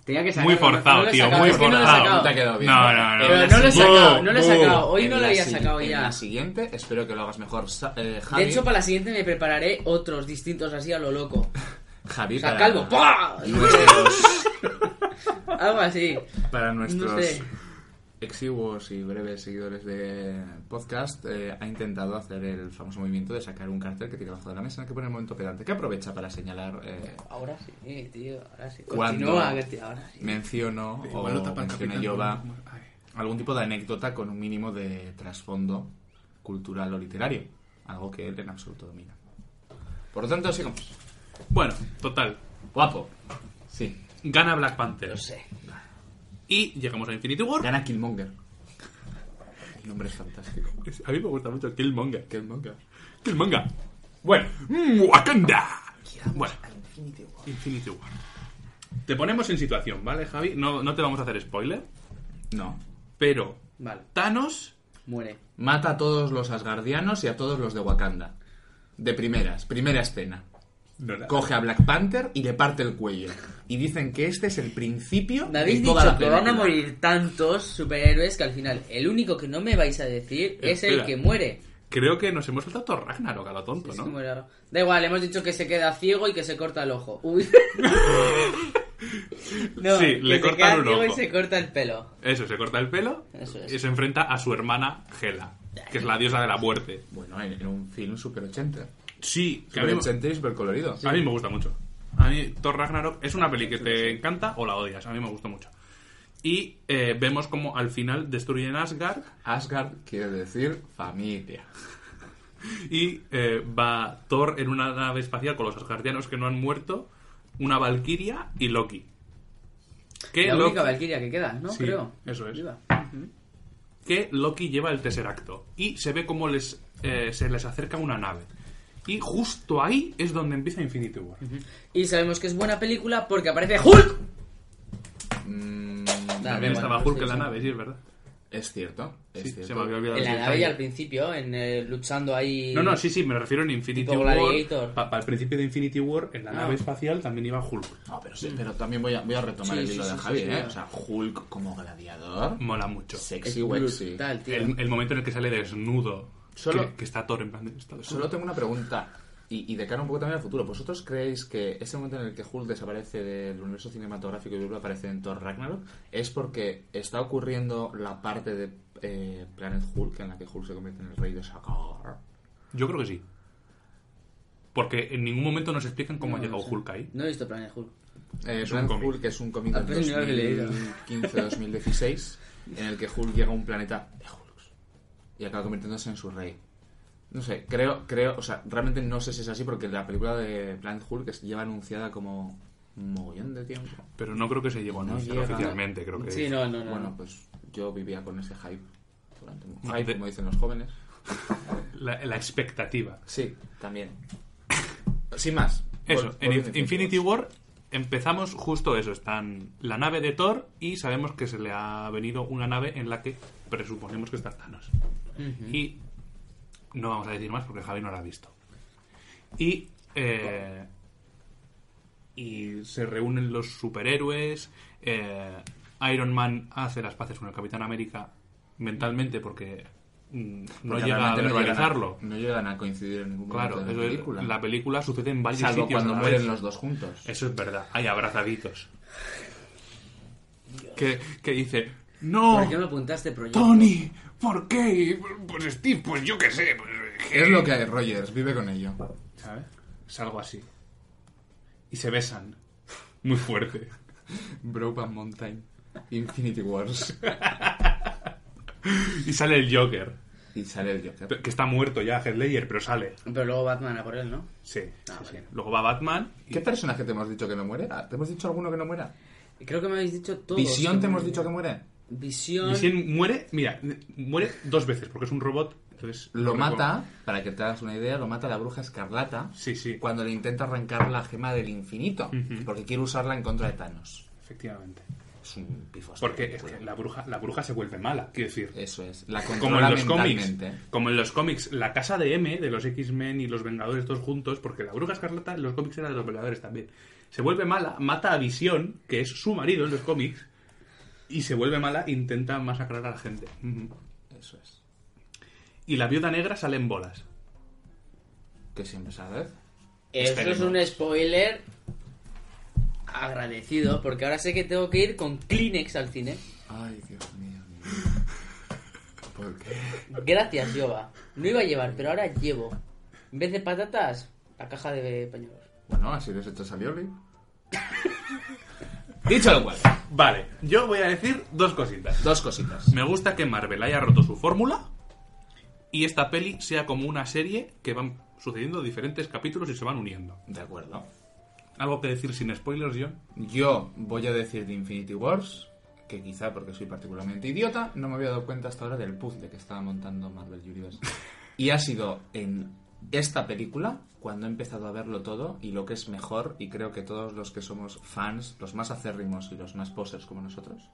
Speaker 5: Tenía que sacar.
Speaker 3: Muy forzado, tío, muy
Speaker 5: Es que no lo he
Speaker 3: forzado.
Speaker 5: sacado.
Speaker 2: te ha quedado bien.
Speaker 3: No, no, no.
Speaker 2: En la
Speaker 5: Pero no lo he
Speaker 2: siguiente-
Speaker 5: sacado, no lo he
Speaker 2: Boom,
Speaker 5: sacado. Hoy
Speaker 2: en
Speaker 5: no lo
Speaker 2: la
Speaker 5: había
Speaker 2: si-
Speaker 5: sacado
Speaker 2: en
Speaker 5: ya.
Speaker 2: la siguiente, espero que lo hagas mejor, Sa- eh, Javi.
Speaker 5: De hecho, para la siguiente me prepararé otros distintos así a lo loco.
Speaker 2: Javi,
Speaker 5: O sea,
Speaker 2: para-
Speaker 5: calvo, ¡pah!
Speaker 2: nuestros-
Speaker 5: Algo así.
Speaker 2: para nuestros
Speaker 5: No sé.
Speaker 2: exiguos y breves seguidores de podcast, eh, ha intentado hacer el famoso movimiento de sacar un cartel que tiene abajo de la mesa en el que pone el momento pedante, que aprovecha para señalar eh,
Speaker 5: Ahora sí, tío, ahora sí.
Speaker 2: Cuando-
Speaker 5: Continúa, que tío, ahora sí.
Speaker 2: menciono o
Speaker 3: Igual no tapa el
Speaker 2: menciona
Speaker 3: capitán,
Speaker 2: Yoba
Speaker 3: bueno, ay.
Speaker 2: algún tipo de anécdota con un mínimo de trasfondo cultural o literario, algo que él en absoluto domina. Por lo tanto, sigamos.
Speaker 3: Bueno, total.
Speaker 2: Guapo. Sí.
Speaker 3: Gana Black Panther.
Speaker 5: No sé.
Speaker 3: Y llegamos a Infinity War.
Speaker 2: Gana Killmonger. El nombre es fantástico.
Speaker 3: A mí me gusta mucho Killmonger.
Speaker 2: Killmonger.
Speaker 3: Killmonger. Bueno, mm, Wakanda. Bueno,
Speaker 2: Infinity War.
Speaker 3: Infinity War. Te ponemos en situación, ¿vale, Javi? No, no te vamos a hacer spoiler,
Speaker 2: No.
Speaker 3: pero
Speaker 5: Vale,
Speaker 3: Thanos
Speaker 5: muere.
Speaker 2: Mata a todos los asgardianos y a todos los de Wakanda. De primeras, primera escena.
Speaker 3: no, la-
Speaker 2: Coge a Black Panther y le parte el cuello. Y dicen que este es el principio
Speaker 5: Me habéis
Speaker 2: de toda
Speaker 5: dicho
Speaker 2: la
Speaker 5: que van a
Speaker 2: película.
Speaker 5: morir tantos superhéroes que al final el único que no me vais a decir es el
Speaker 3: Espera.
Speaker 5: que muere.
Speaker 3: creo que nos hemos saltado todo Ragnarok a lo tonto,
Speaker 5: Es
Speaker 3: ¿no?
Speaker 5: que muere ahora. Da igual, hemos dicho que se queda ciego y que se corta el ojo. Uy. no,
Speaker 3: Sí,
Speaker 5: que
Speaker 3: le
Speaker 5: se
Speaker 3: cortan
Speaker 5: queda
Speaker 3: un
Speaker 5: ciego y
Speaker 3: ojo.
Speaker 5: se corta el pelo.
Speaker 3: Eso, se corta el pelo
Speaker 5: Eso es.
Speaker 3: y se enfrenta a su hermana Hela, que es la diosa de la muerte.
Speaker 2: Bueno, en, en un film super 80.
Speaker 3: Sí, que a
Speaker 2: Super
Speaker 3: mí,
Speaker 2: 80 y super colorido.
Speaker 3: a mí me gusta mucho. A mí Thor Ragnarok es una peli que te encanta o la odias, a mí me gusta mucho. Y eh, vemos como al final destruyen Asgard
Speaker 2: Asgard quiere decir familia.
Speaker 3: y eh, va Thor en una nave espacial con los asgardianos que no han muerto, una Valkyria y Loki. Que,
Speaker 5: La
Speaker 3: Loki,
Speaker 5: única Valkyria que queda, ¿no?
Speaker 3: Sí,
Speaker 5: Creo.
Speaker 3: eso es.
Speaker 5: Viva.
Speaker 3: que Loki lleva el Tesseracto y se ve como les, eh, se les acerca una nave. Y justo ahí es donde empieza Infinity War.
Speaker 5: Y sabemos que es buena película porque aparece Hulk.
Speaker 2: Mm,
Speaker 3: También
Speaker 5: da igual,
Speaker 3: estaba
Speaker 5: no
Speaker 3: Hulk
Speaker 5: sé,
Speaker 3: en la
Speaker 5: sí.
Speaker 3: nave, sí, es verdad.
Speaker 2: es cierto. Es
Speaker 3: Sí,
Speaker 2: cierto.
Speaker 3: se me había olvidado.
Speaker 5: En la
Speaker 3: ese
Speaker 5: nave y
Speaker 3: detalle.
Speaker 5: al principio, en, eh, luchando ahí.
Speaker 3: No, no, sí, sí, me refiero en Infinity
Speaker 5: Tipo
Speaker 3: War.
Speaker 5: Gladiator.
Speaker 3: Para el principio de Infinity War, en la
Speaker 5: Ah.
Speaker 3: nave espacial también iba Hulk.
Speaker 2: No, pero, sí, pero también voy a, voy a retomar
Speaker 5: Sí,
Speaker 2: el
Speaker 5: sí,
Speaker 2: hilo
Speaker 5: sí,
Speaker 2: de
Speaker 5: sí,
Speaker 2: Javi,
Speaker 5: sí,
Speaker 2: ¿eh?
Speaker 5: sí.
Speaker 2: O sea, Hulk como gladiador.
Speaker 3: Mola mucho.
Speaker 5: Es
Speaker 2: Sexy, wexy.
Speaker 5: brutal, tío.
Speaker 3: El, el momento en el que sale desnudo.
Speaker 2: Solo-
Speaker 3: Que, que está Thor en plan de estado.
Speaker 2: Solo tengo una pregunta. Y, y de cara un poco también al futuro. ¿Vosotros creéis que ese momento en el que Hulk desaparece del universo cinematográfico y vuelve a aparecer en Thor Ragnarok es porque está ocurriendo la parte de eh, Planet Hulk en la que Hulk se convierte en el rey de Sakar?
Speaker 3: Yo creo que sí. Porque en ningún momento nos explican cómo ha
Speaker 5: No, no
Speaker 3: llegado
Speaker 5: sé.
Speaker 3: Hulk ahí.
Speaker 5: No he visto Planet Hulk.
Speaker 2: Eh,
Speaker 3: Es
Speaker 2: Planet
Speaker 3: un cómic.
Speaker 2: Hulk es un cómic
Speaker 5: Ah, pero es un libro que he
Speaker 2: de
Speaker 5: leído.
Speaker 2: 2015-2016 en el que Hulk llega a un planeta de Hulks y acaba convirtiéndose en su rey. No sé, creo, creo, o sea, realmente no sé si es así porque la película de Planet Hulk es- lleva anunciada como un mogollón de tiempo.
Speaker 3: Pero no creo que se llegó a
Speaker 2: No
Speaker 3: anunciar
Speaker 2: llega.
Speaker 3: oficialmente, creo que
Speaker 5: Sí, no, no, no.
Speaker 2: Bueno,
Speaker 5: no.
Speaker 2: pues yo vivía con ese hype durante un
Speaker 3: No,
Speaker 2: hype,
Speaker 3: de-
Speaker 2: como dicen los jóvenes.
Speaker 3: la, la expectativa.
Speaker 2: Sí, también. Sin más.
Speaker 3: Eso,
Speaker 2: Vol-
Speaker 3: en
Speaker 2: volviendo
Speaker 3: Inf-
Speaker 2: a
Speaker 3: Infinity War empezamos justo eso. Están la nave de Thor y sabemos que se le ha venido una nave en la que presuponemos que está Thanos. Y no vamos a decir más porque Javi no la ha visto. Y, eh, y se reúnen los superhéroes. eh, Iron Man hace las paces con el Capitán América mentalmente porque mm, no
Speaker 2: Porque
Speaker 3: llega
Speaker 2: realmente
Speaker 3: a
Speaker 2: no llegan
Speaker 3: verbalizarlo.
Speaker 2: No llegan a coincidir en ningún momento
Speaker 3: Claro,
Speaker 2: de
Speaker 3: eso
Speaker 2: la
Speaker 3: es-
Speaker 2: película.
Speaker 3: la película sucede en varios
Speaker 2: Salvo
Speaker 3: sitios.
Speaker 2: cuando
Speaker 3: a la
Speaker 2: mueren
Speaker 3: vez.
Speaker 2: los dos juntos.
Speaker 3: Eso es verdad. Hay abrazaditos. Que, que dice, no,
Speaker 5: ¿Por qué me apuntaste proyecto?
Speaker 3: Tony, ¿por qué? Y, Pues Steve, pues yo qué sé. pues,
Speaker 2: Es lo que hay, Rogers, vive con ello.
Speaker 3: ¿Sabes? Es algo así. Y se besan. Muy fuerte.
Speaker 2: Brokeback Mountain, Infinity Wars.
Speaker 3: Y sale el Joker.
Speaker 2: Y sale el Joker.
Speaker 3: Que está muerto ya Heath Ledger, pero sale.
Speaker 5: Pero luego Batman a por él, ¿no?
Speaker 3: Sí.
Speaker 5: Ah,
Speaker 3: sí,
Speaker 5: vale.
Speaker 3: sí. Luego va Batman. y-
Speaker 2: ¿Qué personaje te hemos dicho que no muere? Ah, ¿Te hemos dicho alguno que no muera?
Speaker 5: Creo que me habéis dicho todo.
Speaker 2: ¿Visión te hemos dicho que muere?
Speaker 5: Visión.
Speaker 3: Y si él muere, mira, muere dos veces porque es un robot. Entonces
Speaker 2: Lo
Speaker 3: no
Speaker 2: mata, Ah, para que te hagas una idea, lo mata la bruja escarlata
Speaker 3: Sí, sí.
Speaker 2: cuando le intenta arrancar la gema del infinito, porque quiere usarla en contra de Thanos.
Speaker 3: Efectivamente.
Speaker 2: Es un pifos.
Speaker 3: Porque es que la bruja, la bruja se vuelve mala, quiero decir.
Speaker 2: Eso es, la controla
Speaker 3: Como en los cómics.
Speaker 2: mentalmente.
Speaker 3: Como en los cómics, la casa de M, de los X-Men y los Vengadores todos juntos, porque la bruja escarlata en los cómics era de los Vengadores también. Se vuelve mala, mata a Visión, que es su marido en los cómics, y se vuelve mala, intenta masacrar a la gente. Ujú.
Speaker 2: Eso es.
Speaker 3: Y la viuda negra sale en bolas.
Speaker 2: Que siempre sabes.
Speaker 5: Esto es
Speaker 3: Esperemos.
Speaker 5: un spoiler agradecido, porque ahora sé que tengo que ir con Kleenex al cine.
Speaker 2: Ay, Dios mío. mi vida. ¿Por qué?
Speaker 5: Gracias, Yoba. No iba a llevar, pero ahora llevo. En vez de patatas, la caja de pañuelos.
Speaker 2: Bueno, así les hecho salioli. Dicho lo cual,
Speaker 3: Vale, yo voy a decir dos cositas.
Speaker 2: dos cositas.
Speaker 3: Me gusta que Marvel haya roto su fórmula y esta peli sea como una serie que van sucediendo diferentes capítulos y se van uniendo.
Speaker 2: De acuerdo.
Speaker 3: ¿Algo que decir sin spoilers, John?
Speaker 2: Yo voy a decir de Infinity Wars, que quizá porque soy particularmente idiota, no me había dado cuenta hasta ahora del puzzle que estaba montando Marvel Universe. Y ha sido en esta película cuando he empezado a verlo todo y lo que es mejor, y creo que todos los que somos fans, los más acérrimos y los más posers como nosotros,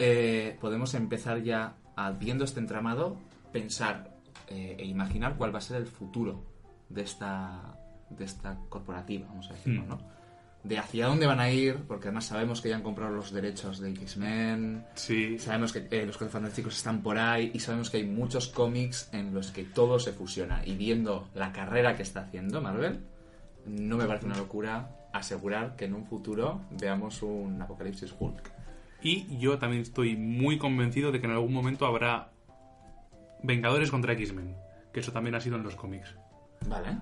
Speaker 2: eh, podemos empezar ya, a, viendo este entramado, pensar eh, e imaginar cuál va a ser el futuro de esta, de esta corporativa, vamos a decirlo,
Speaker 3: Mm.
Speaker 2: ¿no? de hacia dónde van a ir, porque además sabemos que ya han comprado los derechos de X-Men,
Speaker 3: Sí.
Speaker 2: sabemos que eh, los Cuatro Fantásticos están por ahí y sabemos que hay muchos cómics en los que todo se fusiona. Y viendo la carrera que está haciendo Marvel, no me parece una locura asegurar que en un futuro veamos un apocalipsis Hulk.
Speaker 3: Y yo también estoy muy convencido de que en algún momento habrá Vengadores contra X-Men, que eso también ha sido en los cómics.
Speaker 2: ¿Vale?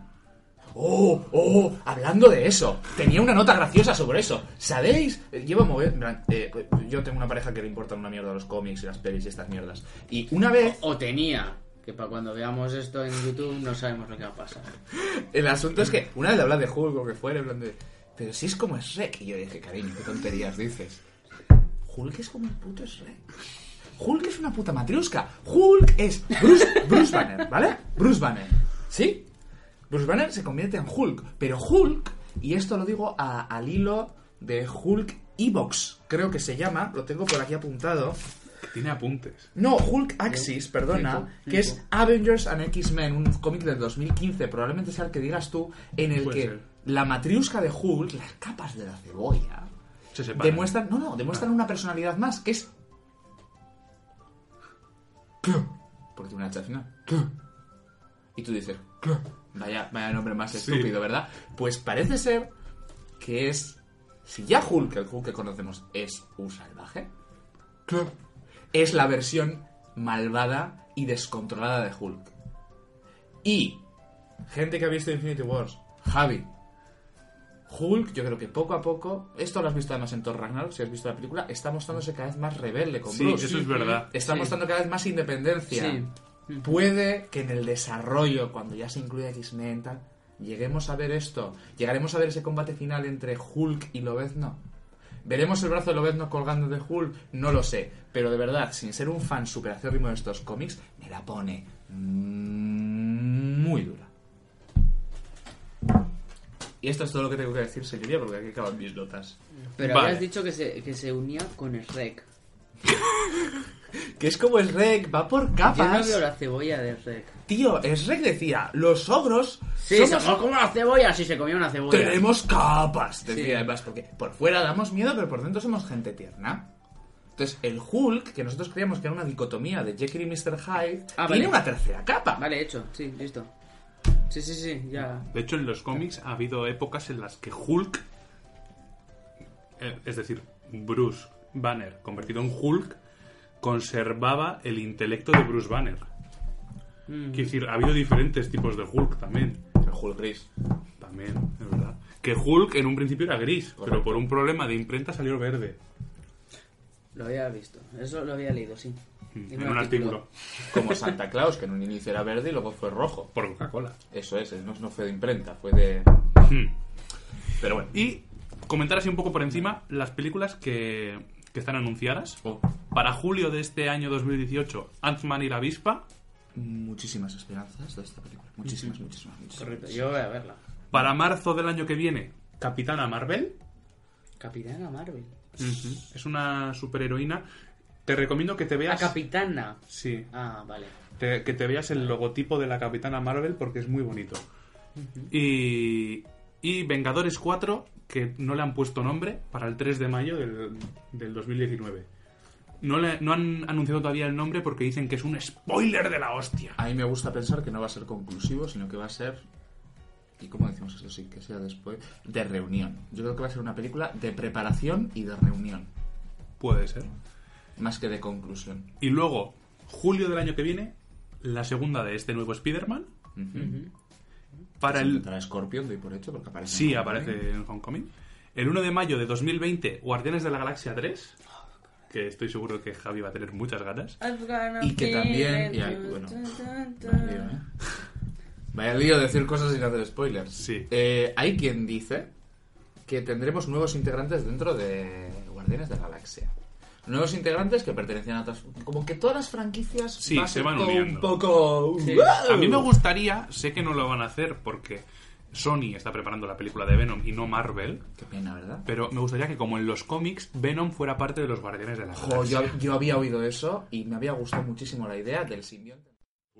Speaker 2: ¡Oh! ¡Oh! Hablando de eso, tenía una nota graciosa sobre eso. ¿Sabéis? Eh, Llevo moviendo. en plan, eh, yo tengo una pareja que le importan una mierda los cómics y las pelis y estas mierdas. Y una vez.
Speaker 5: O tenía, que para cuando veamos esto en YouTube no sabemos lo que va a pasar.
Speaker 2: El asunto es que una vez le hablas de Hulk o que fuera, en plan de. Pero si es como es Shrek. Y yo dije, cariño, qué tonterías dices. Hulk es como el puto Shrek. Hulk es una puta matriusca. Hulk es Bruce, Bruce Banner, ¿vale? Bruce Banner. ¿Sí? Bruce Banner se convierte en Hulk. Pero Hulk, y esto lo digo a- al hilo de Hulk Evox, creo que se llama, lo tengo por aquí apuntado.
Speaker 3: Que tiene apuntes.
Speaker 2: No, Hulk Axis, perdona,
Speaker 5: flipo, flipo.
Speaker 2: que es Avengers and X-Men, un cómic del 2015, probablemente sea el que digas tú, en el
Speaker 3: Puede
Speaker 2: que
Speaker 3: ser.
Speaker 2: la matriusca de Hulk, las capas de la cebolla,
Speaker 3: Se separan.
Speaker 2: demuestran, no, no, demuestran una personalidad más, que es... Claw, Porque tiene una hacha al final. Claw. Y tú dices, Claw. vaya, vaya nombre más estúpido, ¿verdad? Pues parece ser que es... Si ya Hulk, el Hulk que conocemos, es un salvaje, Claro. Es la versión malvada y descontrolada de Hulk. Y, gente que ha visto Infinity Wars, Javi, Hulk, yo creo que poco a poco, esto lo has visto además en Thor Ragnarok, si has visto la película, está mostrándose cada vez más rebelde con
Speaker 3: Sí,
Speaker 2: Bruce.
Speaker 3: eso es verdad.
Speaker 2: Está
Speaker 5: Sí.
Speaker 2: mostrando cada vez más independencia.
Speaker 5: Sí.
Speaker 2: Puede que en el desarrollo, cuando ya se incluya X-Men, tal, lleguemos a ver esto. Llegaremos a ver ese combate final entre Hulk y Lobezno. ¿Veremos el brazo de Lobezno colgando de Hulk? No lo sé. Pero de verdad, sin ser un fan super acérrimo de estos cómics, me la pone muy dura. Y esto es todo lo que tengo que decir, señoría, porque aquí acaban mis notas.
Speaker 5: Pero
Speaker 3: Vale.
Speaker 5: habías dicho que se, que se unía con el rec.
Speaker 2: Que es como es Rec, va por
Speaker 5: Yo no
Speaker 2: capas.
Speaker 5: veo la cebolla de rec.
Speaker 2: Tío, es Rec decía, los ogros
Speaker 5: Sí,
Speaker 2: somos
Speaker 5: somos como una cebolla, sí se comió una cebolla.
Speaker 2: Tenemos capas, decía
Speaker 5: Sí.
Speaker 2: además, porque por fuera damos miedo, pero por dentro somos gente tierna.
Speaker 6: Entonces, el Hulk, que nosotros creíamos que era una dicotomía de Jekyll y Mr. Hyde,
Speaker 5: Ah,
Speaker 6: tiene
Speaker 5: vale.
Speaker 6: una tercera capa.
Speaker 5: Vale, hecho, sí, listo. Sí, sí, sí, ya.
Speaker 3: De hecho, en los cómics ha habido épocas en las que Hulk, eh, es decir, Bruce Banner, convertido en Hulk, conservaba el intelecto de Bruce Banner. Quiero decir, ha habido diferentes tipos de Hulk también.
Speaker 6: El Hulk gris.
Speaker 3: También, es verdad. Que Hulk en un principio era gris, pero por un problema de imprenta salió verde.
Speaker 5: Lo había visto. Eso lo había leído, sí.
Speaker 3: Hmm, En un artículo.
Speaker 6: Como Santa Claus, que en un inicio era verde y luego fue rojo.
Speaker 3: Por Coca-Cola.
Speaker 6: Eso es,
Speaker 2: eh,
Speaker 6: no, no fue de imprenta, fue de...
Speaker 3: Hmm.
Speaker 6: Pero bueno.
Speaker 3: Y comentar así un poco por encima las películas que, que están anunciadas.
Speaker 6: Oh,
Speaker 3: Para julio de este año 2018, Ant-Man y la avispa.
Speaker 6: muchísimas esperanzas de esta película. Muchísimas, muchísimas, muchísimas.
Speaker 5: Correcto, yo voy a verla.
Speaker 3: Para marzo del año que viene, Capitana Marvel.
Speaker 5: Capitana Marvel.
Speaker 3: Es una superheroína. Te recomiendo que te
Speaker 5: La
Speaker 3: veas.
Speaker 5: Capitana.
Speaker 3: sí,
Speaker 5: Ah, vale.
Speaker 3: te- que te veas el logotipo de la Capitana Marvel porque es muy bonito. Y, y Vengadores 4, que no le han puesto nombre, para el 3 de mayo del, del 2019. No, le- no han anunciado todavía el nombre porque dicen que es un spoiler de la hostia.
Speaker 6: A mí me gusta pensar que no va a ser conclusivo, sino que va a ser. ¿Y cómo decimos eso? Sí, que sea después. De reunión. Yo creo que va a ser una película de preparación y de reunión.
Speaker 3: Puede ser.
Speaker 6: Más que de conclusión.
Speaker 3: Y luego, julio del año que viene, la segunda de este nuevo Spider-Man. Hmm. Para
Speaker 6: Se
Speaker 3: el,
Speaker 6: encontrará Scorpion, doy por hecho, porque aparece.
Speaker 3: Sí,
Speaker 6: en-
Speaker 3: aparece en Homecoming. El 1 de mayo de 2020, Guardianes de la Galaxia 3. Que estoy seguro que Javi va a tener muchas ganas.
Speaker 6: Y que también. y ahí- bueno. Vaya lío, ¿eh? Vaya lío decir cosas sin hacer spoilers.
Speaker 3: Sí.
Speaker 6: Eh, hay quien dice que tendremos nuevos integrantes dentro de Guardianes de la Galaxia. Nuevos integrantes que pertenecen a otras. Como que todas las franquicias
Speaker 3: Sí,
Speaker 6: a
Speaker 3: se
Speaker 6: ser
Speaker 3: van
Speaker 6: todo
Speaker 3: uniendo.
Speaker 6: un poco.
Speaker 5: Sí.
Speaker 6: ¡Wow!
Speaker 3: A mí me gustaría, sé que no lo van a hacer porque Sony está preparando la película de Venom y no Marvel.
Speaker 6: Qué pena, ¿verdad?
Speaker 3: Pero me gustaría que, como en los cómics, Venom fuera parte de los Guardianes de la Galaxia.
Speaker 6: Jo, yo, yo había oído eso y me había gustado muchísimo la idea del simbionte.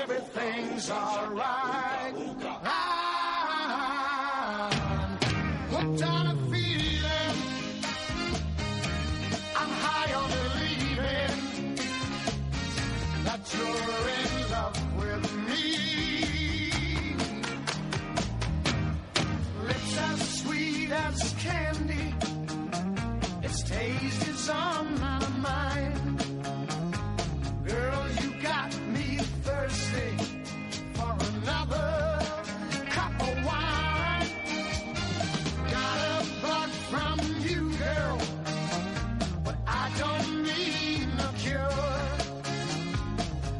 Speaker 7: everything's alright. I'm hooked on a feeling. I'm high on believing that you're in love with me. Lips as sweet as candy, its taste is on my mind. Girl, you got me thirsty for another cup of wine. Got a bug from you, girl. But I don't need no cure.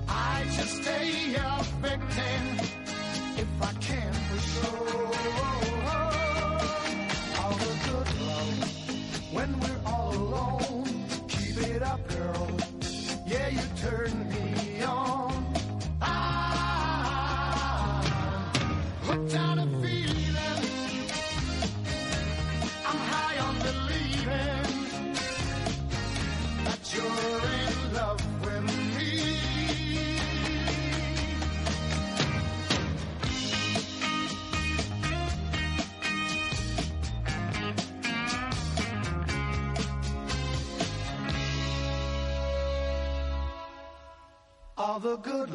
Speaker 7: I just stay a victim if I can for sure. All the good love when we're all alone. Keep it up, girl. Yeah, you turn me on. Ah, I'm hooked on a feeling. I'm high on believing that you're in love with me. All the good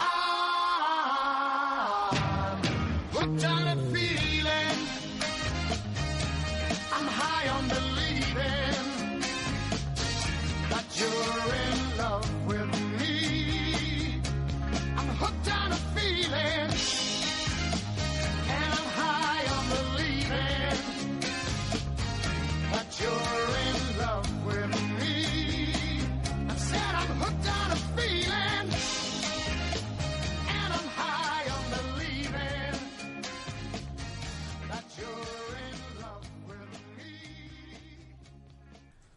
Speaker 7: Ah. I'm hooked on a feeling. I'm high on believing that you're in love with me. I'm hooked on a feeling. And I'm high on believing that you're in love with me. I said I'm hooked on a feeling.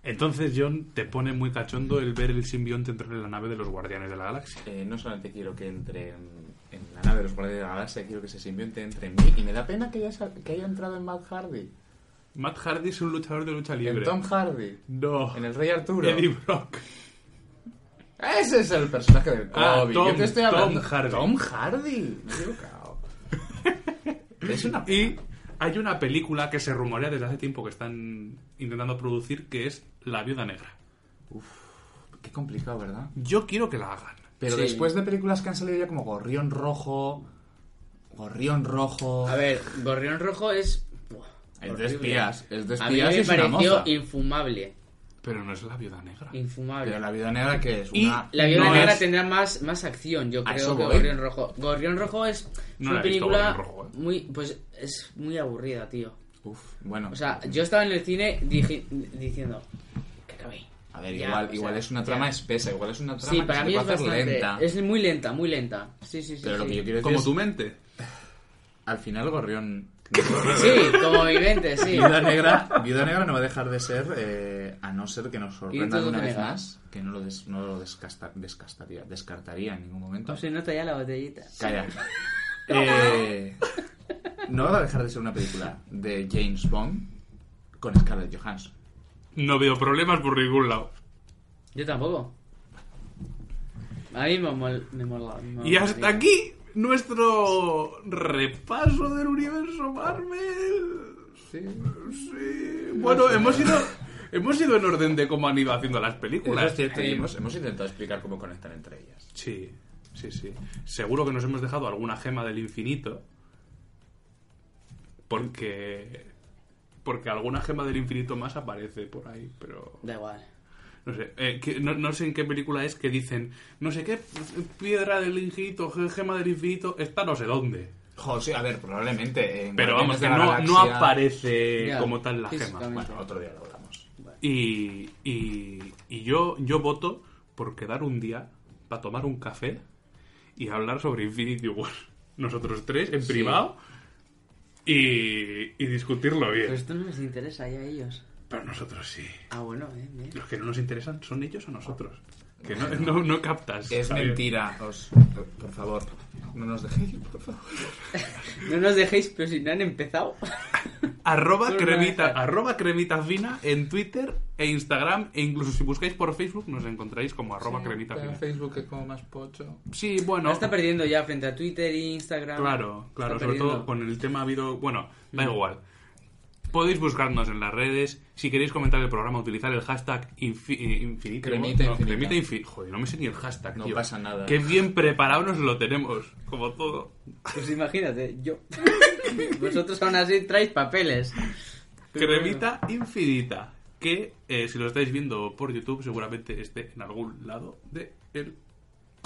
Speaker 3: Entonces, John, te pone muy cachondo el ver el simbionte entrar en la nave de los Guardianes de la Galaxia.
Speaker 6: Eh, no solamente quiero que entre en, en la nave de los Guardianes de la Galaxia, quiero que ese simbionte entre en mí. Y me da pena que haya, sa- que haya entrado en Matt Hardy,
Speaker 3: Matt Hardy es un luchador de lucha libre.
Speaker 6: en Tom Hardy,
Speaker 3: no.
Speaker 6: en el Rey Arturo.
Speaker 3: Eddie Brock.
Speaker 6: Ese es el personaje del
Speaker 3: Ah,
Speaker 6: COVID.
Speaker 3: Tom-
Speaker 6: Yo te estoy
Speaker 3: Tom
Speaker 6: hablando.
Speaker 3: Hardy.
Speaker 6: Tom Hardy. Me he equivocado. es una.
Speaker 3: Y hay una película que se rumorea desde hace tiempo que están intentando producir que es La Viuda Negra.
Speaker 6: Qué complicado, ¿verdad?
Speaker 3: Yo quiero que la hagan.
Speaker 6: Pero
Speaker 5: Sí.
Speaker 6: después de películas que han salido ya como Gorrión Rojo. Gorrión Rojo.
Speaker 5: A ver, Gorrión Rojo es. buah,
Speaker 6: Es de
Speaker 5: horrible.
Speaker 6: espías, es de
Speaker 5: A mí
Speaker 6: espías y
Speaker 5: me
Speaker 6: es una
Speaker 5: pareció
Speaker 6: moza.
Speaker 5: infumable.
Speaker 3: Pero no es La Viuda Negra.
Speaker 5: Infumable.
Speaker 6: Pero la vida negra que es
Speaker 3: Y
Speaker 6: una.
Speaker 5: La Viuda
Speaker 3: No
Speaker 5: Negra
Speaker 3: es-
Speaker 5: tendrá más, más acción, yo
Speaker 6: A
Speaker 5: creo,
Speaker 6: eso
Speaker 5: que
Speaker 6: voy.
Speaker 5: Gorrión Rojo. Gorrión Rojo es
Speaker 3: No la
Speaker 5: una
Speaker 3: he visto,
Speaker 5: película
Speaker 3: Gorrión Rojo, eh.
Speaker 5: muy pues es muy aburrida, tío.
Speaker 6: Uf, bueno.
Speaker 5: O sea, yo estaba en el cine dije- diciendo que acabé.
Speaker 6: A ver,
Speaker 5: Ya,
Speaker 6: igual,
Speaker 5: o
Speaker 6: igual
Speaker 5: sea,
Speaker 6: es una
Speaker 5: ya.
Speaker 6: trama espesa, igual es una trama
Speaker 5: Sí,
Speaker 6: que
Speaker 5: para
Speaker 6: se
Speaker 5: mí
Speaker 6: te
Speaker 5: es
Speaker 6: puede hacer
Speaker 5: bastante
Speaker 6: lenta.
Speaker 5: es muy lenta, muy lenta. Sí, sí, sí.
Speaker 6: Pero lo
Speaker 5: sí.
Speaker 6: que yo quiero decir
Speaker 3: Como
Speaker 6: es.
Speaker 3: tu mente.
Speaker 6: Al final, Gorrión.
Speaker 5: Sí, como vivente, sí.
Speaker 6: Viuda negra, Viuda negra no va a dejar de ser, eh, a no ser que nos sorprendan
Speaker 5: todo
Speaker 6: una
Speaker 5: te
Speaker 6: vez
Speaker 5: nega.
Speaker 6: más, que no lo, des- no lo descasta- descartaría, descartaría en ningún momento.
Speaker 5: No se nota ya la botellita.
Speaker 6: Calla. Eh, no va a dejar de ser una película de James Bond con Scarlett Johansson.
Speaker 3: No veo problemas por ningún lado.
Speaker 5: Yo tampoco. A mí me mol- me mola. me
Speaker 3: Y hasta
Speaker 5: molaría.
Speaker 3: aquí nuestro repaso del universo Marvel.
Speaker 6: Sí.
Speaker 3: Sí. Bueno, hemos ido, hemos ido en orden de cómo han ido haciendo las películas.
Speaker 6: es cierto, y
Speaker 3: Eh,
Speaker 6: hemos, hemos intentado explicar cómo conectan entre ellas.
Speaker 3: Sí, sí, sí. Seguro que nos hemos dejado alguna gema del infinito. Porque. Porque alguna gema del infinito más aparece por ahí, pero.
Speaker 5: Da igual.
Speaker 3: No sé, eh, que- no, no sé en qué película es que dicen, no sé qué, piedra del infinito, ge- gema del infinito, esta no sé dónde.
Speaker 6: José, a ver, probablemente. en
Speaker 3: Pero vamos,
Speaker 6: Guardianes
Speaker 3: que
Speaker 6: de la
Speaker 3: no, no
Speaker 6: Galaxia-
Speaker 3: aparece
Speaker 5: Ya,
Speaker 3: como tal la gema.
Speaker 5: físicamente.
Speaker 6: Bueno, otro día lo hablamos.
Speaker 3: Y, y- y yo, yo voto por quedar un día para tomar un café y hablar sobre Infinity War. Nosotros tres, en privado, y, y discutirlo
Speaker 5: Pero
Speaker 3: bien.
Speaker 5: esto no les interesa ya a ellos.
Speaker 3: Pero nosotros sí.
Speaker 5: Ah, bueno, bien, bien.
Speaker 3: Los que no nos interesan son ellos o nosotros. Que no, no, no captas.
Speaker 6: Es
Speaker 3: Javier.
Speaker 6: mentira, os. Por favor, no nos dejéis, por favor.
Speaker 5: No nos dejéis, pero si no han empezado.
Speaker 3: Arroba
Speaker 5: Tú no
Speaker 3: cremita,
Speaker 5: dejas.
Speaker 3: arroba cremita fina en Twitter e Instagram. E incluso si buscáis por Facebook, nos encontráis como arroba cremita
Speaker 6: Pero
Speaker 3: fina.
Speaker 6: Facebook es como más pocho.
Speaker 3: Sí, bueno.
Speaker 5: No está perdiendo ya frente a Twitter e Instagram.
Speaker 3: Claro, claro,
Speaker 5: Está
Speaker 3: sobre
Speaker 5: perdiendo.
Speaker 3: todo con el tema ha habido... Bueno, da
Speaker 6: Mm.
Speaker 3: igual. Podéis buscarnos en las redes. Si queréis comentar el programa, utilizar el hashtag infi- eh, infinito.
Speaker 6: Cremita
Speaker 3: no,
Speaker 6: infinita.
Speaker 3: cremita infi- Joder, no me sé ni el hashtag,
Speaker 6: No
Speaker 3: tío.
Speaker 6: pasa nada.
Speaker 3: Qué bien preparados nos lo tenemos, como todo.
Speaker 5: Pues imagínate, yo. Vosotros aún así traéis papeles. Pero
Speaker 3: Cremita infinita. Que eh, si lo estáis viendo por YouTube, seguramente esté en algún lado del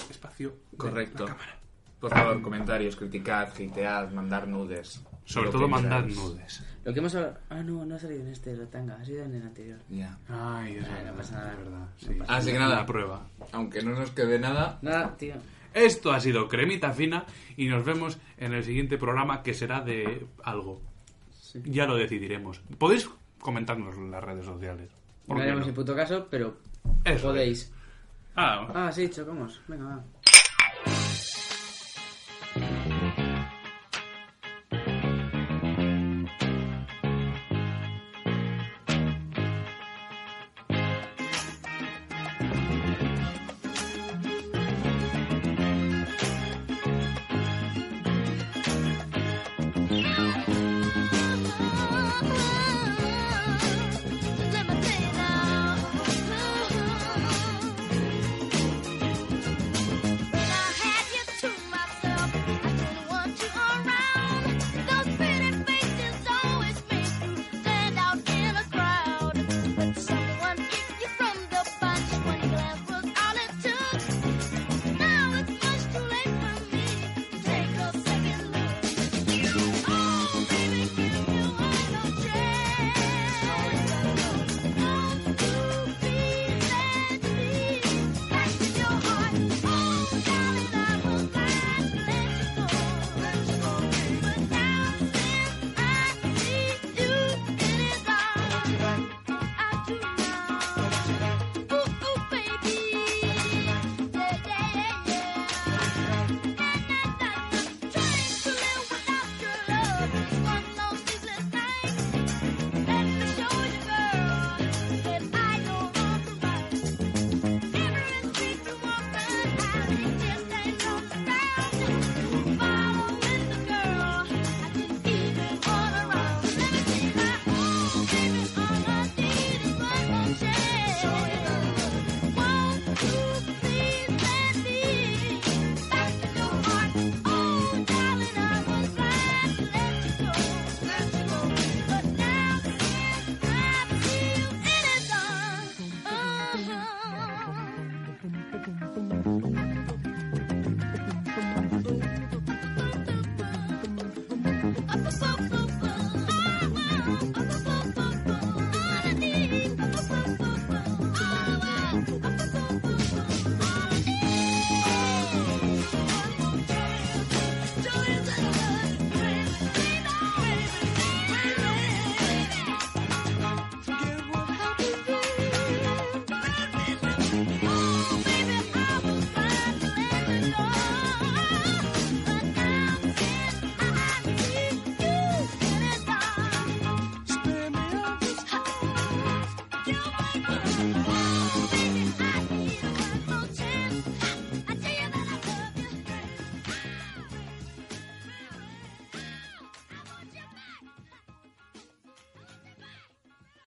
Speaker 3: espacio. de
Speaker 6: Correcto.
Speaker 3: la cámara.
Speaker 6: Por favor, comentarios, criticad, hatead, mandar nudes.
Speaker 3: Sobre
Speaker 6: Lo
Speaker 3: todo
Speaker 6: que
Speaker 3: mandad
Speaker 6: queráis.
Speaker 3: nudes.
Speaker 5: bueno, Lo que hemos hablado. Ah, no, no ha salido en este Rotanga, ha sido en el anterior.
Speaker 6: Ya.
Speaker 3: Ay, es
Speaker 5: Ay, no
Speaker 3: verdad,
Speaker 5: pasa nada.
Speaker 3: es verdad,
Speaker 5: No
Speaker 3: sí.
Speaker 6: pasa Así que
Speaker 3: Una
Speaker 6: nada.
Speaker 3: prueba.
Speaker 6: Aunque no nos quede nada,
Speaker 5: Nada, tío.
Speaker 3: Esto ha sido Cremita Fina y nos vemos en el siguiente programa que será de algo.
Speaker 5: Sí.
Speaker 3: Ya lo decidiremos. Podéis comentarnos en las redes sociales. ¿Por
Speaker 5: No
Speaker 3: qué
Speaker 5: haremos
Speaker 3: no?
Speaker 5: ni puto caso, pero
Speaker 3: Eso
Speaker 5: podéis.
Speaker 3: Ah,
Speaker 5: Ah, sí, chocamos. Venga, va.